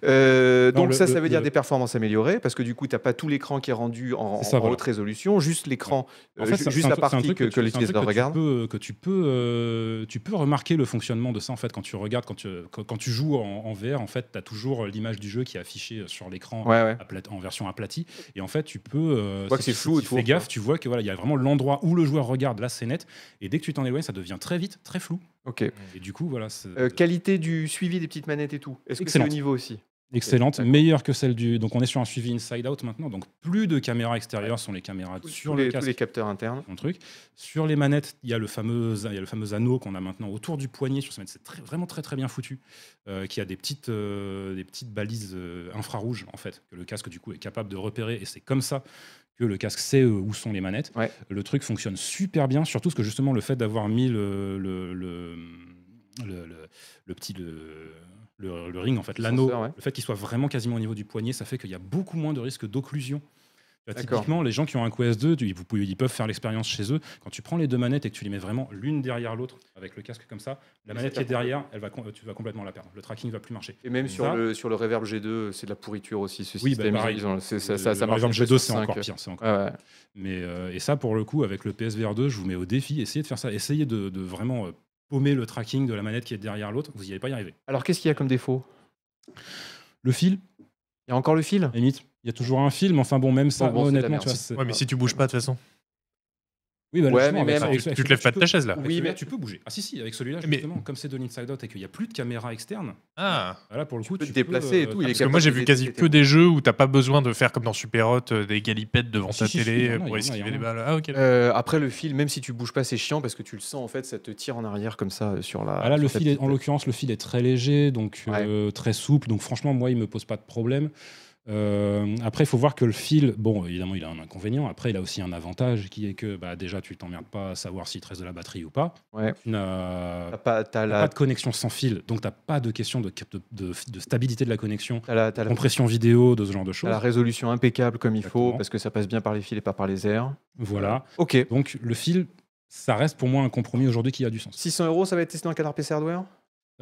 A: Euh,
C: Non,
A: donc
C: le-
A: ça, ça
C: le-
A: veut dire
C: le-
A: des performances améliorées parce que du coup, t'as pas tout l'écran qui est rendu en,
C: C'est ça,
A: en
C: voilà.
A: haute résolution, juste l'écran,
C: En
A: euh,
C: fait,
A: ju-
C: c'est-
A: juste
C: c'est un
A: la
C: truc- c'est un
A: partie
C: truc
A: que,
C: tu-
A: que
C: c'est un
A: l'utilisateur
C: truc que
A: regarde.
C: Tu peux, que tu peux, euh, tu peux remarquer le fonctionnement de ça en fait quand tu regardes, quand tu, quand, quand tu joues en, en VR, en fait, tu as toujours euh, l'image du jeu qui est affichée euh, sur l'écran.
A: Ouais, ouais.
C: aplat- En version aplatie, et en fait, tu peux. euh,
A: vois que
C: si
A: c'est
C: tu-
A: flou
C: si tu
A: autour,
C: fais
A: quoi.
C: gaffe, tu vois que voilà, il y a vraiment l'endroit où le joueur regarde, là c'est net, et dès que tu t'en éloignes, ça devient très vite, très flou.
A: Ok.
C: Et du coup, voilà, c'est
A: Euh, qualité du suivi des petites manettes et tout. Est-ce que c'est au
C: Excellente.
A: niveau aussi
C: excellente,
A: d'accord.
C: meilleure que celle du. Donc on est sur un suivi inside out maintenant, donc plus de caméras extérieures sont les caméras sur
A: Tous
C: le
A: les- tous
C: casque.
A: les capteurs internes.
C: mon truc. Sur les manettes, il y a le fameux, il y a le fameux anneau qu'on a maintenant autour du poignet. Sur ces manettes, c'est très- vraiment très très bien foutu. euh, qui a des petites, euh, des petites balises euh, infrarouges en fait que le casque du coup est capable de repérer. Et c'est comme ça que le casque sait euh, où sont les manettes.
A: Ouais.
C: Le truc fonctionne super bien. Surtout parce que justement le fait d'avoir mis le le, le, le- le- le petit le, le- le ring en fait,
A: Le
C: l'anneau,
A: senseur, ouais.
C: le fait qu'il soit vraiment quasiment au niveau du poignet, ça fait qu'il y a beaucoup moins de risque d'occlusion. Là,
A: D'accord.
C: Typiquement, les gens qui ont un QS2, tu- ils, vous pouvez- ils peuvent faire l'expérience chez eux. Quand tu prends les deux manettes et que tu les mets vraiment l'une derrière l'autre avec le casque comme ça, la
A: Mais
C: manette
A: ça
C: qui est derrière, elle va, com- tu vas complètement la perdre. Le tracking va plus marcher.
A: Et même sur
C: Ça.
A: le, sur le Reverb G2, c'est de la pourriture aussi, ce
C: Oui, bah,
A: système.
C: pareil.
A: Ils ont- c'est- ça, ça, ça
C: Euh, Par
A: marche
C: exemple,
A: même
C: G2,
A: pas sur
C: c'est encore
A: cinq.
C: pire. c'est encore-
A: Ouais, ouais.
C: Mais, euh, et ça, pour le coup, avec le PSVR 2, je vous mets au défi. Essayez de faire ça. Essayez de, de vraiment euh, paumer le tracking de la manette qui est derrière l'autre. Vous n'y allez pas y arriver.
A: Alors, qu'est-ce qu'il y a comme défaut
C: Le fil,
A: Il y a encore le fil
C: à la limite. Il y a toujours un fil, mais enfin bon, même ça,
A: Bon, bon,
C: moi,
A: c'est de la
C: honnêtement,
A: merde.
C: tu vois, c'est-
B: Ouais, mais si tu bouges pas de toute façon.
C: Oui, bah,
A: Ouais,
C: justement,
A: mais
C: avec
A: même-
C: ça,
B: Tu
C: avec-
B: te lèves pas de
C: peux-
B: ta chaise là.
C: avec
A: Oui,
C: celui-là,
A: mais-
C: tu peux bouger. Ah si, si, avec celui-là,
B: Mais-
C: justement, comme c'est de l'inside out et qu'il n'y a plus de caméra externe,
B: Ah.
C: Ah, Là, pour le coup,
A: peux te déplacer et tout, il est
C: ah,
B: Parce que moi j'ai vu quasi que des jeux où t'as pas besoin de faire comme dans Super Hot euh, des galipettes devant
C: Si,
B: ta
C: si, si,
B: télé
C: y en
B: euh,
C: a, y en
B: pour
C: a, y en
B: esquiver
C: a.
B: les balles. Ah ok.
A: Euh, après le fil, même si tu bouges pas, c'est chiant parce que tu le sens en fait, ça te tire en arrière comme ça euh, sur la.
C: Ah, là, le
A: sur ta
C: fil, est-
A: petite
C: en
A: tête.
C: l'occurrence, le fil est très léger, donc euh, très souple. Donc, franchement, moi, il me pose pas de problème. Euh, après, il faut voir que le fil, bon, évidemment, il a un inconvénient. Après, il a aussi un avantage qui est que, bah, déjà, tu t'emmerdes pas à savoir s'il te reste de la batterie ou pas.
A: Ouais.
C: Tu n'as
A: T'as pas, t'as
C: pas
A: la,
C: de connexion sans fil, donc t'as pas de question de, cap- de, de- de stabilité de la connexion,
A: t'as la, t'as la,
C: compression vidéo, de ce genre de
A: t'as
C: choses.
A: la résolution impeccable comme il faut
C: Exactement.
A: parce que ça passe bien par les fils et pas par les airs.
C: Voilà.
A: Ok.
C: Donc, le fil, ça reste pour moi un compromis aujourd'hui qui a du sens.
A: 600 euros, ça va être testé dans Canard PC Hardware.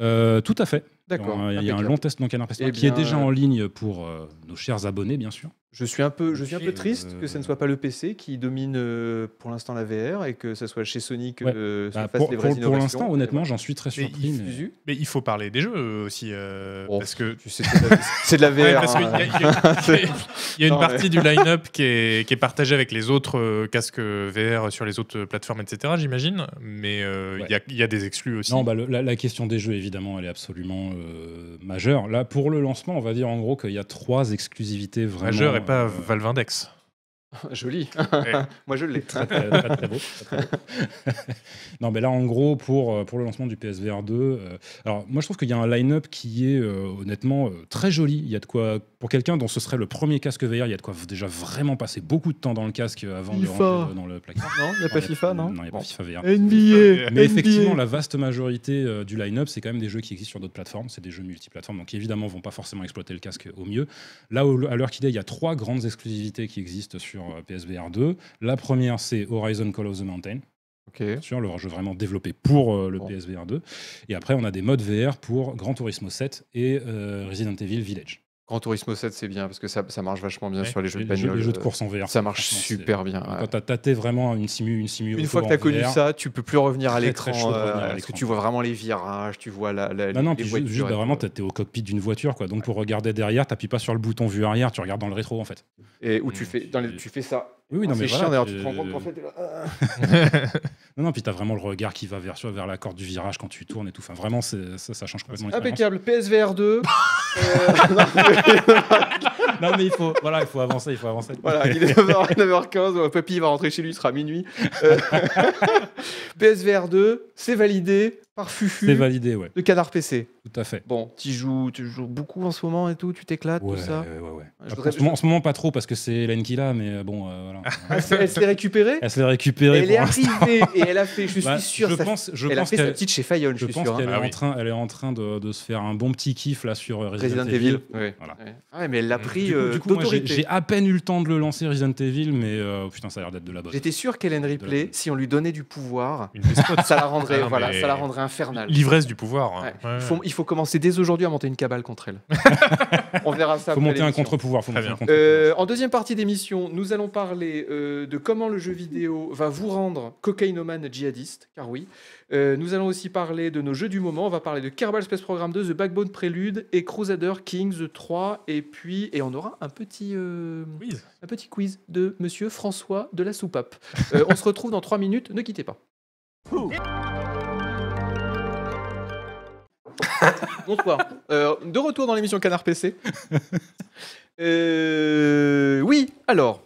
C: Euh, tout à fait.
A: D'accord.
C: Il y a- il y a un
A: impeccable.
C: long test dans Canard Pestard
A: Eh
C: qui
A: bien,
C: est déjà
A: euh,
C: en ligne pour euh, nos chers abonnés, bien sûr.
A: Je suis un peu, je suis un peu
C: Puis,
A: triste que ça ne soit pas le PC qui domine euh, pour l'instant la VR et que ça soit chez Sony que
C: Ouais.
A: euh, se
C: Bah,
A: fassent
C: pour
A: les vraies
C: pour- pour l'instant,
A: innovations.
C: honnêtement, j'en suis très
B: Mais
C: surpris. mais-
A: Suzu,
B: Mais il faut parler des jeux euh, aussi euh,
A: Oh.
B: parce que
A: tu sais, c'est de la- c'est de la VR.
B: Ouais, parce
A: hein.
B: qu'il y, a- il y a- il y a une
A: Non, mais-
B: partie du line-up qui est, qui est partagée avec les autres euh, casques VR sur les autres plateformes, etc., j'imagine. Mais euh, il y a- il y, a des exclus aussi.
C: bah, Non, bah, le- la, la question des jeux, évidemment, elle est absolument euh, majeures. Là, pour le lancement, on va dire en gros qu'il y a trois exclusivités vraiment.
B: Majeur et pas
C: euh,
B: Valve Index.
D: Joli.
B: Eh.
A: Moi, je l'ai.
C: Très, très- pas très beau, pas très beau. non, mais là, en gros, pour, euh, pour le lancement du PSVR 2, euh, alors moi, je trouve qu'il y a un line-up qui est euh, honnêtement euh, très joli. Il y a de quoi, pour quelqu'un dont ce serait le premier casque VR, il y a de quoi déjà vraiment passer beaucoup de temps dans le casque avant de
A: FIFA.
C: rentrer euh, dans le placard.
D: Non, il n'y a pas FIFA, non
C: Non, il n'y a pas
D: Bon.
C: FIFA VR.
A: NBA.
C: Mais effectivement, la vaste majorité euh, du line-up, c'est quand même des jeux qui existent sur d'autres plateformes. C'est des jeux multiplateformes, donc qui, évidemment, vont pas forcément exploiter le casque au mieux. Là, au- à l'heure qu'il est, il y a trois grandes exclusivités qui existent sur euh, PSVR 2. La première, c'est Horizon Call of the Mountain,
D: Ok.
C: sur le jeu vraiment développé pour euh, le
D: Bon.
C: PSVR 2. Et après, on a des modes VR pour Gran Turismo 7 et euh, Resident Evil Village.
D: Grand Turismo 7, c'est bien parce que ça, ça marche vachement bien
B: Ouais,
D: sur les jeux de
C: les, jeux,
D: bagnole.
C: les jeux de
D: euh,
C: course en VR.
D: Ça marche
C: franchement,
D: super bien.
C: c'est-
D: ouais.
C: Quand t'as tâté vraiment une simu, une simu
A: Une
D: Une fois que
C: en
D: tu as connu
C: VR,
D: ça, tu peux plus revenir à
C: Très, très chaud
D: l'écran.
C: de revenir à
D: euh, Parce
C: l'écran.
D: que tu vois vraiment les virages, tu vois la, la,
C: Non, non,
D: les
C: puis ju-
D: voitures
C: juste,
D: et
C: bah,
D: tout.
C: vraiment, t'es t'es au cockpit d'une voiture, quoi. Donc, pour regarder derrière, t'appuies pas sur le bouton vue arrière, tu regardes dans le rétro, en fait.
A: Et où tu fais, dans les-
C: tu-
A: tu fais ça.
C: Mm. Oui, oui, non,
A: c'est
C: mais
A: chiant
C: voilà,
A: d'ailleurs, tu te rends compte qu'en fait, t'es là, ah.
C: Non, non, puis t'as vraiment le regard qui va vers, vers la corde du virage quand tu tournes et tout. Enfin, vraiment, c'est- ça, ça change complètement l'expérience.
A: impeccable. PSVR 2.
C: Non, mais il faut, voilà, il faut avancer, il faut avancer.
A: Voilà, il est 9h, 9h15, Papy va rentrer chez lui, il sera minuit. Euh, PSVR 2, c'est validé par Fufu
C: C'est validé, ouais,
A: de Canard PC.
C: tout à fait.
A: Bon, tu joues, tu joues beaucoup en ce moment et tout, tu t'éclates,
C: Ouais,
A: tout ça.
C: ouais, ouais, ouais.
A: Je voudrais-
C: Après, en, ce moment, en ce moment, pas trop, parce que c'est Hélène qui l'a, mais euh, bon, euh, voilà.
A: Ah, c'est- elle s'est récupérée
C: Elle se l'est récupérée
A: Elle
C: pour
A: est
C: un-
A: arrivée et elle a fait, je suis
C: Bah,
A: sûr,
C: je
A: ça-
C: pense, je
A: elle a
C: pense
A: fait sa
C: qu'elle
A: petite chez Fayol, je
C: je
A: suis
C: pense
A: sûr. hein.
C: qu'elle est,
B: Ah oui.
C: en train- elle est en train de, de se faire un bon petit kiff là sur euh, Resident,
A: Resident Evil.
D: Ouais.
C: Voilà.
D: Ouais.
A: Ah, mais elle l'a pris
C: Du coup,
A: euh,
C: du coup, moi, j'ai-
A: d'autorité.
C: j'ai à peine eu le temps de le lancer Resident Evil, mais euh, putain, ça a l'air d'être de la bonne.
A: J'étais sûr qu'Hélène Ripley, si on lui donnait du pouvoir,
B: Une despote.
A: ça la rendrait,
B: Ah, mais-
A: voilà, ça la rendrait infernale.
B: L'ivresse du pouvoir. hein.
A: Ouais.
B: Ouais,
A: Il, faut, il faut commencer dès aujourd'hui à monter une cabale contre elle. on verra ça.
C: Faut
A: après
C: monter un
A: l'émission.
C: contre-pouvoir. Faut
B: Très
C: monter un
B: bien.
A: Euh,
C: contre-pouvoir.
A: en deuxième partie d'émission, nous allons parler euh, de comment le jeu vidéo va vous rendre cocaïnomane djihadiste, car oui. Euh, nous allons aussi parler de nos jeux du moment. On va parler de Kerbal Space Program 2, The Backbone Prélude et Crusader Kings 3. Et puis, et on aura un petit, euh,
B: Oui.
A: un petit quiz de Monsieur François de la Soupape. Euh, on se retrouve dans 3 minutes. Ne quittez pas. Bonsoir. Euh, de retour dans l'émission Canard PC. Euh, oui, alors.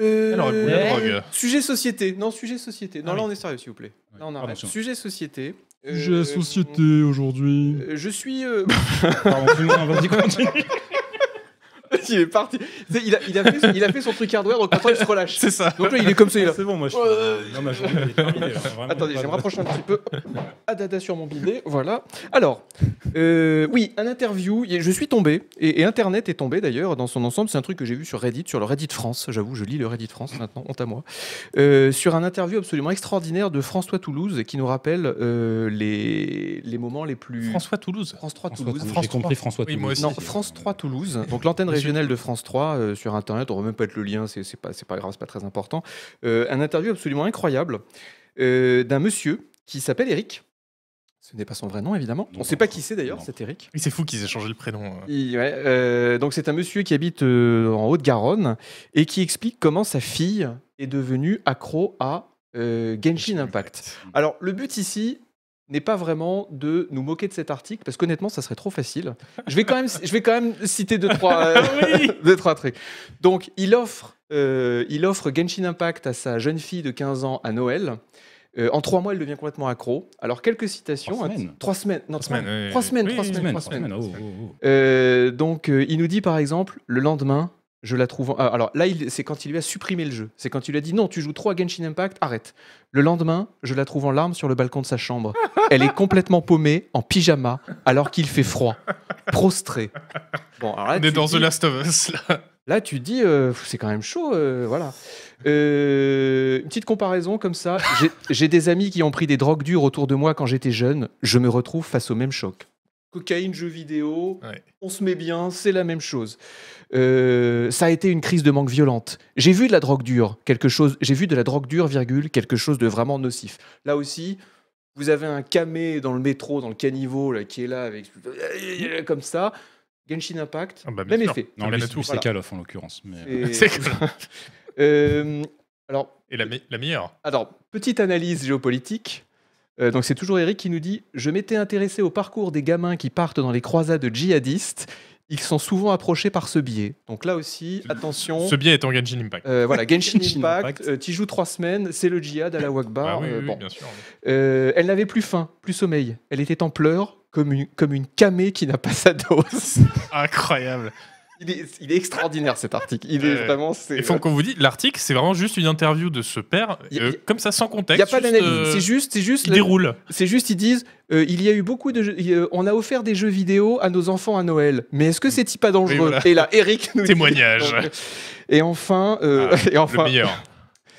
A: Euh,
B: Alors, le poulet de drogue.
A: Sujet société. Non, sujet société. Non,
B: Ah
A: là,
B: oui.
A: on est sérieux, s'il vous plaît.
C: Ouais,
A: Là, on
C: pardon,
A: arrête.
C: c'est bon.
A: Sujet société. Euh,
C: aujourd'hui.
A: euh, je suis. euh,
C: Pardon, tout le monde, vas-y, continue.
A: il est parti. Tu sais, Il a, il a fait, il a fait son truc hardware, donc maintenant il se relâche.
B: C'est ça.
A: Donc là, il est comme ça, il a-
C: C'est bon, moi je.
A: Ouais.
C: Non, ma journée elle est terminée. là. Vraiment,
A: Attendez, je vais
C: Ah, pas de-
A: me rapprocher un petit peu. Adada sur mon bidet, voilà. Alors, euh, oui, un interview. Et Je suis tombé, et, et Internet est tombé d'ailleurs dans son ensemble. C'est un truc que j'ai vu sur Reddit, sur le Reddit France. J'avoue, je lis le Reddit France maintenant, honte à moi. Euh, sur un interview absolument extraordinaire de François Toulouse qui nous rappelle euh, les, les moments les plus.
B: François Toulouse.
A: France 3
C: François
A: Toulouse.
C: Toulouse,
B: France
C: J'ai compris François
B: Oui, moi
C: Toulouse.
A: Non, France 3 Toulouse, donc l'antenne régionale de France 3 euh, sur Internet, on ne va même pas être le lien, c'est c'est pas, c'est pas grave, c'est pas très important. Euh, un interview absolument incroyable euh, d'un monsieur qui s'appelle Eric. Ce n'est pas son vrai nom, évidemment. On
C: Non.
A: ne sait pas qui c'est d'ailleurs,
C: Non.
A: c'est Eric.
B: Oui, C'est fou qu'ils aient changé le prénom. euh.
A: Il- ouais, euh, donc c'est un monsieur qui habite euh, en Haute-Garonne et qui explique comment sa fille est devenue accro à euh, Genshin Impact.
C: Ah
A: Alors, le but ici n'est pas vraiment de nous moquer de cet article, parce qu'honnêtement, ça serait trop facile. Je vais quand même, je vais quand même citer deux, trois, euh, deux, trois trucs. Donc, il offre, euh, il offre Genshin Impact à sa jeune fille de 15 ans à Noël. Euh, en trois mois, elle devient complètement accro. Alors, quelques citations.
C: Trois
A: hein.
C: semaines.
A: Trois semaines. Non,
B: Trois semaines, oui,
A: Trois
B: oui.
A: semaines,
B: Oui,
A: trois
B: oui,
C: Trois
A: semaines,
C: semaines,
A: trois
C: trois
A: semaines.
C: semaines, oh, oh, oh.
A: Euh, donc, euh, il nous dit par exemple, le lendemain, je la trouve. en- ah, alors là, il- c'est quand il lui a supprimé le jeu. C'est quand il lui a dit non, tu joues trop à Genshin Impact, arrête. Le lendemain, je la trouve en larmes sur le balcon de sa chambre. Elle est complètement paumée, en pyjama, alors qu'il fait froid, prostrée. Bon, alors là,
B: On est
A: tu
B: dans
A: dis-
B: The Last of Us. là.
A: Là, tu dis, euh, pff, c'est quand même chaud, euh, voilà. Euh, une petite comparaison comme ça. J'ai- J'ai des amis qui ont pris des drogues dures autour de moi quand j'étais jeune. Je me retrouve face au même choc. Cocaïne, jeux vidéo,
B: Ouais.
A: on se met bien, c'est la même chose. Euh, ça a été une crise de manque violente. J'ai vu de la drogue dure, quelque chose. J'ai vu de la drogue dure, virgule, quelque chose de vraiment nocif. Là aussi. Vous avez un camé dans le métro, dans le caniveau, là, qui est là, avec... comme ça. Genshin Impact,
B: Ah bah, bien
A: même
B: sûr.
A: effet.
C: Non,
B: Voilà
C: lui,
B: tout,
C: lui, c'est
A: voilà.
C: Call of en l'occurrence. mais-
A: Et-
B: C'est que-
A: Euh, alors,
B: Et la, me- la meilleure.
A: alors, petite analyse géopolitique. Euh, donc c'est toujours Eric qui nous dit Je m'étais intéressé au parcours des gamins qui partent dans les croisades djihadistes. Ils sont souvent approchés par ce biais. Donc là aussi, attention.
B: Ce biais est en Genshin Impact.
A: Euh, voilà, Genshin
C: Genshin
A: Impact,
C: Impact.
A: euh, t'y joues trois semaines, c'est le djihad à la
B: Bah
A: Wakbar.
B: oui,
A: euh,
B: oui,
A: bon.
B: bien sûr.
A: Euh, elle n'avait plus faim, plus sommeil. Elle était en pleurs, comme une, comme une camée qui n'a pas sa dose.
B: Incroyable.
A: il, est, il est extraordinaire cet article. Il est
B: Euh,
A: vraiment. c'est-
B: Il faut qu'on vous dise, l'article, c'est vraiment juste une interview de ce père,
A: Y a-
B: euh,
A: y a-
B: comme ça, sans
A: Il
B: contexte.
A: n'y a pas
B: juste,
A: d'analyse.
B: euh,
A: C'est juste, c'est juste,
B: Il
A: la-
B: déroule.
A: c'est juste. Ils disent, euh, il y a eu beaucoup de. jeux- il y a- on a offert des jeux vidéo à nos enfants à Noël. Mais est-ce que c'est-il pas dangereux
B: Oui, voilà.
A: Et là, Eric nous dit-
B: Témoignage.
A: Donc, euh, et enfin, euh,
B: Ah,
A: et enfin,
B: Le meilleur.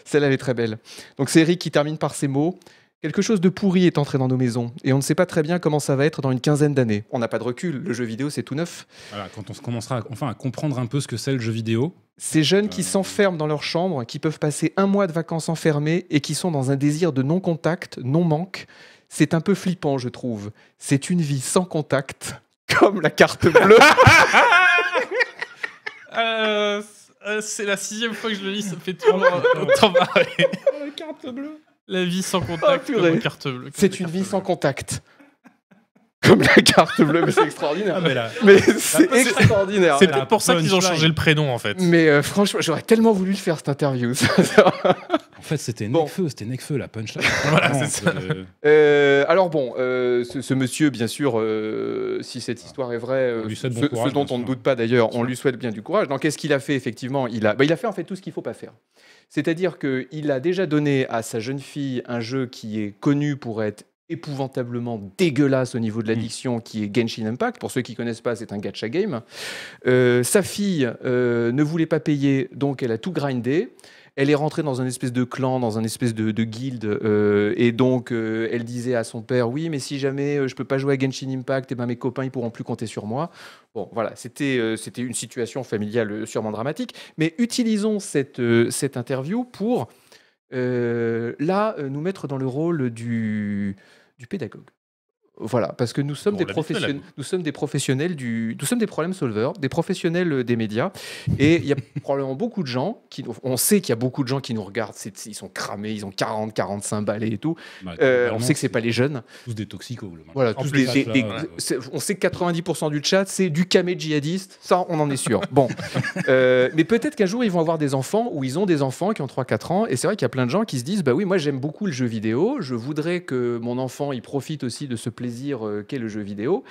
A: Celle-là, elle est très belle. Donc c'est Eric qui termine par ces mots. Quelque chose de pourri est entré dans nos maisons et on ne sait pas très bien comment ça va être dans une quinzaine d'années. On n'a pas de recul, le jeu vidéo c'est tout neuf.
C: Voilà, quand on se commencera à- enfin à comprendre un peu ce que c'est le jeu vidéo,
A: Ces jeunes qui
C: Euh.
A: s'enferment dans leur chambre, qui peuvent passer un mois de vacances enfermés et qui sont dans un désir de non-contact, non-manque, c'est un peu flippant je trouve. C'est une vie sans contact, comme la carte bleue.
B: Euh, c- euh, c'est la sixième fois que je le lis, ça me fait toujours autant marrer.
A: Euh, carte bleue.
B: La vie sans contact,
A: Oh,
B: comme
A: purée.
B: une carte bleue. comme
A: C'est une
B: carte
A: vie sans
B: bleue.
A: contact. Comme la carte bleue, mais c'est extraordinaire.
C: mais là,
A: Mais c'est extraordinaire.
B: C'est
C: Ah,
B: peut-être
C: la
B: pour ça qu'ils ont
C: punchline.
B: changé le prénom, en fait.
A: Mais euh, franchement, j'aurais tellement voulu le faire cette interview. ça, ça.
C: en fait, c'était
A: Bon.
C: Necfeu, c'était Necfeu la punchline.
B: Voilà,
C: Vraiment,
B: c'est ça.
C: euh,
A: Euh, alors bon, euh, ce, ce monsieur, bien sûr, euh, si cette histoire est vraie, euh,
C: On lui
A: ce,
C: souhaite bon
A: ce
C: courage,
A: dont
C: bien
A: on ne
C: sûr.
A: doute pas d'ailleurs, on
C: sûr.
A: lui souhaite bien du courage. Donc qu'est-ce qu'il a fait effectivement il a, bah, il a fait en fait tout ce qu'il ne faut pas faire. C'est-à-dire qu'il a déjà donné à sa jeune fille un jeu qui est connu pour être épouvantablement dégueulasse au
C: Hmm.
A: niveau de l'addiction, qui est Genshin Impact. Pour ceux qui ne connaissent pas, c'est un gacha game. Euh, sa fille euh, ne voulait pas payer, donc elle a tout grindé. Elle est rentrée dans un espèce de clan, dans un espèce de, de guilde, euh, et donc euh, elle disait à son père Oui, mais si jamais euh, je peux pas jouer à Genshin Impact, et ben mes copains ils pourront plus compter sur moi. Bon, voilà, c'était euh, c'était une situation familiale euh, sûrement dramatique, mais utilisons cette, euh, cette interview pour euh, là euh, nous mettre dans le rôle du, du pédagogue. Voilà, parce que nous sommes,
B: Bon,
A: des,
B: on l'habite,
A: professionnels-
B: là,
A: nous sommes des professionnels du, nous sommes des problèmes solveurs, des professionnels euh, des médias, et il y a probablement beaucoup de gens qui, nous- on sait qu'il y a beaucoup de gens qui nous regardent, c'est- ils sont cramés, ils ont 40, 45 balais et tout.
C: bah,
A: Euh, on
C: globalement,
A: sait que c'est pas les jeunes.
C: tous des toxicos. le-
A: Voilà,
B: En
A: tous
B: plus,
A: des-
C: ça,
A: des-
C: ça,
A: des-
C: ouais.
A: c'est- on sait que 90% du chat, c'est du camé djihadiste. Ça, on en est sûr. Bon. Euh, mais peut-être qu'un jour, ils vont avoir des enfants ou ils ont des enfants qui ont 3-4 ans. Et c'est vrai qu'il y a plein de gens qui se disent Bah oui, moi, j'aime beaucoup le jeu vidéo. Je voudrais que mon enfant, il profite aussi de ce plaisir euh, qu'est le jeu vidéo.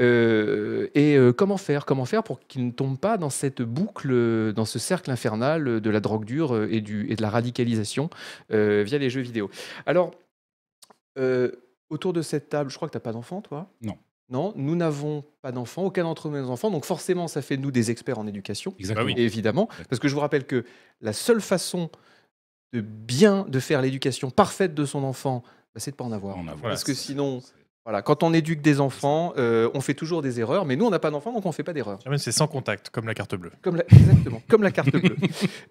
A: Euh, et euh, comment faire Comment faire pour qu'il ne tombe pas dans cette boucle, euh, dans ce cercle infernal euh, de la drogue dure euh, et, du, et de la radicalisation euh, via les jeux vidéo Alors. euh, autour de cette table, je crois que tu n'as pas d'enfant, toi
C: Non.
A: Non, nous n'avons pas d'enfants, aucun d'entre nous n'a d'enfants, donc forcément, ça fait de nous des experts en éducation,
C: Exactement.
B: Bah
A: évidemment, parce que je vous rappelle que la seule façon de bien, de faire l'éducation parfaite de son enfant, bah, c'est de pas en avoir.
C: On a- voilà,
A: Parce que
C: c'est-
A: sinon,
C: c'est-
A: voilà, quand on éduque des enfants, euh, on fait toujours des erreurs, mais nous, on n'a pas d'enfants, donc on fait pas d'erreurs.
B: Jamais Ah, c'est sans contact, comme la carte bleue.
A: Comme la, exactement, comme la carte bleue.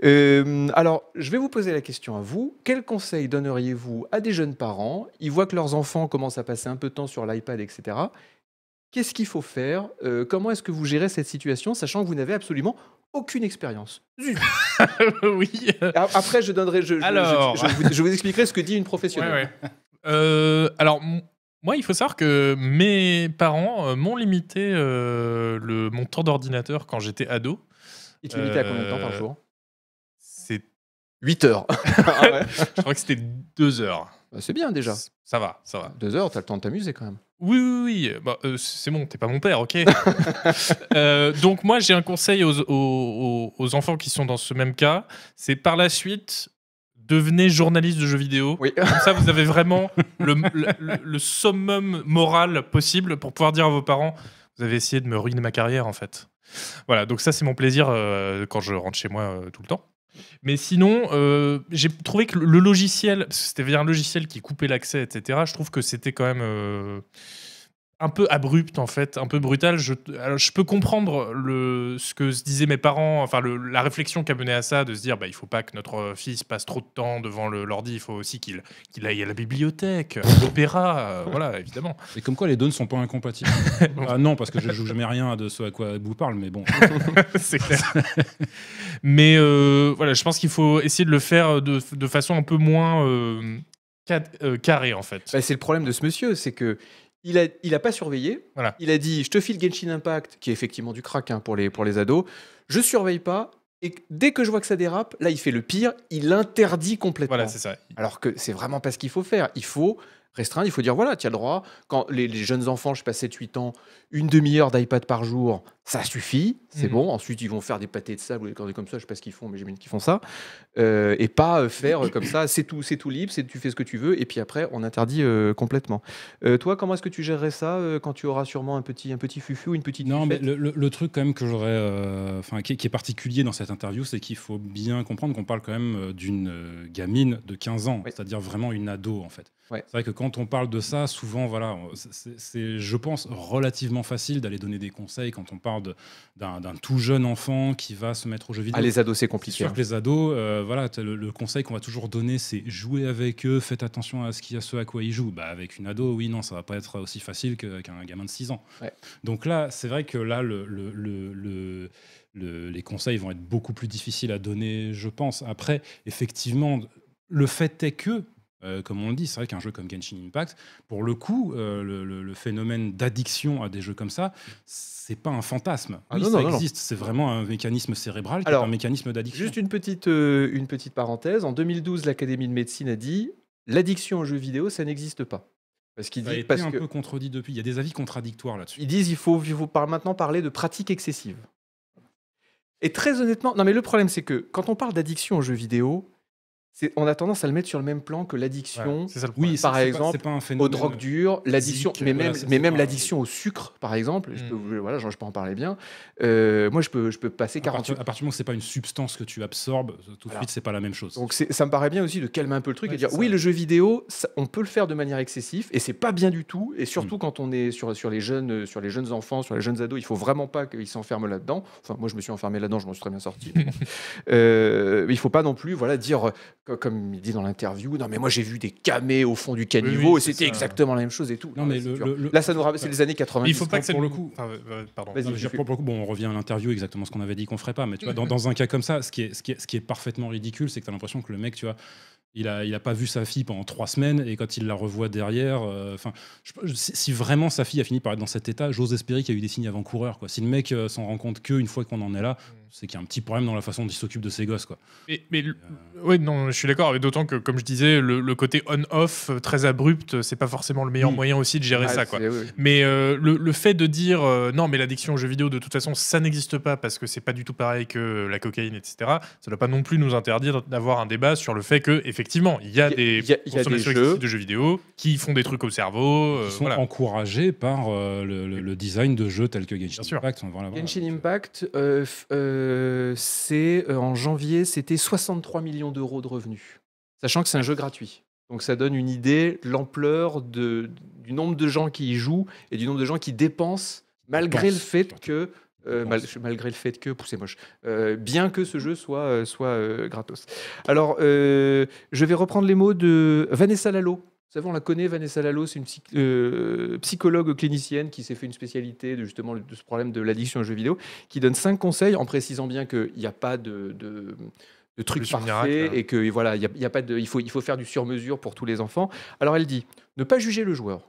A: Euh, alors, je vais vous poser la question à vous. Quels conseils donneriez-vous à des jeunes parents Ils voient que leurs enfants commencent à passer un peu de temps sur l'iPad, etc. Qu'est-ce qu'il faut faire Euh, Comment est-ce que vous gérez cette situation, sachant que vous n'avez absolument aucune expérience Zut.
B: oui.
A: A- Après, je donnerai, je, je- je-
B: Alors.
A: je vous, je vous expliquerai ce que dit une
B: Ouais,
A: professionnelle.
B: ouais. Euh, alors, m- moi, il faut savoir que mes parents euh, m'ont limité euh, le, mon temps d'ordinateur quand j'étais ado.
A: Il te limitait à combien de temps par
B: Euh,
A: jour
B: C'est-
A: 8 heures. Ah ouais.
B: Je crois que c'était deux heures.
A: Bah, C'est bien déjà.
B: Ça va, ça va.
A: 2 heures, t'as le temps de t'amuser quand même.
B: Oui, oui, oui. Bah, euh, c'est bon, t'es pas mon père, ok Euh, Donc, moi, j'ai un conseil aux, aux- aux enfants qui sont dans ce même cas. C'est par la suite, devenez journaliste de jeux vidéo.
A: Oui.
B: Comme ça, vous avez vraiment le, le- le- le summum moral possible pour pouvoir dire à vos parents Vous avez essayé de me ruiner ma carrière, en fait. Voilà, donc ça, c'est mon plaisir euh, quand je rentre chez moi euh, tout le temps. Mais sinon, euh, j'ai trouvé que le- le logiciel, parce que c'était via un logiciel qui coupait l'accès, etc., je trouve que c'était quand même. euh, un peu abrupt en fait, un peu brutal. Je, alors, je peux comprendre le, ce que se disaient mes parents, enfin le- la réflexion qu'a mené à ça, de se dire bah, il faut pas que notre fils passe trop de temps devant le- l'ordi, il faut aussi qu'il qu'il aille à la bibliothèque, à l'opéra, euh, voilà évidemment.
C: Et comme quoi, les deux ne sont pas incompatibles. ah non, parce que je joue jamais rien de ce à quoi vous parle, mais bon.
B: C'est clair. Mais euh, voilà, je pense qu'il faut essayer de le faire de, de façon un peu moins euh, cad- euh, carré, en fait.
A: Bah, c'est le problème de ce monsieur, c'est que il a, il a pas surveillé.
B: Voilà.
A: Il a dit, je te file Genshin Impact, qui est effectivement du crack hein, pour les pour les ados. Je surveille pas. Et que- dès que je vois que ça dérape, là, il fait le pire. Il interdit complètement.
B: Voilà, c'est ça.
A: Alors que c'est vraiment pas ce qu'il faut faire. Il faut restreindre, il faut dire voilà, tu as le droit. Quand les, les jeunes enfants, je sais pas, 7-8 ans, une demi-heure d'iPad par jour, ça suffit, c'est
B: Mhm.
C: Mmh.
A: bon. Ensuite, ils vont faire des pâtés de sable ou des cordes comme ça, je sais pas ce qu'ils font, mais j'imagine qu'ils font ça. Euh, et pas euh, faire euh, comme ça, c'est tout, c'est tout libre, c'est tu fais ce que tu veux, et puis après, on interdit euh, complètement. Euh, toi, comment est-ce que tu gérerais ça euh, quand tu auras sûrement un petit, un petit fufu ou une petite.
C: Non, mais
A: bufette
C: le, le- le truc quand même que j'aurais, euh, enfin, qui, est- qui est particulier dans cette interview, c'est qu'il faut bien comprendre qu'on parle quand même euh, d'une euh, gamine de 15 ans,
A: Oui.
C: c'est-à-dire vraiment une ado en fait.
A: Ouais.
C: C'est vrai que quand on parle de ça, souvent, voilà, on- c'est- c'est, c'est, je pense, relativement facile d'aller donner des conseils quand on parle de- d'un, d'un tout jeune enfant qui va se mettre aux jeux vidéo.
A: Ah, les ados, c'est
C: C'est
A: compliqué.
C: sûr que les ados, euh, voilà, t'as le, le conseil qu'on va toujours donner, c'est jouer avec eux, faites attention à ce qu'il y a, ce à quoi ils jouent. Bah, avec une ado, oui, non, ça va pas être aussi facile que- qu'un gamin de 6 ans.
A: Ouais.
C: Donc là, c'est vrai que là, le, le- le- le- le- les conseils vont être beaucoup plus difficiles à donner, je pense. Après, effectivement, le fait est que, euh, comme on le dit, c'est vrai qu'un jeu comme Genshin Impact, pour le coup, euh, le, le- le phénomène d'addiction à des jeux comme ça, c'est pas un fantasme.
A: Ah
C: Oui,
A: non,
C: ça
A: non, non, non.
C: existe. C'est vraiment un mécanisme cérébral, qui est
A: Alors,
C: un mécanisme d'addiction.
A: Juste une petite, euh, une petite parenthèse. En 2012, l'Académie de médecine a dit l'addiction aux jeux vidéo, ça n'existe pas. Parce qu'ils
C: Ça a
A: disent,
C: été
A: parce
C: un
A: que,
C: peu contredit depuis. Il y a des avis contradictoires là-dessus.
A: ils disent il faut, il faut par- maintenant parler de pratiques excessives. Et très honnêtement, non mais le problème c'est que quand on parle d'addiction aux jeux vidéo, c'est- on a tendance à le mettre sur le même plan que l'addiction
B: Voilà, c'est ça le
C: Oui,
B: problème.
C: c'est-
A: par
C: c'est pas-
A: exemple,
C: c'est pas un phénomène. euh,
A: aux drogues dures, l'addiction,
C: Zik,
A: mais
C: voilà,
A: même,
C: c'est-
A: mais
C: c'est
A: même
C: pas-
A: l'addiction au sucre, par exemple. Je,
B: Mm.
A: peux, vous- voilà, je, je peux en parler bien. Euh, moi, je peux, je peux passer
C: À
A: 48
C: partir, à partir du moment où c'est pas une substance que tu absorbes, tout de
A: Voilà.
C: suite c'est pas la même chose.
A: Donc c'est- ça me paraît bien aussi de calmer un peu le truc
C: Ouais,
A: et dire
C: c'est ça.
A: oui le jeu vidéo ça- on peut le faire de manière excessive et c'est pas bien du tout et
B: Mm.
A: surtout quand on est sur, sur les jeunes euh, sur les jeunes enfants sur les jeunes ados il faut vraiment pas qu'ils s'enferment là-dedans enfin moi je me suis enfermé là-dedans je m'en suis très bien sorti mais bon. Euh, mais il faut pas non plus voilà dire euh, co- comme il dit dans l'interview non mais moi j'ai vu des camés au fond du caniveau
B: oui,
A: et
B: c'est
A: c'était
B: ça.
A: exactement la même chose et tout
C: non
A: Ouais,
C: mais
A: c'est
C: le,
A: dur.
C: le- le-
A: là ça nous rappelle c'est les années 90
B: Mais il faut pas que c'est
C: pour
B: le
C: le coup.
B: Enfin, euh, pardon.
A: Vas-y.
C: Non, mais je veux dire, pour- pour le coup, bon, on revient à l'interview exactement ce qu'on avait dit qu'on ferait pas, mais tu vois, dans, dans un cas comme ça, ce qui est, ce qui est, ce qui est parfaitement ridicule, c'est que tu as l'impression que le mec, tu vois, il a, il a pas vu sa fille pendant trois semaines et quand il la revoit derrière, euh, enfin, je- je- si, si vraiment sa fille a fini par être dans cet état, j'ose espérer qu'il y a eu des signes avant-coureurs, quoi. Si le mec euh, s'en rend compte qu'une fois qu'on en est là,
A: Mm.
C: c'est qu'il y a un petit problème dans la façon dont il s'occupe de ses gosses, quoi.
B: Mais, mais le-
C: Euh,
B: ouais, non, je suis d'accord. et D'autant que, comme je disais, le, le côté on-off euh, très abrupt, euh, c'est pas forcément le meilleur
C: Oui.
B: moyen aussi de gérer
A: Ah,
B: ça, quoi.
A: c'est- oui, oui.
B: Mais euh, le, le fait de dire euh, non, mais l'addiction aux jeux vidéo, de toute façon, ça n'existe pas parce que c'est pas du tout pareil que euh, la cocaïne, etc. Ça ne doit pas non plus nous interdire d'avoir un débat sur le fait que, effectivement, il y a
A: Il y a-
B: des
A: il y a- il y a des
B: consommations
A: jeux-
B: excessives de jeux vidéo qui font des trucs au cerveau. euh,
C: qui sont
B: voilà.
C: encouragés par euh, le, le- le design de jeux tels que Genshin
B: Bien sûr.
C: Impact. voilà, voilà.
A: Genshin Impact, euh, f- euh, c'est euh, en janvier, c'était 63 millions d'euros de revenus, sachant que c'est un jeu gratuit. Donc ça donne une idée de l'ampleur de- du nombre de gens qui y jouent et du nombre de gens qui dépensent malgré
C: Dépensent,
A: le fait
C: surtout.
A: que euh, mal-
C: Dépensent.
A: malgré le fait que pouh, c'est moche, euh, bien que ce jeu soit euh, soit euh, gratos. Alors euh, je vais reprendre les mots de Vanessa Lalo. Vous savez, on la connaît, Vanessa Lalo, c'est une psy- euh, psychologue clinicienne qui s'est fait une spécialité de justement de ce problème de l'addiction aux jeux vidéo, qui donne cinq conseils en précisant bien qu'il n'y a pas de, de, de truc
B: Solution
A: parfait
B: miracle, hein.
A: et que et voilà, il y a, il y a pas de, il faut, il faut faire du sur-mesure pour tous les enfants. Alors elle dit, ne pas juger le joueur.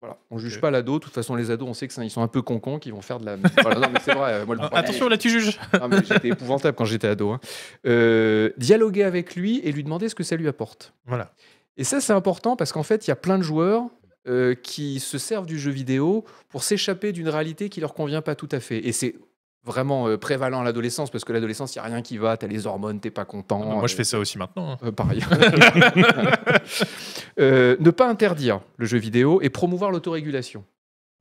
A: Voilà, on juge
B: Ok.
A: pas l'ado. De toute façon, les ados, on sait que ça- ils sont un peu concons, qu'ils vont faire de la. Voilà, non, mais c'est vrai. euh, Moi, le
B: Ah,
A: problème-
B: Attention, là tu juges.
A: non, mais j'étais épouvantable quand j'étais ado. hein. Euh, dialoguer avec lui et lui demander ce que ça lui apporte.
B: Voilà.
A: Et ça, c'est important parce qu'en fait, il y a plein de joueurs euh, qui se servent du jeu vidéo pour s'échapper d'une réalité qui leur convient pas tout à fait. Et c'est vraiment euh, prévalent à l'adolescence parce que l'adolescence, il n'y a rien qui va, tu as les hormones, t'es pas content.
B: Ah bah, moi, je
A: euh,
B: fais ça aussi maintenant. hein.
A: euh, pareil. Euh, ne pas interdire le jeu vidéo et promouvoir l'autorégulation.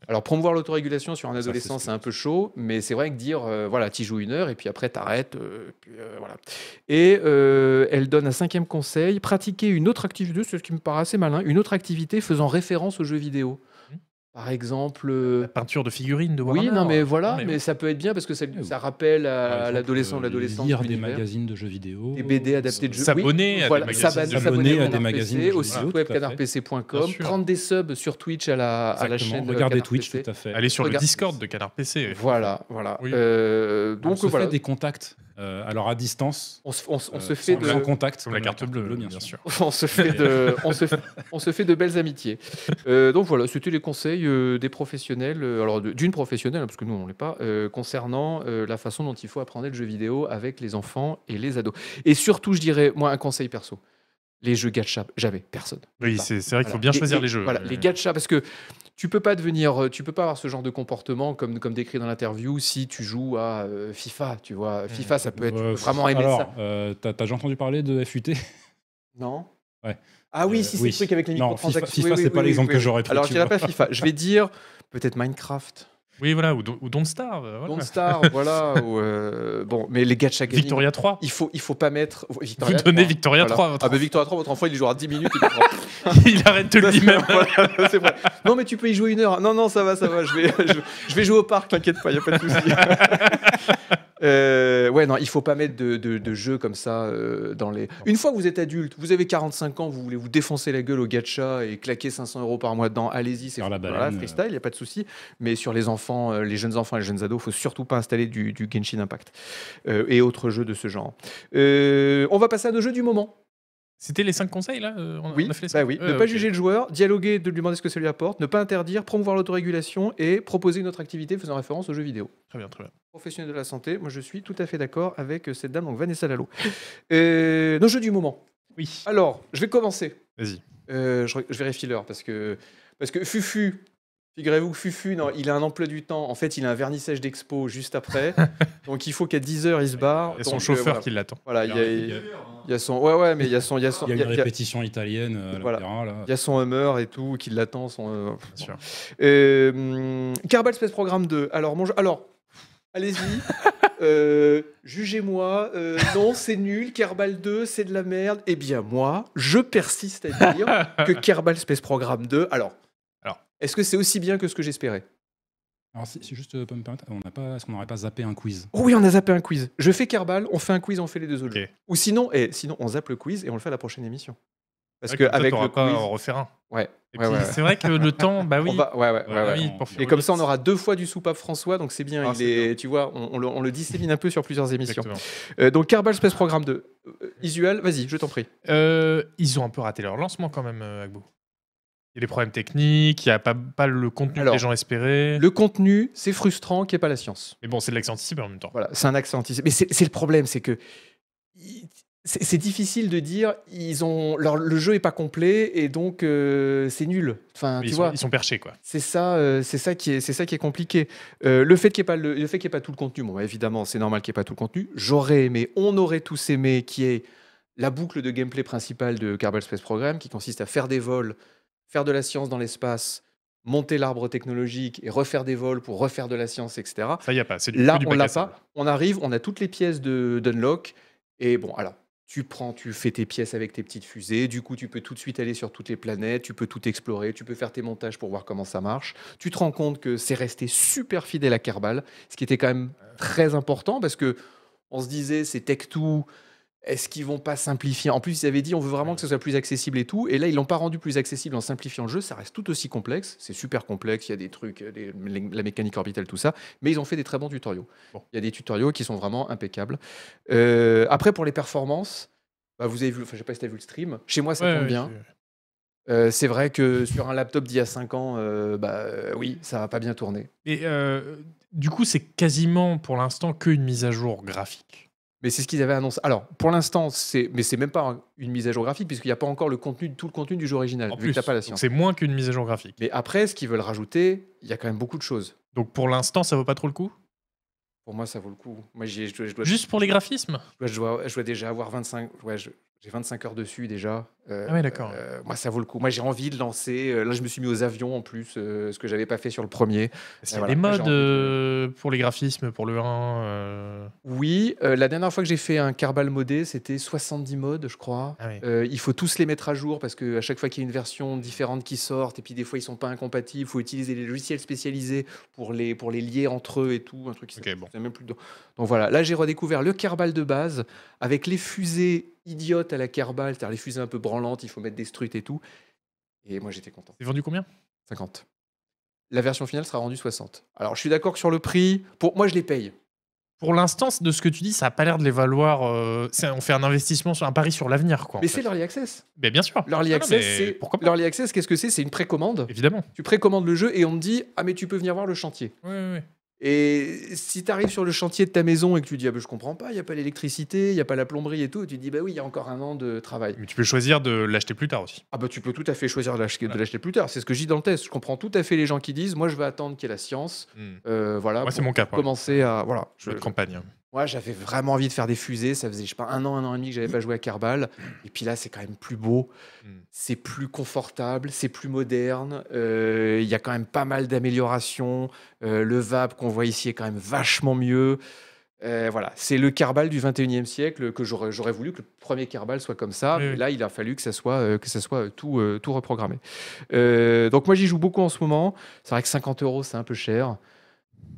A: Alors, promouvoir l'autorégulation sur un
C: c'est
A: adolescent,
C: ce
A: c'est un peu chaud, mais c'est vrai que dire, euh, voilà, tu joues une heure et puis après, t'arrêtes. euh, puis, euh, voilà. Et euh, elle donne un cinquième conseil pratiquer une autre activité, c'est ce qui me paraît assez malin, une autre activité faisant référence au jeu vidéo.
C: Mmh.
B: Mhm.
A: Par exemple. euh,
B: Peinture de figurines de Warhammer.
A: oui, non, mais voilà,
B: Non, mais
A: mais, ça peut être bien parce que ça,
C: Ouais,
A: ça rappelle
C: Par
A: à
C: exemple,
A: l'adolescent ou
C: euh,
A: l'adolescente.
C: Lire des
A: l'univers.
C: magazines de jeux vidéo. euh,
A: Des BD adaptés de jeux.
B: S'abonner à des
A: voilà,
B: magazines
A: s'abonner-
B: de jeux
A: s'abonner
C: vidéo.
A: à des magazines
C: de jeux
A: au site
C: vidéo,
A: web
C: tout à fait.
A: canardpc.com,
B: Bien sûr.
A: prendre des subs sur Twitch à la, à la
C: Exactement.
A: chaîne. euh,
C: Regardez
A: Canard
C: Twitch,
A: PC.
C: tout à fait.
B: Aller sur le
A: Regarde.
B: Discord de Canard PC.
A: Voilà, voilà.
B: Oui.
A: Euh,
C: Donc
A: donc
C: se fait
A: voilà.
C: des contacts. Euh, alors à distance,
A: On se, on se- on
C: euh,
A: se fait
C: sans,
A: de,
C: sans contact, euh,
B: Comme la carte bleue, bien sûr.
A: on se fait de,
D: on, se, on se fait de belles amitiés. Euh, donc voilà, c'était les conseils euh, des professionnels, euh, alors de- d'une professionnelle, hein, parce que nous on l'est pas, euh, concernant euh, la façon dont il faut apprendre le jeu vidéo avec les enfants et les ados. Et surtout, je dirais, moi, un conseil perso. Les jeux gacha, jamais, personne.
B: Oui,
D: Bah,
B: c'est c'est vrai qu'il faut
D: Voilà.
B: bien
D: Les-
B: choisir
D: les-
B: les jeux.
D: Voilà,
B: Euh,
D: les gachas, parce que tu peux pas devenir, euh, tu peux pas avoir ce genre de comportement comme, comme décrit dans l'interview si tu joues à euh, FIFA, tu vois. FIFA, ça peut être tu peux vraiment
A: Ah,
D: aimer
C: Mmh. Alors,
D: ça.
C: euh, t'as t'as déjà entendu parler de FUT
A: Non
C: Ouais.
A: Ah oui,
C: Euh,
A: si, c'est
C: oui.
A: le truc avec les
C: Non, FIFA,
A: microtransactions.
C: FIFA,
A: Oui, oui,
C: c'est pas
A: oui,
C: l'exemple
A: oui,
C: que
A: oui.
C: j'aurais pris.
A: Alors, je
C: tu
A: dirais
C: vois.
A: pas FIFA. Je vais dire peut-être Minecraft,
B: Oui, voilà, ou, Don- ou Don't Starve. voilà.
A: Don't Star, voilà. ou, euh, bon, mais les gacha gaming.
B: Victoria 3.
A: Il faut, il faut pas mettre.
B: Vous
A: Victoria
B: donnez
A: 3.
B: Victoria
A: Voilà.
B: 3 à votre
A: Ah bah Victoria 3, votre enfant, il y jouera 10 minutes. Il le prend.
B: Il arrête de
A: Ça,
B: le
A: c'est-
B: dire.
A: voilà, c'est vrai. Non, mais tu peux y jouer une heure. Non, non, ça va, ça va. Je vais, je, je vais jouer au parc, t'inquiète pas, il a pas de souci. Euh, ouais, non, il faut pas mettre de, de, de jeux comme ça euh, dans les. Une fois que vous êtes adulte, vous avez 45 ans, vous voulez vous défoncer la gueule au gacha et claquer 500 euros par mois dedans, allez-y, c'est
C: Faire la
A: voilà,
C: baleine, euh.
A: freestyle, il n'y a pas de souci. Mais sur les enfants, euh, les jeunes enfants et les jeunes ados, faut surtout pas installer du, du Genshin Impact euh, et autres jeux de ce genre. Euh, on va passer à nos jeux du moment.
B: C'était les 5 conseils, là euh, on a-
A: Oui,
B: on a fait les
A: bah
B: cinq
A: oui.
B: Ouais,
A: ne pas
B: ok.
A: juger le joueur, dialoguer, de lui demander ce que ça lui apporte, ne pas interdire, promouvoir l'autorégulation et proposer une autre activité faisant référence aux jeux vidéo.
B: Très bien, très bien.
A: Professionnel de la santé, moi je suis tout à fait d'accord avec cette dame, donc Vanessa Lalo. Euh, nos jeux du moment.
B: Oui,
A: Alors, je vais commencer.
B: vas-y.
A: Euh, je, re- je vérifie l'heure parce que, parce que Fufu, figurez-vous que Fufu, non, il a un emploi du temps. En fait, il a un vernissage d'expo juste après. donc il faut qu'à 10h, il se barre.
B: Il y a son
A: Donc, euh,
B: chauffeur
A: voilà.
B: qui l'attend.
A: Voilà, il y a-
C: Il y a-
A: il y a son. Ouais, ouais, mais il y a son. Il y a son.
C: Il y a
A: il y a-
C: une
A: il y a-
C: répétition italienne euh, à
A: Voilà.
C: l'opéra, là.
A: il y a son Hummer et tout, qui l'attend, son. euh,
B: Bien sûr.
A: Euh, Carbal Space Programme 2. Alors, mon jeu- alors allez-y. Euh, Jugez-moi. Euh, non, c'est nul. Kerbal 2, c'est de la merde. Eh bien, moi, je persiste à dire que Kerbal Space Programme 2. Alors,
B: Alors.
A: est-ce que c'est aussi bien que ce que j'espérais
C: Alors, si, si juste euh, peut me permettre, on n'a pas, est-ce qu'on n'aurait pas zappé un quiz
A: Oh oui, on a zappé un quiz. Je fais Kerbal, on fait un quiz, on fait les deux autres
B: Ok.
A: jeux. Ou sinon, et sinon, on zappe le quiz et on le fait à la prochaine émission. Parce
B: Ouais,
A: que
B: comme ça,
A: avec
B: t'auras
A: le
B: pas à
A: quiz,
B: en refaire un.
A: ouais,
B: Et
A: ouais,
B: puis,
A: ouais,
B: c'est vrai que le temps, bah oui.
A: on va- ouais, ouais, ouais,
C: Ouais,
A: ouais.
B: oui,
C: on-
B: pour
A: Et
B: finir
A: comme
B: le
A: ça, on
B: liste.
A: aura deux fois du soupape François, donc c'est bien.
B: Ah,
A: il
B: c'est
A: est, tu vois, on, on le, on le dissémine un peu sur plusieurs émissions.
B: Exactement.
A: Euh, donc, Carbal Space Programme 2. Euh, Isual, vas-y, je t'en prie.
B: Euh, ils ont un peu raté leur lancement quand même, euh, Agbo. Il y a des problèmes techniques, il n'y a pas, pas le contenu
A: Alors,
B: que les gens espéraient.
A: Le contenu, c'est frustrant qu'il n'y ait pas la science.
B: Mais bon, c'est de l'accent anticipé en même temps.
A: Voilà, c'est un accent anticipé. Mais c'est c'est le problème, c'est que. il- C'est c'est difficile de dire, ils ont, leur- le jeu est pas complet et donc euh, c'est nul. Enfin,
B: Mais
A: tu
B: ils,
A: vois,
B: sont, ils sont perchés, quoi.
A: C'est ça, euh, c'est ça qui est, c'est ça qui est compliqué. Euh, le fait qu'il n'y ait pas le, le fait qu'il y ait pas tout le contenu, bon, bah, évidemment, c'est normal qu'il n'y ait pas tout le contenu. J'aurais aimé, on aurait tous aimé qu'il y ait la boucle de gameplay principale de Kerbal Space Program, qui consiste à faire des vols, faire de la science dans l'espace, monter l'arbre technologique et refaire des vols pour refaire de la science, etc.
B: Ça, il n'y a pas. C'est du,
A: Là,
B: que du
A: on
B: bac à
A: l'a
B: sable.
A: pas. On arrive, on a toutes les pièces de d'unlock. Et bon, alors, tu prends, tu fais tes pièces avec tes petites fusées. Du coup, tu peux tout de suite aller sur toutes les planètes. Tu peux tout explorer. Tu peux faire tes montages pour voir comment ça marche. Tu te rends compte que c'est resté super fidèle à Kerbal, ce qui était quand même très important parce que on se disait c'est tech tout. Est-ce qu'ils vont pas simplifier En plus, ils avaient dit on veut vraiment que ce soit plus accessible et tout. Et là, ils l'ont pas rendu plus accessible en simplifiant le jeu. Ça reste tout aussi complexe. C'est super complexe. Il y a des trucs, euh, des- la mécanique orbitale, tout ça mais ils ont fait des très bons tutoriaux.
B: Bon.
A: Il y a des tutoriaux qui sont vraiment impeccables. Euh, après, pour les performances, bah, vous avez vu, enfin, je sais pas si tu as vu le stream, chez moi ça
B: Ouais,
A: tombe
B: ouais,
A: bien.
B: c'est-
A: Euh, c'est vrai que sur un laptop d'il y a 5 ans, euh, bah, euh, oui, ça va pas bien tourner.
B: Et euh, du coup, c'est quasiment pour l'instant qu'une mise à jour graphique.
A: Mais c'est ce qu'ils avaient annoncé. Alors, pour l'instant, c'est, mais c'est même pas une mise à jour graphique, puisqu'il n'y a pas encore le contenu, tout le contenu du jeu original,
B: En
A: vu
B: plus,
A: que t'as pas la
B: Donc,
A: science.
B: c'est moins qu'une mise à jour graphique.
A: Mais après, ce qu'ils veulent rajouter, il y a quand même beaucoup de choses.
B: Donc pour l'instant, ça vaut pas trop le coup
A: Pour moi, ça vaut le coup. Moi, j'y ai- je dois- je dois-
B: Juste pour les graphismes
A: Ouais, je, dois, je dois déjà avoir 25. Ouais, je- j'ai 25 heures dessus déjà. Euh,
B: Ah ouais, d'accord.
A: euh, moi, ça vaut le coup. Moi, j'ai envie de lancer. euh, là, je me suis mis aux avions en plus, euh, ce que j'avais pas fait sur le premier.
B: Est-ce
A: Et
B: qu'il y a
A: voilà,
B: des
A: moi, j'ai
B: modes
A: envie de-
B: euh, pour les graphismes, pour le 1 euh,
A: Oui, euh, la dernière fois que j'ai fait un Carbal modé, c'était 70 modes, je crois.
B: ah oui.
A: Euh, il faut tous les mettre à jour parce que à chaque fois qu'il y a une version différente qui sort, et puis des fois ils sont pas incompatibles, il faut utiliser les logiciels spécialisés pour les, pour les lier entre eux et tout, un truc qui
B: Ok, bon.
A: s'appelle même plus dedans. Donc voilà, là j'ai redécouvert le Kerbal de base avec les fusées idiotes à la Kerbal, c'est-à-dire les fusées un peu branlantes, il faut mettre des struts et tout. Et moi j'étais content.
B: C'est vendu combien
A: 50. La version finale sera rendue 60. Alors je suis d'accord que sur le prix, pour moi je les paye.
B: pour l'instant, de ce que tu dis, ça n'a pas l'air de les valoir. euh, c'est- on fait un investissement, sur un pari sur l'avenir, quoi. en
A: Mais
B: fait.
A: c'est l'early access.
B: Mais bien sûr. Ah
A: L'early
B: non,
A: access,
B: mais
A: c'est
B: pourquoi pas
A: l'early access, qu'est-ce que c'est C'est une précommande.
B: Évidemment.
A: Tu précommandes le jeu et on te dit ah mais tu peux venir voir le chantier.
B: Ouais, ouais, ouais.
A: Et si tu arrives sur le chantier de ta maison et que tu dis ah ben, je comprends pas, il y a pas l'électricité, il y a pas la plomberie et tout, et tu te dis bah oui, il y a encore un an de travail.
B: Mais tu peux choisir de l'acheter plus tard aussi.
A: Ah bah tu peux tout à fait choisir de l'acheter de l'acheter plus tard. C'est ce que je dis dans le test. Je comprends tout à fait les gens qui disent moi je vais attendre qu'il y ait la science.
B: Hmm.
A: euh, voilà.
B: Moi, c'est
A: pour
B: mon cas. par exemple.
A: Commencer à voilà.
B: Je
A: Je,
B: veux de campagne. hein.
A: moi j'avais vraiment envie de faire des fusées. Ça faisait je sais pas un an un an et demi que j'avais pas joué à Kerbal. Et puis là c'est quand même plus beau.
B: Mm.
A: C'est plus confortable. C'est plus moderne. Euh, Il y a quand même pas mal d'améliorations. Euh, le VAP qu'on voit ici est quand même vachement mieux. Euh, voilà, c'est le Kerbal du 21e siècle que j'aurais j'aurais voulu que le premier Kerbal soit comme ça.
B: Oui,
A: mais
B: oui.
A: Là, il a fallu que ça soit, euh, que ça soit euh, tout, euh, tout reprogrammé. Euh, donc moi, j'y joue beaucoup en ce moment. C'est vrai que 50 euros, c'est un peu cher.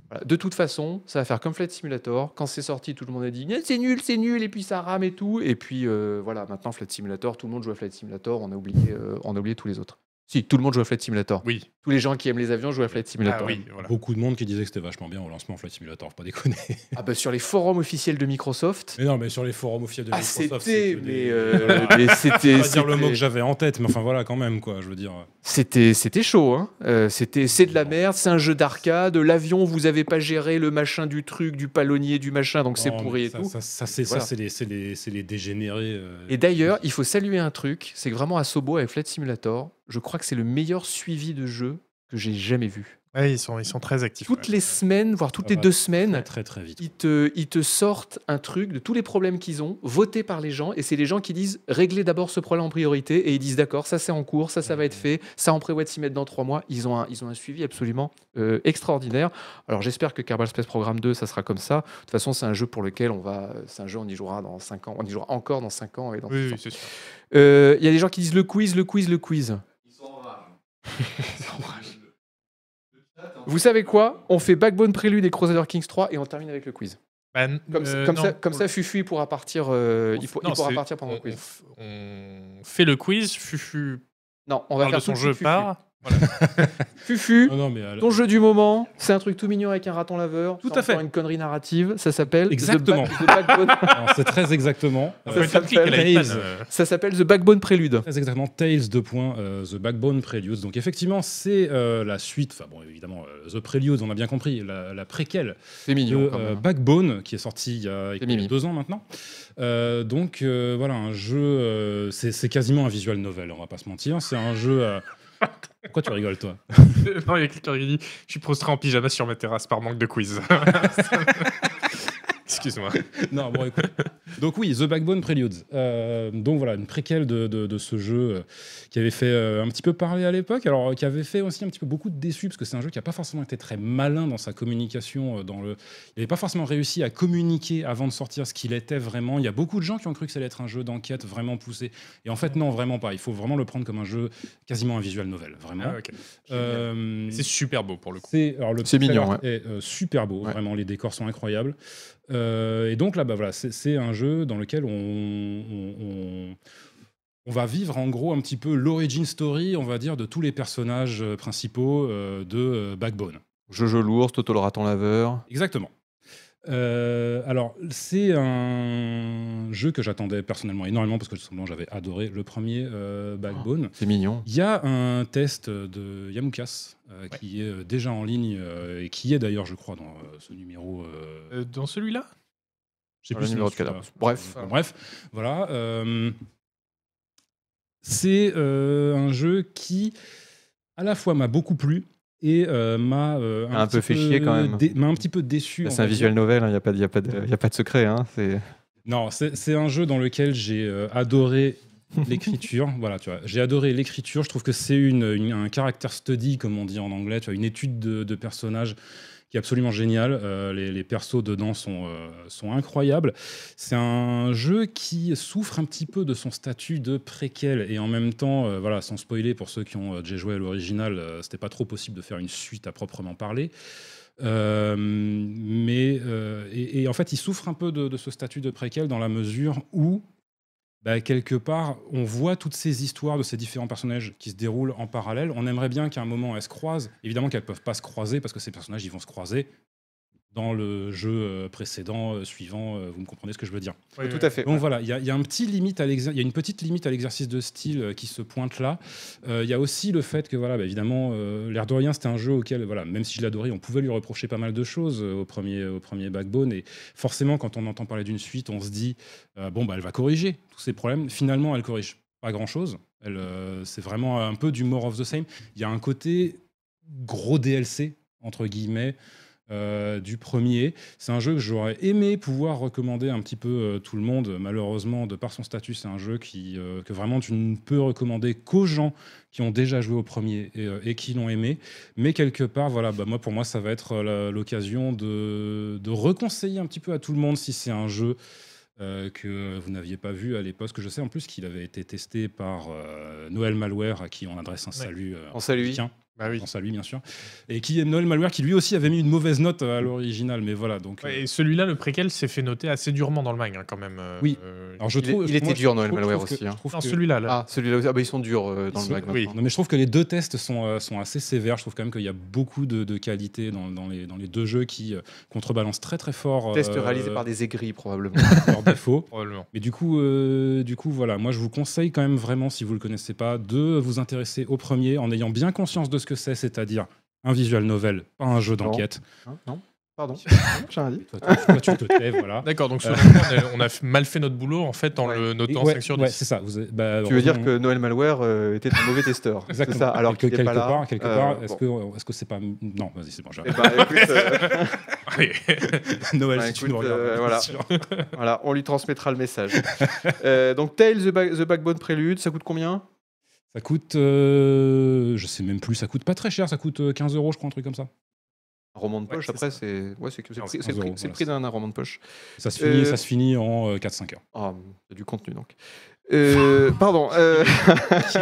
A: Voilà. De toute façon, ça va faire comme Flight Simulator. Quand c'est sorti, tout le monde a dit Eh, c'est nul, c'est nul, et puis ça rame et tout. Et puis euh, voilà, maintenant Flight Simulator, tout le monde joue à Flight Simulator. On a oublié, euh, on a oublié tous les autres. Si, tout le monde joue à Flight Simulator.
B: Oui.
A: Tous les gens qui aiment les avions jouent à Flight
B: Ah
A: Simulator.
B: oui, voilà.
C: Beaucoup de monde qui disait que c'était vachement bien au lancement Flight Simulator, faut pas déconner.
A: Ah bah, sur les forums officiels de Microsoft,
C: Mais non, mais sur les forums officiels de
A: Ah,
C: Microsoft, c'est
A: c'était,
C: que des-
A: mais,
C: Voilà.
A: euh, mais
C: Je
A: c'était,
C: vais pas dire le mot que
A: c'était-
C: j'avais en tête, mais enfin voilà, quand même, quoi. Je veux dire,
A: c'était, c'était chaud. Hein. Euh, c'était, c'est de la merde, c'est un jeu d'arcade. L'avion, vous avez pas géré le machin du truc, du palonnier, du machin, donc c'est
C: non,
A: pourri
C: mais
A: et
C: ça,
A: tout.
C: Ça, ça, c'est
A: Voilà.
C: ça, c'est les, c'est les, c'est les dégénérés. euh,
A: Et d'ailleurs, il faut saluer un truc, c'est que vraiment à Sobo avec Flight Simulator, je crois que c'est le meilleur suivi de jeu que j'ai jamais vu.
B: Ouais, ils, sont, ils sont très actifs.
A: Toutes
B: ouais.
A: les semaines, voire toutes
C: Ça
A: les
C: va
A: deux semaines,
C: très très vite.
A: ils te, ils te sortent un truc de tous les problèmes qu'ils ont, votés par les gens, et c'est les gens qui disent réglez d'abord ce problème en priorité, et ils disent d'accord, ça c'est en cours, ça ça va être fait, ça on prévoit de s'y mettre dans trois mois. Ils ont un, ils ont un suivi absolument euh, extraordinaire. Alors j'espère que Kerbal Space Programme 2, ça sera comme ça. De toute façon, c'est un jeu pour lequel on va, c'est un jeu, on y jouera dans cinq ans, on y jouera encore dans cinq ans et dans
B: Oui,
A: dix
B: oui,
A: ans.
B: c'est sûr.
A: Euh, Il y a des gens qui disent le quiz, le quiz, le quiz.
E: Ils sont en rage. Le chat est en-
A: Vous savez quoi On fait Backbone Prélude et Crusader Kings 3 et on termine avec le quiz.
B: Bah, n-
A: Comme,
B: euh,
A: comme
B: non,
A: ça, comme
B: on-
A: ça, Fufu il pourra partir. euh,
B: on-
A: il, faut- il
B: non,
A: pourra
B: c'est-
A: partir pendant
B: on-
A: le quiz.
B: on f- On fait le quiz. Fufu
A: Non, on va
B: parle
A: faire
B: de son
A: tout de
B: jeu
A: suite
B: part. Euh,
A: Fufu. Fufu,
C: Non, non, mais à la-
A: ton jeu du moment, c'est un truc tout mignon avec un raton laveur.
C: Tout
A: c'est
C: à fait.
A: encore Une connerie narrative, ça s'appelle. The
C: Exactement.
A: Back- The Backbone-
C: Alors, c'est très exactement.
B: Ah,
A: Ça
B: ouais, t'as pris
A: s'appelle
B: qu'elle a une
C: Raze.
B: panne, euh.
A: ça s'appelle The Backbone Prélude.
C: Très exactement, Tales 2. euh, The Backbone Preludes. Donc effectivement, c'est euh, la suite, enfin bon, évidemment, euh, The Preludes, on a bien compris, la, la préquelle
A: C'est
C: de
A: mignon quand
C: euh,
A: même. hein.
C: Backbone, qui est sorti il y a, il y a
A: mimi.
C: deux ans maintenant. Euh, donc euh, voilà, un jeu, euh, c'est c'est quasiment un visual novel, on va pas se mentir. C'est un jeu... euh, Pourquoi tu rigoles, toi
B: non, il y a quelqu'un qui dit Je suis prostré en pyjama sur ma terrasse par manque de quiz. Excuse-moi.
C: Non, bon, écoute. Donc oui, The Backbone Preludes. Euh, donc voilà, une préquelle de, de- de ce jeu euh, qui avait fait euh, un petit peu parler à l'époque, alors euh, qui avait fait aussi un petit peu beaucoup de déçus, parce que c'est un jeu qui n'a pas forcément été très malin dans sa communication. euh, dans le... Il n'avait pas forcément réussi à communiquer avant de sortir ce qu'il était vraiment. Il y a beaucoup de gens qui ont cru que ça allait être un jeu d'enquête vraiment poussé. Et en fait, non, vraiment pas. Il faut vraiment le prendre comme un jeu quasiment un visual novel, vraiment.
B: Ah, ok.
C: Euh,
B: C'est super beau pour le coup.
C: c'est alors le
A: C'est
C: trailer
A: mignon, ouais.
C: est euh, super beau,
A: Ouais.
C: vraiment les décors sont incroyables. Euh, et donc là, bah voilà, c'est- c'est un jeu dans lequel on, on, on- on va vivre en gros un petit peu l'origin story, on va dire, de tous les personnages euh, principaux euh, de euh, Backbone.
A: Jojo l'ours, Toto le raton laveur.
C: Exactement. Euh, alors, c'est un jeu que j'attendais personnellement énormément parce que tout simplement j'avais adoré le premier euh, Backbone.
A: C'est mignon.
C: Il y a un test de Yamukas euh, qui est euh, déjà en ligne euh, et qui est d'ailleurs, je crois, dans euh, ce numéro. euh,
B: Euh, dans celui-là
C: je sais
A: Dans
C: plus
A: le
C: si
A: numéro
C: dans
A: de
C: celui-là.
A: cadavre. Bref.
C: Bon, bref, voilà. euh, c'est euh, un jeu qui, à la fois, m'a beaucoup plu et euh, m'a euh,
A: Un peu
C: petit
A: fait chier quand même.
C: dé- m'a un petit peu déçu. on
A: C'est
C: va
A: un
C: dire.
A: visuel novel, il n'y a, pas de- y a, pas de- y a pas de secret. hein, c'est-
C: Non, c'est c'est un jeu dans lequel j'ai euh, adoré l'écriture. voilà, tu vois, j'ai adoré l'écriture. Je trouve que c'est une, une- un character study, comme on dit en anglais, tu vois, une étude de, de personnages qui est absolument géniale. Euh, les, les persos dedans sont, euh, sont incroyables. C'est un jeu qui souffre un petit peu de son statut de préquel et en même temps, euh, voilà, sans spoiler pour ceux qui ont euh, déjà joué à l'original, euh, c'était pas trop possible de faire une suite à proprement parler. Euh, mais euh, et, et en fait, il souffre un peu de, de ce statut de préquel dans la mesure où bah, quelque part, on voit toutes ces histoires de ces différents personnages qui se déroulent en parallèle. On aimerait bien qu'à un moment elles se croisent. Évidemment qu'elles peuvent pas se croiser parce que ces personnages ils vont se croiser dans le jeu euh, précédent, euh, suivant, euh, vous me comprenez ce que je veux dire.
B: Ouais,
A: Tout
B: ouais.
A: à fait.
C: Donc voilà, il y, a- il y a un petit limite à l'exer- il y a une petite limite à l'exercice de style euh, qui se pointe là. Euh, Il y a aussi le fait que voilà, bah, évidemment, euh, l'air de rien, c'était un jeu auquel voilà, même si je l'adorais, on pouvait lui reprocher pas mal de choses euh, au premier au premier Backbone et forcément quand on entend parler d'une suite, on se dit euh, bon bah elle va corriger tous ces problèmes. Finalement, elle corrige pas grand chose. Elle euh, c'est vraiment un peu du more of the same. Il y a un côté gros DLC entre guillemets euh, du premier. C'est un jeu que j'aurais aimé pouvoir recommander un petit peu euh, tout le monde. Malheureusement, de par son statut, c'est un jeu qui, euh, que vraiment tu ne peux recommander qu'aux gens qui ont déjà joué au premier et, euh, et qui l'ont aimé. Mais quelque part, voilà, bah, moi, pour moi, ça va être euh, la- l'occasion de, de reconseiller un petit peu à tout le monde si c'est un jeu. euh, que vous n'aviez pas vu à l'époque, que je sais en plus qu'il avait été testé par euh, Noël Malware, à qui on adresse un
B: Ouais.
C: salut. euh,
A: On salue.
C: américain.
B: Bah oui.
C: Je pense à lui, bien sûr. Et qui est Noël Malware, qui lui aussi avait mis une mauvaise note à l'original. Mais voilà, donc.
B: Ouais,
C: euh,
B: et celui-là, le préquel, s'est fait noter assez durement dans le mag, hein, quand même. euh,
C: Oui.
B: euh,
C: alors je
D: il est-
C: trouve,
D: il était
C: moi, je
D: dur, Noël
C: trouve
D: Malware
C: que-
D: aussi, hein.
C: je trouve
B: non,
C: que-
B: celui-là, là.
D: Ah, celui-là aussi. Ah, bah, ils sont durs euh, dans
C: Ils
D: le
C: sont-
D: mag
B: oui.
D: maintenant.
C: Non, mais je trouve que les deux tests sont, euh, sont assez sévères. Je trouve quand même qu'il y a beaucoup de, de qualité dans, dans les, dans les deux jeux qui euh, contrebalancent très très fort
A: Test
C: euh,
A: réalisé par
D: Des aigris, probablement.
C: leurs défauts.
B: Probablement.
C: Mais du coup, euh, du coup, voilà, moi je vous conseille quand même vraiment, si vous ne le connaissez pas, de vous intéresser au premier en ayant bien conscience de ce que c'est, c'est-à-dire un visual novel, pas un jeu
D: Non.
C: d'enquête.
D: Hein non Pardon
A: J'ai un livre.
C: Toi, tu- toi, tu te tais, voilà.
B: D'accord, donc sur
C: Euh.
B: le coup, on a- on a f- mal fait notre boulot en fait en
A: Ouais.
B: le
C: Et
B: notant
C: ouais,
B: 5 sur
C: ouais,
B: 10.
C: c'est ça. Vous avez- bah,
A: Tu veux dire
C: heureusement,
A: que Noël Malware euh, était un mauvais testeur C'est
C: Exactement.
A: ça, alors
C: quelque,
A: qu'il n'est
C: quelque
A: pas là.
C: part, quelque
A: euh,
C: part, est-ce
A: bon.
C: que, est-ce que c'est pas, non, vas-y, c'est bon, j'arrête.
A: Eh ben, écoute, euh,
B: Allez.
C: Noël,
A: bah,
C: si tu
A: écoute,
C: nous regardes,
A: euh,
C: bien
A: voilà.
C: sûr.
A: voilà, on lui transmettra le message. Euh, donc, Tales the, Ba- the Backbone Prélude, ça coûte combien
C: Ça coûte, euh, je sais même plus, ça coûte pas très cher, ça coûte euh, 15 euros, je crois, un truc comme ça.
A: Un roman de
B: Ouais,
A: poche,
B: c'est
A: après, c'est ouais, c'est que- c'est le prix- c'est le
C: 15
A: prix-
C: euros,
A: c'est le
C: voilà,
A: prix d'un roman de poche.
C: Ça se finit,
A: Euh,
C: ça se finit en euh, 4-5 heures.
A: Ah, il y a du contenu donc. Euh, pardon. euh,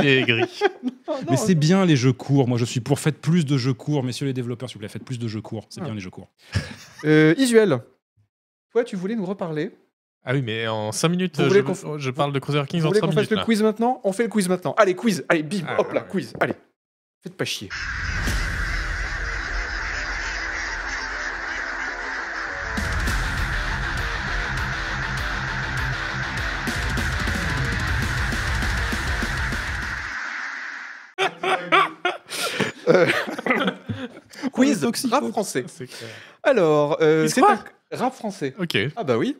B: Il est gris.
A: non,
C: Mais c'est bien les jeux courts. Moi, je suis pour faites plus de jeux courts, messieurs les développeurs, s'il vous plaît, faites plus de jeux courts. C'est
A: Ah.
C: bien les jeux courts.
A: Euh, Isuel, toi, tu voulais nous reparler
B: Ah oui, mais en 5 minutes,
A: Vous
B: euh,
A: voulez
B: je,
A: qu'on
B: je parle de Cruiser Kings
A: Vous
B: en
A: voulez
B: 5
A: qu'on fasse
B: minutes.
A: le
B: là.
A: quiz maintenant On fait le quiz maintenant. Allez, quiz Allez, bim
B: Ah,
A: Hop là,
B: ouais.
A: quiz Allez Faites pas chier. Euh, quiz rap français.
B: C'est clair.
A: Alors, euh,
B: Quiz
A: c'est
B: quoi
A: un rap français.
B: Ok.
A: Ah bah oui.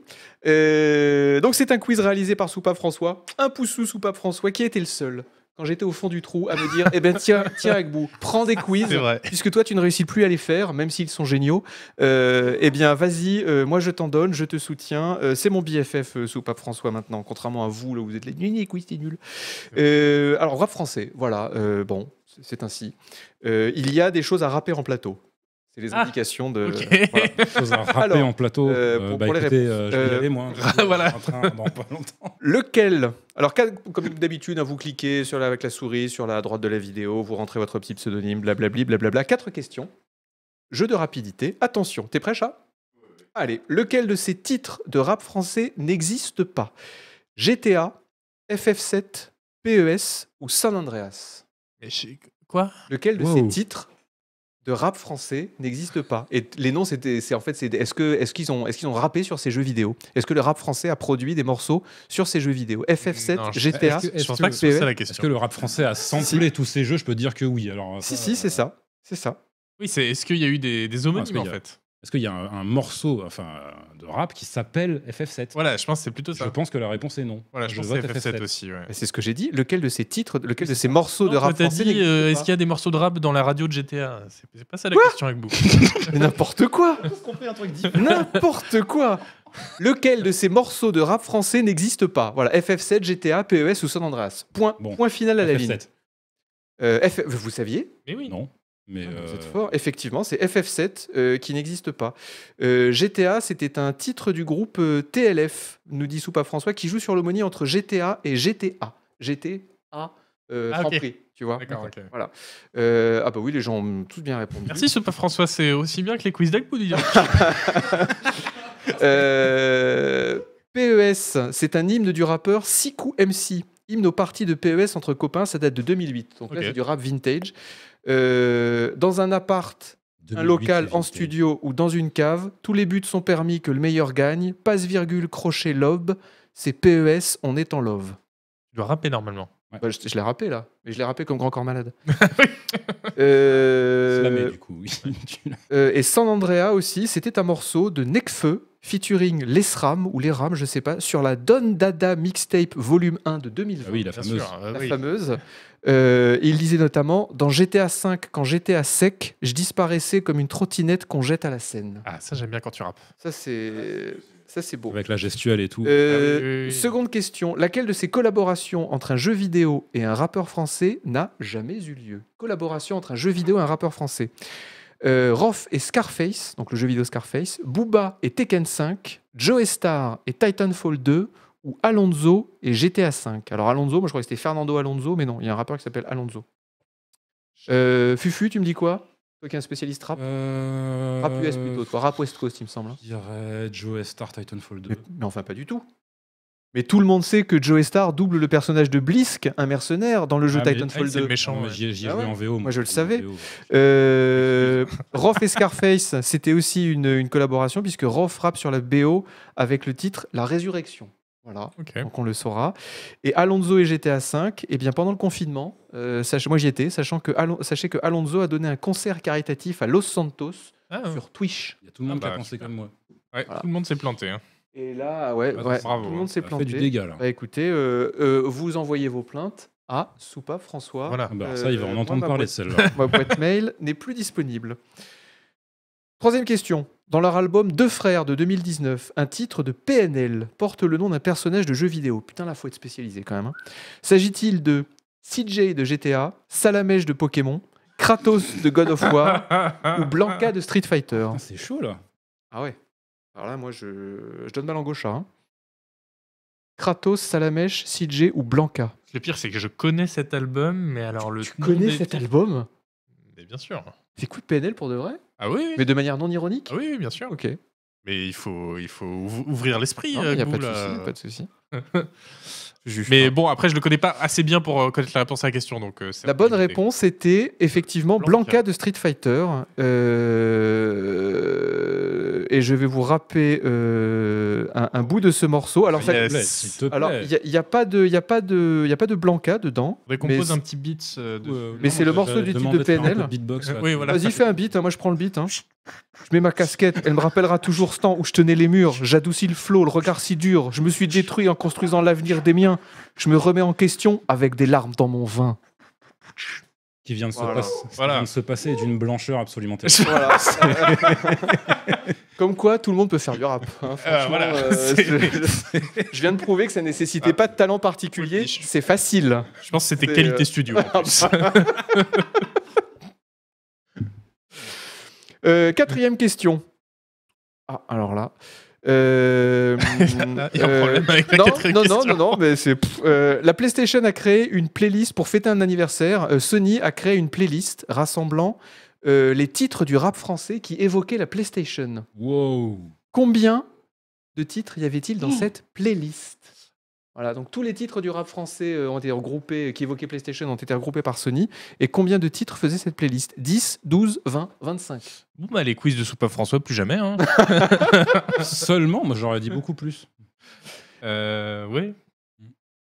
A: Euh, donc c'est un quiz réalisé par Soupape François, un pouce sous Soupape François qui était le seul quand j'étais au fond du trou à me dire eh ben tiens tiens Agbou, prends des quiz
B: C'est vrai.
A: puisque toi tu ne réussis plus à les faire même s'ils sont géniaux. Euh, eh bien vas-y, euh, moi je t'en donne, je te soutiens. Euh, c'est mon BFF euh, Soupape François maintenant, contrairement à vous là où vous êtes les nuls quiz t'es nul. Euh, alors rap français, voilà euh, bon c'est- c'est ainsi. Euh, il y a des choses à rapper en plateau. C'est les
B: Ah,
A: indications de.
B: ok.
A: voilà.
C: Chose à rapper
A: Alors,
C: en plateau.
A: euh,
C: Euh,
A: pour-
C: bah
A: pour les
C: écoutez, euh, je vais y
A: Euh,
C: aller, moi.
B: voilà.
C: En train, dans pas longtemps.
A: Lequel Alors, qu'à- comme d'habitude, hein, vous cliquez sur la- avec la souris sur la droite de la vidéo, vous rentrez votre petit pseudonyme, blablabli, blablabla. Quatre questions. Jeu de rapidité. Attention, t'es prêt, chat Allez, lequel de ces titres de rap français n'existe pas GTA, FF7, PES E ou San Andreas
B: Mais je- Quoi
A: Lequel de
C: Wow.
A: ces titres de rap français n'existe pas Et t- les noms, c'était, c'est en fait, c'est, est-ce, que, est-ce, qu'ils ont, est-ce qu'ils ont rappé sur ces jeux vidéo Est-ce que le rap français a produit des morceaux sur ces jeux vidéo FF7,
B: Non, je-
A: GTA,
C: Est-ce
B: Je
C: que- est-ce
B: pense
C: que-
B: pas que ce soit
A: PE?
B: ça la
C: Est-ce
B: question.
C: que le rap français a samplé tous ces jeux Je peux dire que oui. Alors,
A: Si,
C: ça,
A: si, c'est
C: euh,
A: ça. C'est ça.
B: Oui, c'est est-ce qu'il y a eu des, des
C: Ah, c'est
B: homonymes en
C: bien.
B: fait
C: Est-ce qu'il y a un, un morceau enfin, euh, de rap qui s'appelle FF7
B: Voilà, je pense que c'est plutôt
C: Je
B: ça.
C: pense que la réponse est non.
B: Voilà, je, pense
C: vote
B: que c'est FF7 aussi. Ouais.
A: Mais C'est ce que j'ai dit. Lequel de ces titres, lequel de ces morceaux de
B: Non,
A: rap
B: t'as
A: français
B: dit, euh, est-ce
A: n'existe
B: qu'il y a des morceaux de rap dans la radio de GTA C'est c'est pas ça la question avec vous.
A: pas Mais n'importe quoi N'importe quoi Lequel de ces morceaux de rap français n'existe pas Voilà, FF7, GTA, PES E ou San Andreas. Point,
C: Bon.
A: point final à la ligne.
C: FF7.
A: Euh, F- Vous saviez
B: Mais oui.
C: Non. Mais,
A: Ah, Vous êtes
C: euh,
A: fort. Effectivement, c'est FF7 euh, qui n'existe pas. Euh, GTA, c'était un titre du groupe euh, TLF, nous dit Soupa François, qui joue sur l'homonie entre GTA et GTA. GTA, euh,
B: Ah, ok.
A: Franprix, tu vois.
B: D'accord, ok.
A: Euh, ah bah oui, les gens ont tous bien répondu.
B: Merci, ce pas François, c'est aussi bien que les quiz d'Agbo, dis donc.
A: Euh, PES, c'est un hymne du rappeur Siku MC. Hymne aux parties de E PES entre copains, ça date de 2008. Donc là,
B: Ok.
A: c'est du rap vintage. Euh, dans un appart
C: 2008,
A: Un local
C: j'étais-
A: en studio ou dans une cave, tous les buts sont permis que le meilleur gagne, passe virgule, crochet, lobe, c'est PES, on est en love.
B: Tu dois rapper normalement.
A: Bah, je je l'ai rappé là, mais je l'ai rappé comme grand corps malade.
C: C'est
A: Euh,
C: la mai, du coup, oui. Tu l'as-
A: euh, et San Andrea aussi, c'était un morceau de Necfeu featuring Les Sram ou Les Rams, je sais pas, sur la Don Dada mixtape volume 1 de 2020.
C: Ah oui, la
B: Bien
C: fameuse.
B: sûr, euh,
A: la
B: oui.
A: fameuse. Euh, il disait notamment Dans GTA V, quand j'étais à sec, je disparaissais comme une trottinette qu'on jette à la Seine.
B: Ah, ça j'aime bien quand tu rappes.
A: Ça, Ah, c'est. Ça, c'est beau.
C: Avec la gestuelle et tout.
A: Euh,
B: Ah oui, oui, oui.
A: Seconde question Laquelle de ces collaborations entre un jeu vidéo et un rappeur français n'a jamais eu lieu Collaboration entre un jeu vidéo et un rappeur français. Euh, Rof et Scarface, donc le jeu vidéo Scarface, Booba et Tekken 5, Joe Star et Titanfall 2, ou Alonso et GTA 5. Alors Alonso, moi je crois que c'était Fernando Alonso, mais non, il y a un rappeur qui s'appelle Alonso. Euh, Fufu, tu me dis quoi Toi qui es un spécialiste rap
C: Euh,
A: Rap US plutôt, toi, rap West Coast, il me semble. hein.
C: Je dirais Joe Star Titanfall 2.
A: Mais, mais enfin, pas du tout. Mais tout le monde sait que Joe Star double le personnage de Blisk, un mercenaire, dans le jeu
B: Ah, mais- ah,
A: Titanfall
B: c'est le
A: 2.
B: méchant.
C: Non, mais
B: ouais.
C: J'y ai, j'y ai
A: Ah
C: joué
A: ouais
C: en VO.
A: Moi, je le
C: en
A: savais.
C: VO.
A: Euh, Rof et Scarface, c'était aussi une, une collaboration, puisque Rof rappe sur la BO avec le titre La Résurrection. Voilà.
B: Ok.
A: Donc on le saura. Et Alonso et GTA V, eh bien pendant le confinement, euh, sach- moi j'y étais, sachant que Alon- sachez que Alonso a donné un concert caritatif à Los Santos
B: Ah, ouais.
A: sur Twitch.
C: Il y a tout le monde
B: Ah
C: qui
B: bah,
C: a pensé
B: super.
C: comme moi.
B: Ouais,
A: Voilà.
B: Tout le monde s'est planté. hein.
A: Et là, ouais,
C: Ah,
A: ouais,
B: bravo, hein,
A: tout le monde s'est
C: Ça fait du
A: planté.
C: dégât là.
A: Bah écoutez, euh, euh, vous envoyez vos plaintes à Soupa François.
B: Voilà.
C: Ah bah, alors ça, il va
A: Euh,
C: en
A: moi,
C: entendre
A: ma
C: parler de
A: boîte-
C: celle-là.
A: Ma boîte mail n'est plus disponible. Troisième question. Dans leur album Deux frères de 2019, un titre de PNL porte le nom d'un personnage de jeu vidéo. Putain, là, faut être spécialisé quand même. hein. S'agit-il de CJ de GTA, Salamèche de Pokémon, Kratos de God of War
B: Ah.
A: ou Blanca de Street Fighter
C: Putain, C'est chaud là.
A: Ah ouais. Alors là, moi, je, je donne mal en gauche. Hein. Kratos, Salamèche, CJ ou Blanca
B: Le pire, c'est que je connais cet album, mais alors le.
A: Tu
B: nom
A: connais
B: des
A: cet
B: titres-
A: album
B: Mais bien sûr.
A: T'écoutes PNL pour de vrai
B: Ah oui, oui.
A: Mais de manière non ironique
B: Ah oui, oui, bien sûr.
A: Ok.
B: Mais il faut, il faut ouv- ouvrir l'esprit.
A: Il n'y
B: euh,
A: a, pas de
B: Goul,
A: souci,
B: euh.
A: y a pas de souci. Je juge
B: Mais
A: pas.
B: bon, après, je le connais pas assez bien pour euh, connaître la réponse à la question. Donc, euh, c'est
A: La
B: un peu
A: bonne
B: limité.
A: réponse était effectivement
B: Blanca.
A: Blanca, de Street Fighter. Euh, Et je vais vous rappeler euh, un, un bout de ce morceau. Alors, ça-
B: Yes.
C: S'il te plaît, S'il te plaît.
A: alors il n'y a, il y a pas de, il y a pas de, il y a pas de Blanca dedans.
B: Faudrait qu'on
A: Mais
B: pose
A: c'est-
B: un petit beat euh, de.
C: Euh,
A: Mais
C: non,
A: c'est le
C: je-
A: morceau
C: j'avais
A: du titre
C: demandé
A: de
C: faire un peu
A: PNL.
C: beatbox, là.
B: Oui, voilà.
A: Vas-y, fais un beat. hein, moi, je prends le beat. hein. Je mets ma casquette. Elle me rappellera toujours ce temps où je tenais les murs. J'adoucis le flot, le regard si dur. Je me suis détruit en construisant l'avenir des miens. Je me remets en question avec des larmes dans mon vin.
C: Qui vient de se
A: Voilà.
C: passer- qui
B: Voilà.
C: vient de se passer et d'une blancheur absolument terrible.
A: Voilà. Comme quoi, tout le monde peut faire du rap. hein. Franchement,
B: Euh, voilà.
A: euh,
B: C'est- Ah.
A: je- je viens de prouver que ça nécessitait pas de talent particulier.
B: Oui.
A: C'est facile.
B: Je pense que c'était
A: C'est,
B: qualité
A: euh,
B: studio. En plus.
A: Euh, quatrième question. Ah, alors là. Euh,
B: Il y a un
A: euh,
B: problème avec la
A: non,
B: quatrième
A: non, non,
B: question.
A: non, non, mais c'est. pff, euh, la PlayStation a créé une playlist pour fêter un anniversaire. Euh, Sony a créé une playlist rassemblant euh, les titres du rap français qui évoquaient la PlayStation.
C: Wow.
A: Combien de titres y avait-il dans cette playlist Voilà, donc tous les titres du rap français euh, ont été regroupés, euh, qui évoquaient PlayStation, ont été regroupés par Sony. Et combien de titres faisait cette playlist 10, 12, 20, 25.
B: Bon, bah, les quiz de Soupa François, plus jamais. Hein.
C: Seulement, moi j'aurais dit beaucoup plus.
B: Euh, ouais.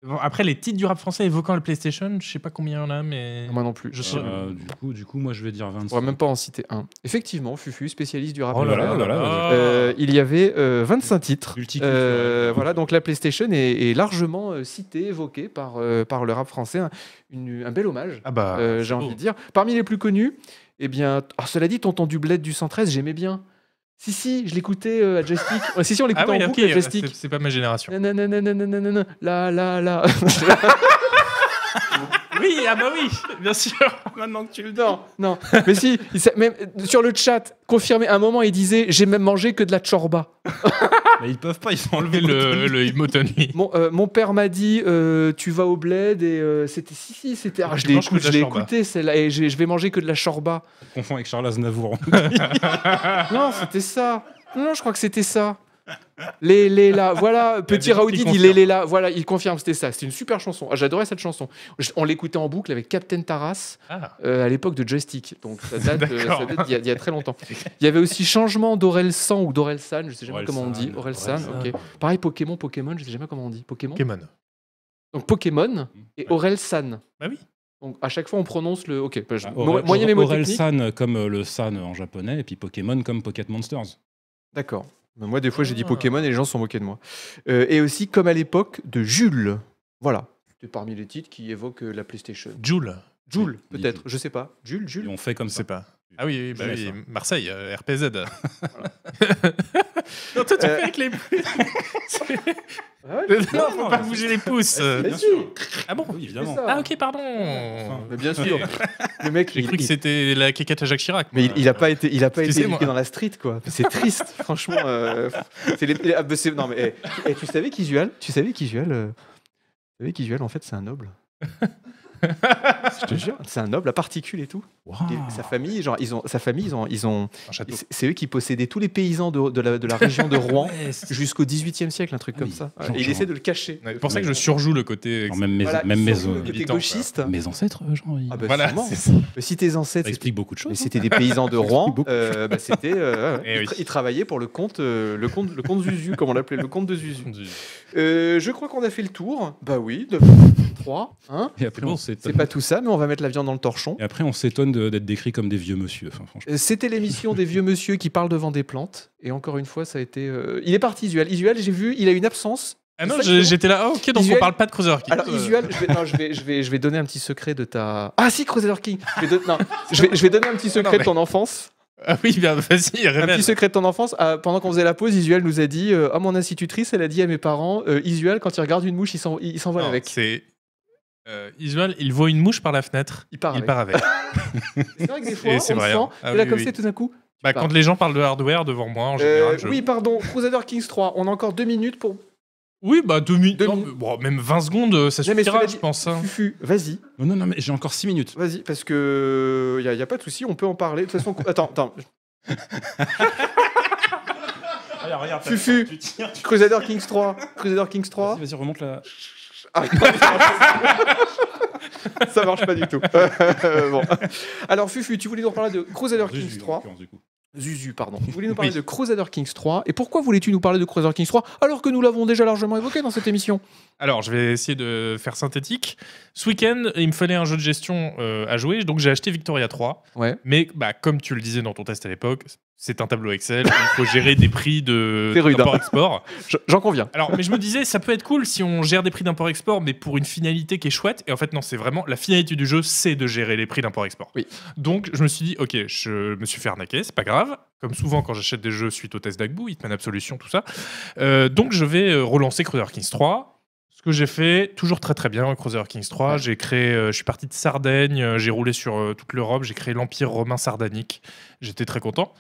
B: Bon, après, les titres du rap français évoquant la PlayStation, je sais pas combien il y en a, mais.
A: Moi non plus.
B: Ah, Je sais-
C: Euh, du, coup, du coup, moi je vais dire
A: On
C: 25.
A: pourrait même pas en citer un. Effectivement, Fufu, spécialiste du rap.
B: Oh là là,
C: Oh là là,
B: là
A: Euh, il y avait euh, 25 titres.
C: Multiculturel.
A: Euh, voilà, donc la PlayStation est, est largement euh, citée, évoquée par, euh, par le rap français. Un, une- un bel hommage,
B: Ah bah.
A: euh, j'ai
B: c'est beau.
A: envie de dire. Parmi les plus connus, eh bien, t- ah, cela dit, Tonton du Bled du 113, j'aimais bien. Si, si, je l'écoutais euh, à Joystick. Ouais, si, si, on l'écoutait
B: Ah oui,
A: en
B: ok,
A: boucle à
B: euh,
A: Joystick.
B: c'est c'est pas ma génération.
A: Nananananananana, La la la.
B: Oui, ah bah oui, bien sûr. Maintenant que tu le
A: non, non. Mais si, il s'a- même euh, sur le chat, confirmé, à un moment, il disait J'ai même mangé que de la chorba.
B: Bah,
C: Mais ils peuvent pas, ils sont
B: enlever
C: enlevés
B: le, le Emotonly.
A: Mon, euh, mon père m'a dit euh, tu vas au bled et euh, c'était si si c'était ah,
B: Tu
A: je l'ai
B: manges que
A: écouté,
B: de la
A: je l'ai
B: chorba.
A: écouté celle-là et j'ai- je vais manger que de la chorba.
C: confond avec Charles Aznavour.
A: non, c'était ça. Non, non, je crois que c'était ça.
D: Les les là, voilà, petit
B: déjà
D: Raoudi
B: qu'il
D: dit les
B: confirme.
D: les là, voilà, il confirme, c'était ça. C'était une super chanson. Ah, J'adorais cette chanson. Je- on l'écoutait en boucle avec Captain Taras
B: Ah,
D: euh, à l'époque de Joystick. Donc ça date, euh, ça
B: D'accord.
D: date d'il y, a- d'il y a très longtemps. Il y avait aussi Changement d'Orelsan ou d'Orelsan, je sais jamais comment on
C: Orelsan,
D: dit. Orelsan,
B: Orelsan.
D: ok. Pareil Pokémon, Pokémon, je sais jamais comment on dit. Pokémon.
B: Pokémon.
D: Donc Pokémon et Orelsan.
B: Bah oui.
D: Donc à chaque fois on prononce le. Ok. bah, je-
C: Ah,
D: mo-
C: Aurel-
D: moyen
C: Aurel-
D: mémotechnique.
C: San comme euh, le San en japonais et puis Pokémon comme Pocket Monsters.
D: D'accord. Mais Moi, des fois, j'ai dit
B: Ah.
D: Pokémon et les gens se sont moqués de moi. Euh, et aussi, comme à l'époque, de Jules. Voilà. C'est parmi les titres qui évoquent euh, la PlayStation.
B: Joule.
D: Jules,
C: Oui,
D: peut-être, je sais pas. Jules,
C: Et
D: Jules.
C: on fait comme
B: Je sais
C: ça.
B: pas. Ah oui, oui, bah
C: Je
B: oui,
C: laisse,
B: Marseille, euh, RPZ. non, toi, tu
D: Euh.
B: fais avec les
D: Ah ouais,
B: non, faut
C: non,
B: pas
C: mais
B: bouger les pouces. euh.
D: mais
C: bien
D: si,
C: sûr.
B: Ah bon
C: Oui, évidemment.
D: c'est ça.
B: Ah ok, pardon.
D: Mais bien sûr. le mec,
B: J'ai
D: il,
B: cru que
D: il-
B: c'était la quéquette à Jacques Chirac.
D: mais il,
B: moi.
D: il a pas été, il a pas été
B: Excusez-moi.
D: éduqué dans la street, quoi. C'est triste, franchement. euh, c'est les- ah, bah, c'est- non, mais eh, eh, tu savais qu'Isual, tu savais qu'Isual, euh, tu savais qu'Isual, en fait, c'est un noble. je te jure, c'est un noble, la particule et tout. Et
B: Ah.
C: Waouh.
D: sa famille, genre, ils ont, sa famille, ils ont, ils ont,
B: Un château.
D: C'est- C'est eux qui possédaient tous les paysans de, de la, de la région de Rouen
C: Ouais, c'est-
D: jusqu'au 18e siècle, un truc
C: Ah
D: comme
C: oui,
D: ça.
C: genre,
D: Et il
C: genre.
D: essaie de le cacher.
B: Ouais, C'est pour ça que je surjoue le côté.
C: Alors, même mes,
D: Voilà,
C: même
D: ils
C: mes,
D: sont
C: euh,
D: le côté
B: militants,
D: gauchiste.
C: mes ancêtres, euh, genre, ils-
D: Ah bah
B: Voilà,
D: sûrement.
B: c'est ça.
D: Mais Si tes ancêtres
C: ça
D: étaient-
C: explique beaucoup de
D: mais
C: choses.
D: c'était des paysans de Rouen,
C: beaucoup.
D: euh, bah, c'était euh, ouais, ouais.
B: hein. Eh
D: ils,
B: oui.
D: tra- ils travaillaient pour le compte, euh, le compte, le compte Zuzu, comme on l'appelait, le compte de Zuzu.
B: Du-
D: Euh, je crois qu'on a fait le tour. Bah oui, de 3. Hein
C: Et après,
B: bon.
C: on
D: C'est
C: s'étonne-
D: pas tout ça, mais on va mettre la viande dans le torchon.
C: et après, on s'étonne de- d'être décrit comme des vieux monsieur. Enfin, franchement.
D: Euh, C'était l'émission des vieux monsieur qui parlent devant des plantes. Et encore une fois, ça a été. euh, Il est parti, Isuel. Isuel, j'ai vu, il a une absence.
B: Ah non,
D: Ça,
B: j'ai-
D: c'est bon.
B: j'étais là. Ah ok, donc
D: Visuel.
B: on parle pas de Cruiser King.
D: Alors, Isuel, je vais, non, je, vais, je, vais, je vais donner un petit secret de ta. Ah si, Crusader King Je vais, don- non, je vais, je vais donner un petit secret
B: mais-
D: de ton enfance.
B: Ah oui, bah, vas-y,
D: Un
B: révèle.
D: petit secret de ton enfance. Ah, pendant qu'on faisait la pause, Isuel nous a dit euh, Ah, mon institutrice, elle a dit à mes parents euh, Isuel, quand il regarde une mouche, il s'en- il il s'envole
B: Non,
D: avec.
B: C'est euh, Isuel, il voit une mouche par la fenêtre.
D: Il part
B: Il
D: avec.
B: part avec.
D: C'est vrai que des fois,
B: Et
D: on
B: c'est
D: le
B: vrai,
D: sent.
B: hein. Ah
D: et là,
B: oui,
D: comme
B: oui.
D: c'est tout d'un coup.
B: Bah,
D: pars.
B: quand les gens parlent de hardware devant moi, en général,
D: euh,
B: je...
D: Oui, pardon, Crusader Kings 3, on a encore deux minutes pour.
B: Oui, bah deux minutes.
D: Deux
B: non,
D: minutes.
B: mais bon, même 20 secondes, euh, ça
D: Non, mais
B: suffira,
D: cela
B: je
D: dit-
B: pense. hein.
D: Fufu, vas-y.
C: Non, non, non, mais j'ai encore 6 minutes.
D: Vas-y, parce que il n'y a, y a pas de souci, on peut en parler. De toute façon, attends, attends. Fufu, Crusader Kings 3, Crusader Kings 3,
C: Vas-y, vas-y, remonte la.
D: ça marche pas du tout. Bon. Alors Fufu, tu voulais nous parler de Crusader Kings 3, Zuzu, pardon. Tu voulais nous parler
B: Oui.
D: de Crusader Kings 3, et pourquoi voulais-tu nous parler de Crusader Kings 3 alors que nous l'avons déjà largement évoqué dans cette émission
B: Alors, je vais essayer de faire synthétique. Ce week-end, il me fallait un jeu de gestion euh, à jouer, donc j'ai acheté Victoria 3.
D: Ouais.
B: Mais bah, comme tu le disais dans ton test à l'époque, c'est un tableau Excel, il faut gérer des prix de
D: C'est rude, hein.
B: d'import-export.
D: Je- J'en conviens.
B: Alors, mais je me disais, ça peut être cool si on gère des prix d'import-export, mais pour une finalité qui est chouette. Et en fait, non, c'est vraiment la finalité du jeu, c'est de gérer les prix d'import-export.
D: Oui.
B: Donc, je me suis dit, ok, je me suis fait arnaquer, c'est pas grave. Comme souvent quand j'achète des jeux suite au test d'Agbou, Hitman Absolution, tout ça. Euh, donc, je vais euh, relancer Crusader Kings 3. Ce que j'ai fait, toujours très très bien, Crusader Kings 3. J'ai créé, euh, je suis parti de Sardaigne, euh, j'ai roulé sur euh, toute l'Europe, j'ai créé l'Empire romain sardanique. J'étais très content.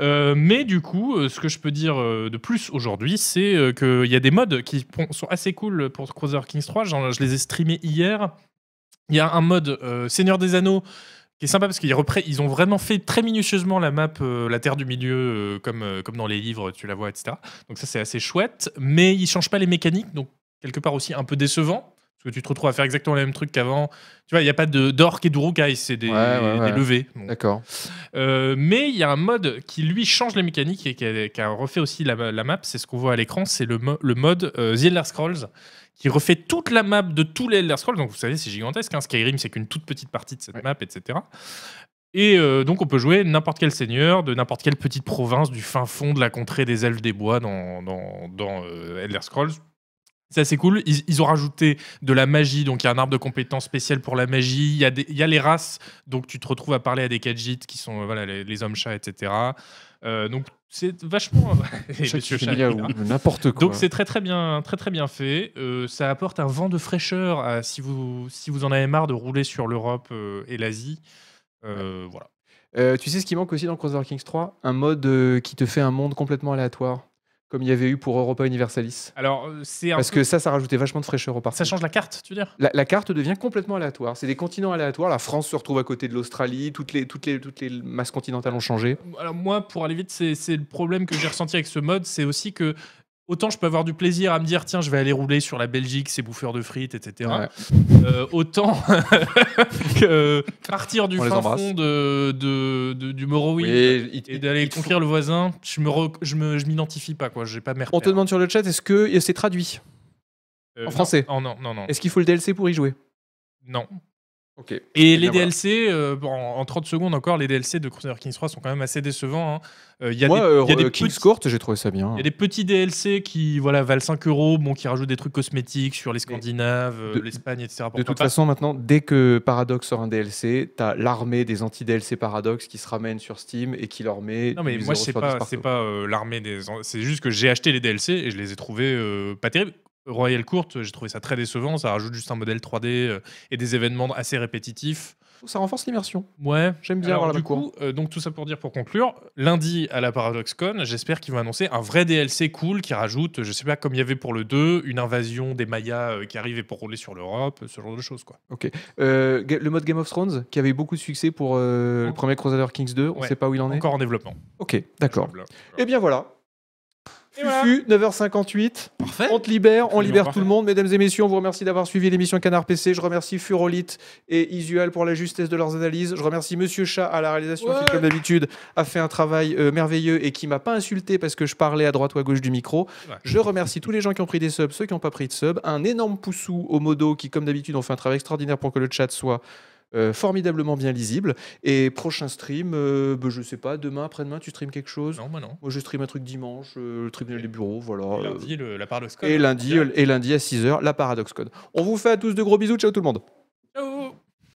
B: Euh, mais du coup, euh, ce que je peux dire euh, de plus aujourd'hui, c'est euh, qu'il y a des modes qui pon- sont assez cool pour Crusader Kings 3. J'en- je les ai streamés hier. Il y a un mode euh, Seigneur des Anneaux qui est sympa parce qu'ils repré- ils ont vraiment fait très minutieusement la map, euh, la Terre du Milieu, euh, comme, euh, comme dans les livres, tu la vois, etc. Donc ça, c'est assez chouette. Mais ils changent pas les mécaniques, donc quelque part aussi un peu décevant. Parce que tu te retrouves à faire exactement le même truc qu'avant. Tu vois, il n'y a pas de d'orc et d'urukai, c'est des,
D: Ouais, ouais,
B: des
D: ouais.
B: levées. Donc,
D: D'accord.
B: euh, mais il y a un mode qui lui change les mécaniques et qui a, qui a refait aussi la, la map. C'est ce qu'on voit à l'écran, c'est le, mo- le mode euh, The Elder Scrolls qui refait toute la map de tous les Elder Scrolls. Donc vous savez, c'est gigantesque. hein. Skyrim, c'est qu'une toute petite partie de cette
D: Ouais.
B: map, etc. Et euh, donc on peut jouer n'importe quel seigneur de n'importe quelle petite province du fin fond de la contrée des elfes des bois dans, dans, dans, euh, Elder Scrolls. C'est assez cool. Ils, ils ont rajouté de la magie, donc il y a un arbre de compétences spécial pour la magie. Il y, a des- il y a les races donc tu te retrouves à parler à des gadgets qui sont euh, voilà, les, les hommes chats, etc. Euh, donc c'est vachement. Et
D: Chaque
B: Monsieur
D: film,
B: Chat,
D: il y a
B: etc.
D: où- n'importe quoi.
B: Donc c'est très très bien, très très bien fait. Euh, ça apporte un vent de fraîcheur à- si vous si vous en avez marre de rouler sur l'Europe euh, et l'Asie. Euh, Voilà.
D: Euh, tu sais ce qui manque aussi dans Crusader Kings 3 Un mode euh, qui te fait un monde complètement aléatoire. comme il y avait eu pour Europa Universalis.
B: Alors, euh, c'est un
D: Parce
B: peu-
D: que ça, ça rajoutait vachement de fraîcheur au parcours.
B: ça change la carte, tu veux dire
D: La, la carte devient complètement aléatoire. C'est des continents aléatoires. La France se retrouve à côté de l'Australie. Toutes les, toutes, les, toutes les masses continentales ont changé.
B: Alors moi, pour aller vite, c'est c'est le problème que j'ai ressenti avec ce mode, c'est aussi que autant je peux avoir du plaisir à me dire tiens, je vais aller rouler sur la Belgique, c'est bouffeur de frites, etc.
D: Ouais.
B: Euh, autant que partir du
D: On les
B: fin
D: embrasse.
B: fond de, de- de- du Morrowind.
D: Oui, il-
B: Et d'aller
D: il te faut-
B: conquérir le voisin, je me re- je me- je m'identifie pas quoi, j'ai pas mes
D: On te
B: repères.
D: demande sur le chat, est-ce que c'est traduit
B: Euh,
D: en français.
B: Non, non, non, non.
D: Est-ce qu'il faut le DLC pour y jouer
B: non.
D: Ok.
B: Et
D: bien
B: les
D: voilà.
B: DLC, euh, bon, en en 30 secondes encore, les DLC de Crusader Kings 3 sont quand même assez décevants. hein. Euh, Il y a
D: Moi,
B: des,
D: euh,
B: il y a des
D: euh, King's
B: petits-
D: Court, j'ai trouvé ça bien.
B: Il y a des petits DLC qui voilà, valent 5 euros, bon, qui rajoutent des trucs cosmétiques sur les Scandinaves, euh,
D: de-
B: l'Espagne, etc.
D: De
B: pourquoi
D: toute
B: pas.
D: façon, maintenant, dès que Paradox sort un DLC, t'as l'armée des anti-DLC Paradox qui se ramènent sur Steam et qui leur met.
B: Non, mais
D: du
B: moi,
D: 0
B: c'est
D: sur 10
B: pas,
D: partout.
B: c'est pas euh, l'armée des. C'est juste que j'ai acheté les DLC et je les ai trouvés euh, pas terribles. Royal Court, euh, j'ai trouvé ça très décevant. Ça rajoute juste un modèle 3D euh, et des événements assez répétitifs.
D: Ça renforce l'immersion.
B: Ouais.
D: J'aime bien
B: Alors,
D: avoir la
B: du coup,
D: cour.
B: euh, donc tout ça pour dire, pour conclure, lundi à la ParadoxCon, j'espère qu'ils vont annoncer un vrai DLC cool qui rajoute, je sais pas, comme il y avait pour le 2, une invasion des Mayas euh, qui arrivent et pour rouler sur l'Europe, ce genre de choses, quoi.
D: Euh, ga- le mode Game of Thrones, qui avait eu beaucoup de succès pour euh, le
B: Encore.
D: premier Crusader Kings 2, on
B: Ouais.
D: sait pas où il en est.
B: Encore en développement.
D: Ok, d'accord.
B: Voilà.
D: Et Eh bien voilà.
B: Et voilà.
D: Fufu, 9h58.
C: Parfait.
D: On te libère, on
C: Absolument
D: libère tout
C: parfait.
D: le monde. Mesdames et messieurs, on vous remercie d'avoir suivi l'émission Canard PC. Je remercie Furolite et Isual pour la justesse de leurs analyses. Je remercie Monsieur Chat à la réalisation qui, comme d'habitude, a fait un travail euh, merveilleux et qui m'a pas insulté parce que je parlais à droite ou à gauche du micro.
B: Ouais.
D: Je remercie tous les gens qui ont pris des subs, ceux qui n'ont pas pris de subs. Un énorme poussou au modo qui, comme d'habitude, ont fait un travail extraordinaire pour que le chat soit euh, formidablement bien lisible. Et prochain stream, euh, ben, je sais pas, demain, après-demain, tu streams quelque chose
B: Non, moi non.
D: moi, je stream un truc dimanche, euh, le tribunal des bureaux,
B: Et
D: voilà. euh.
B: lundi, le- la ParadoxCon.
D: Et lundi, et lundi à 6h, la Paradox Code. On vous fait à tous de gros bisous, ciao tout le monde.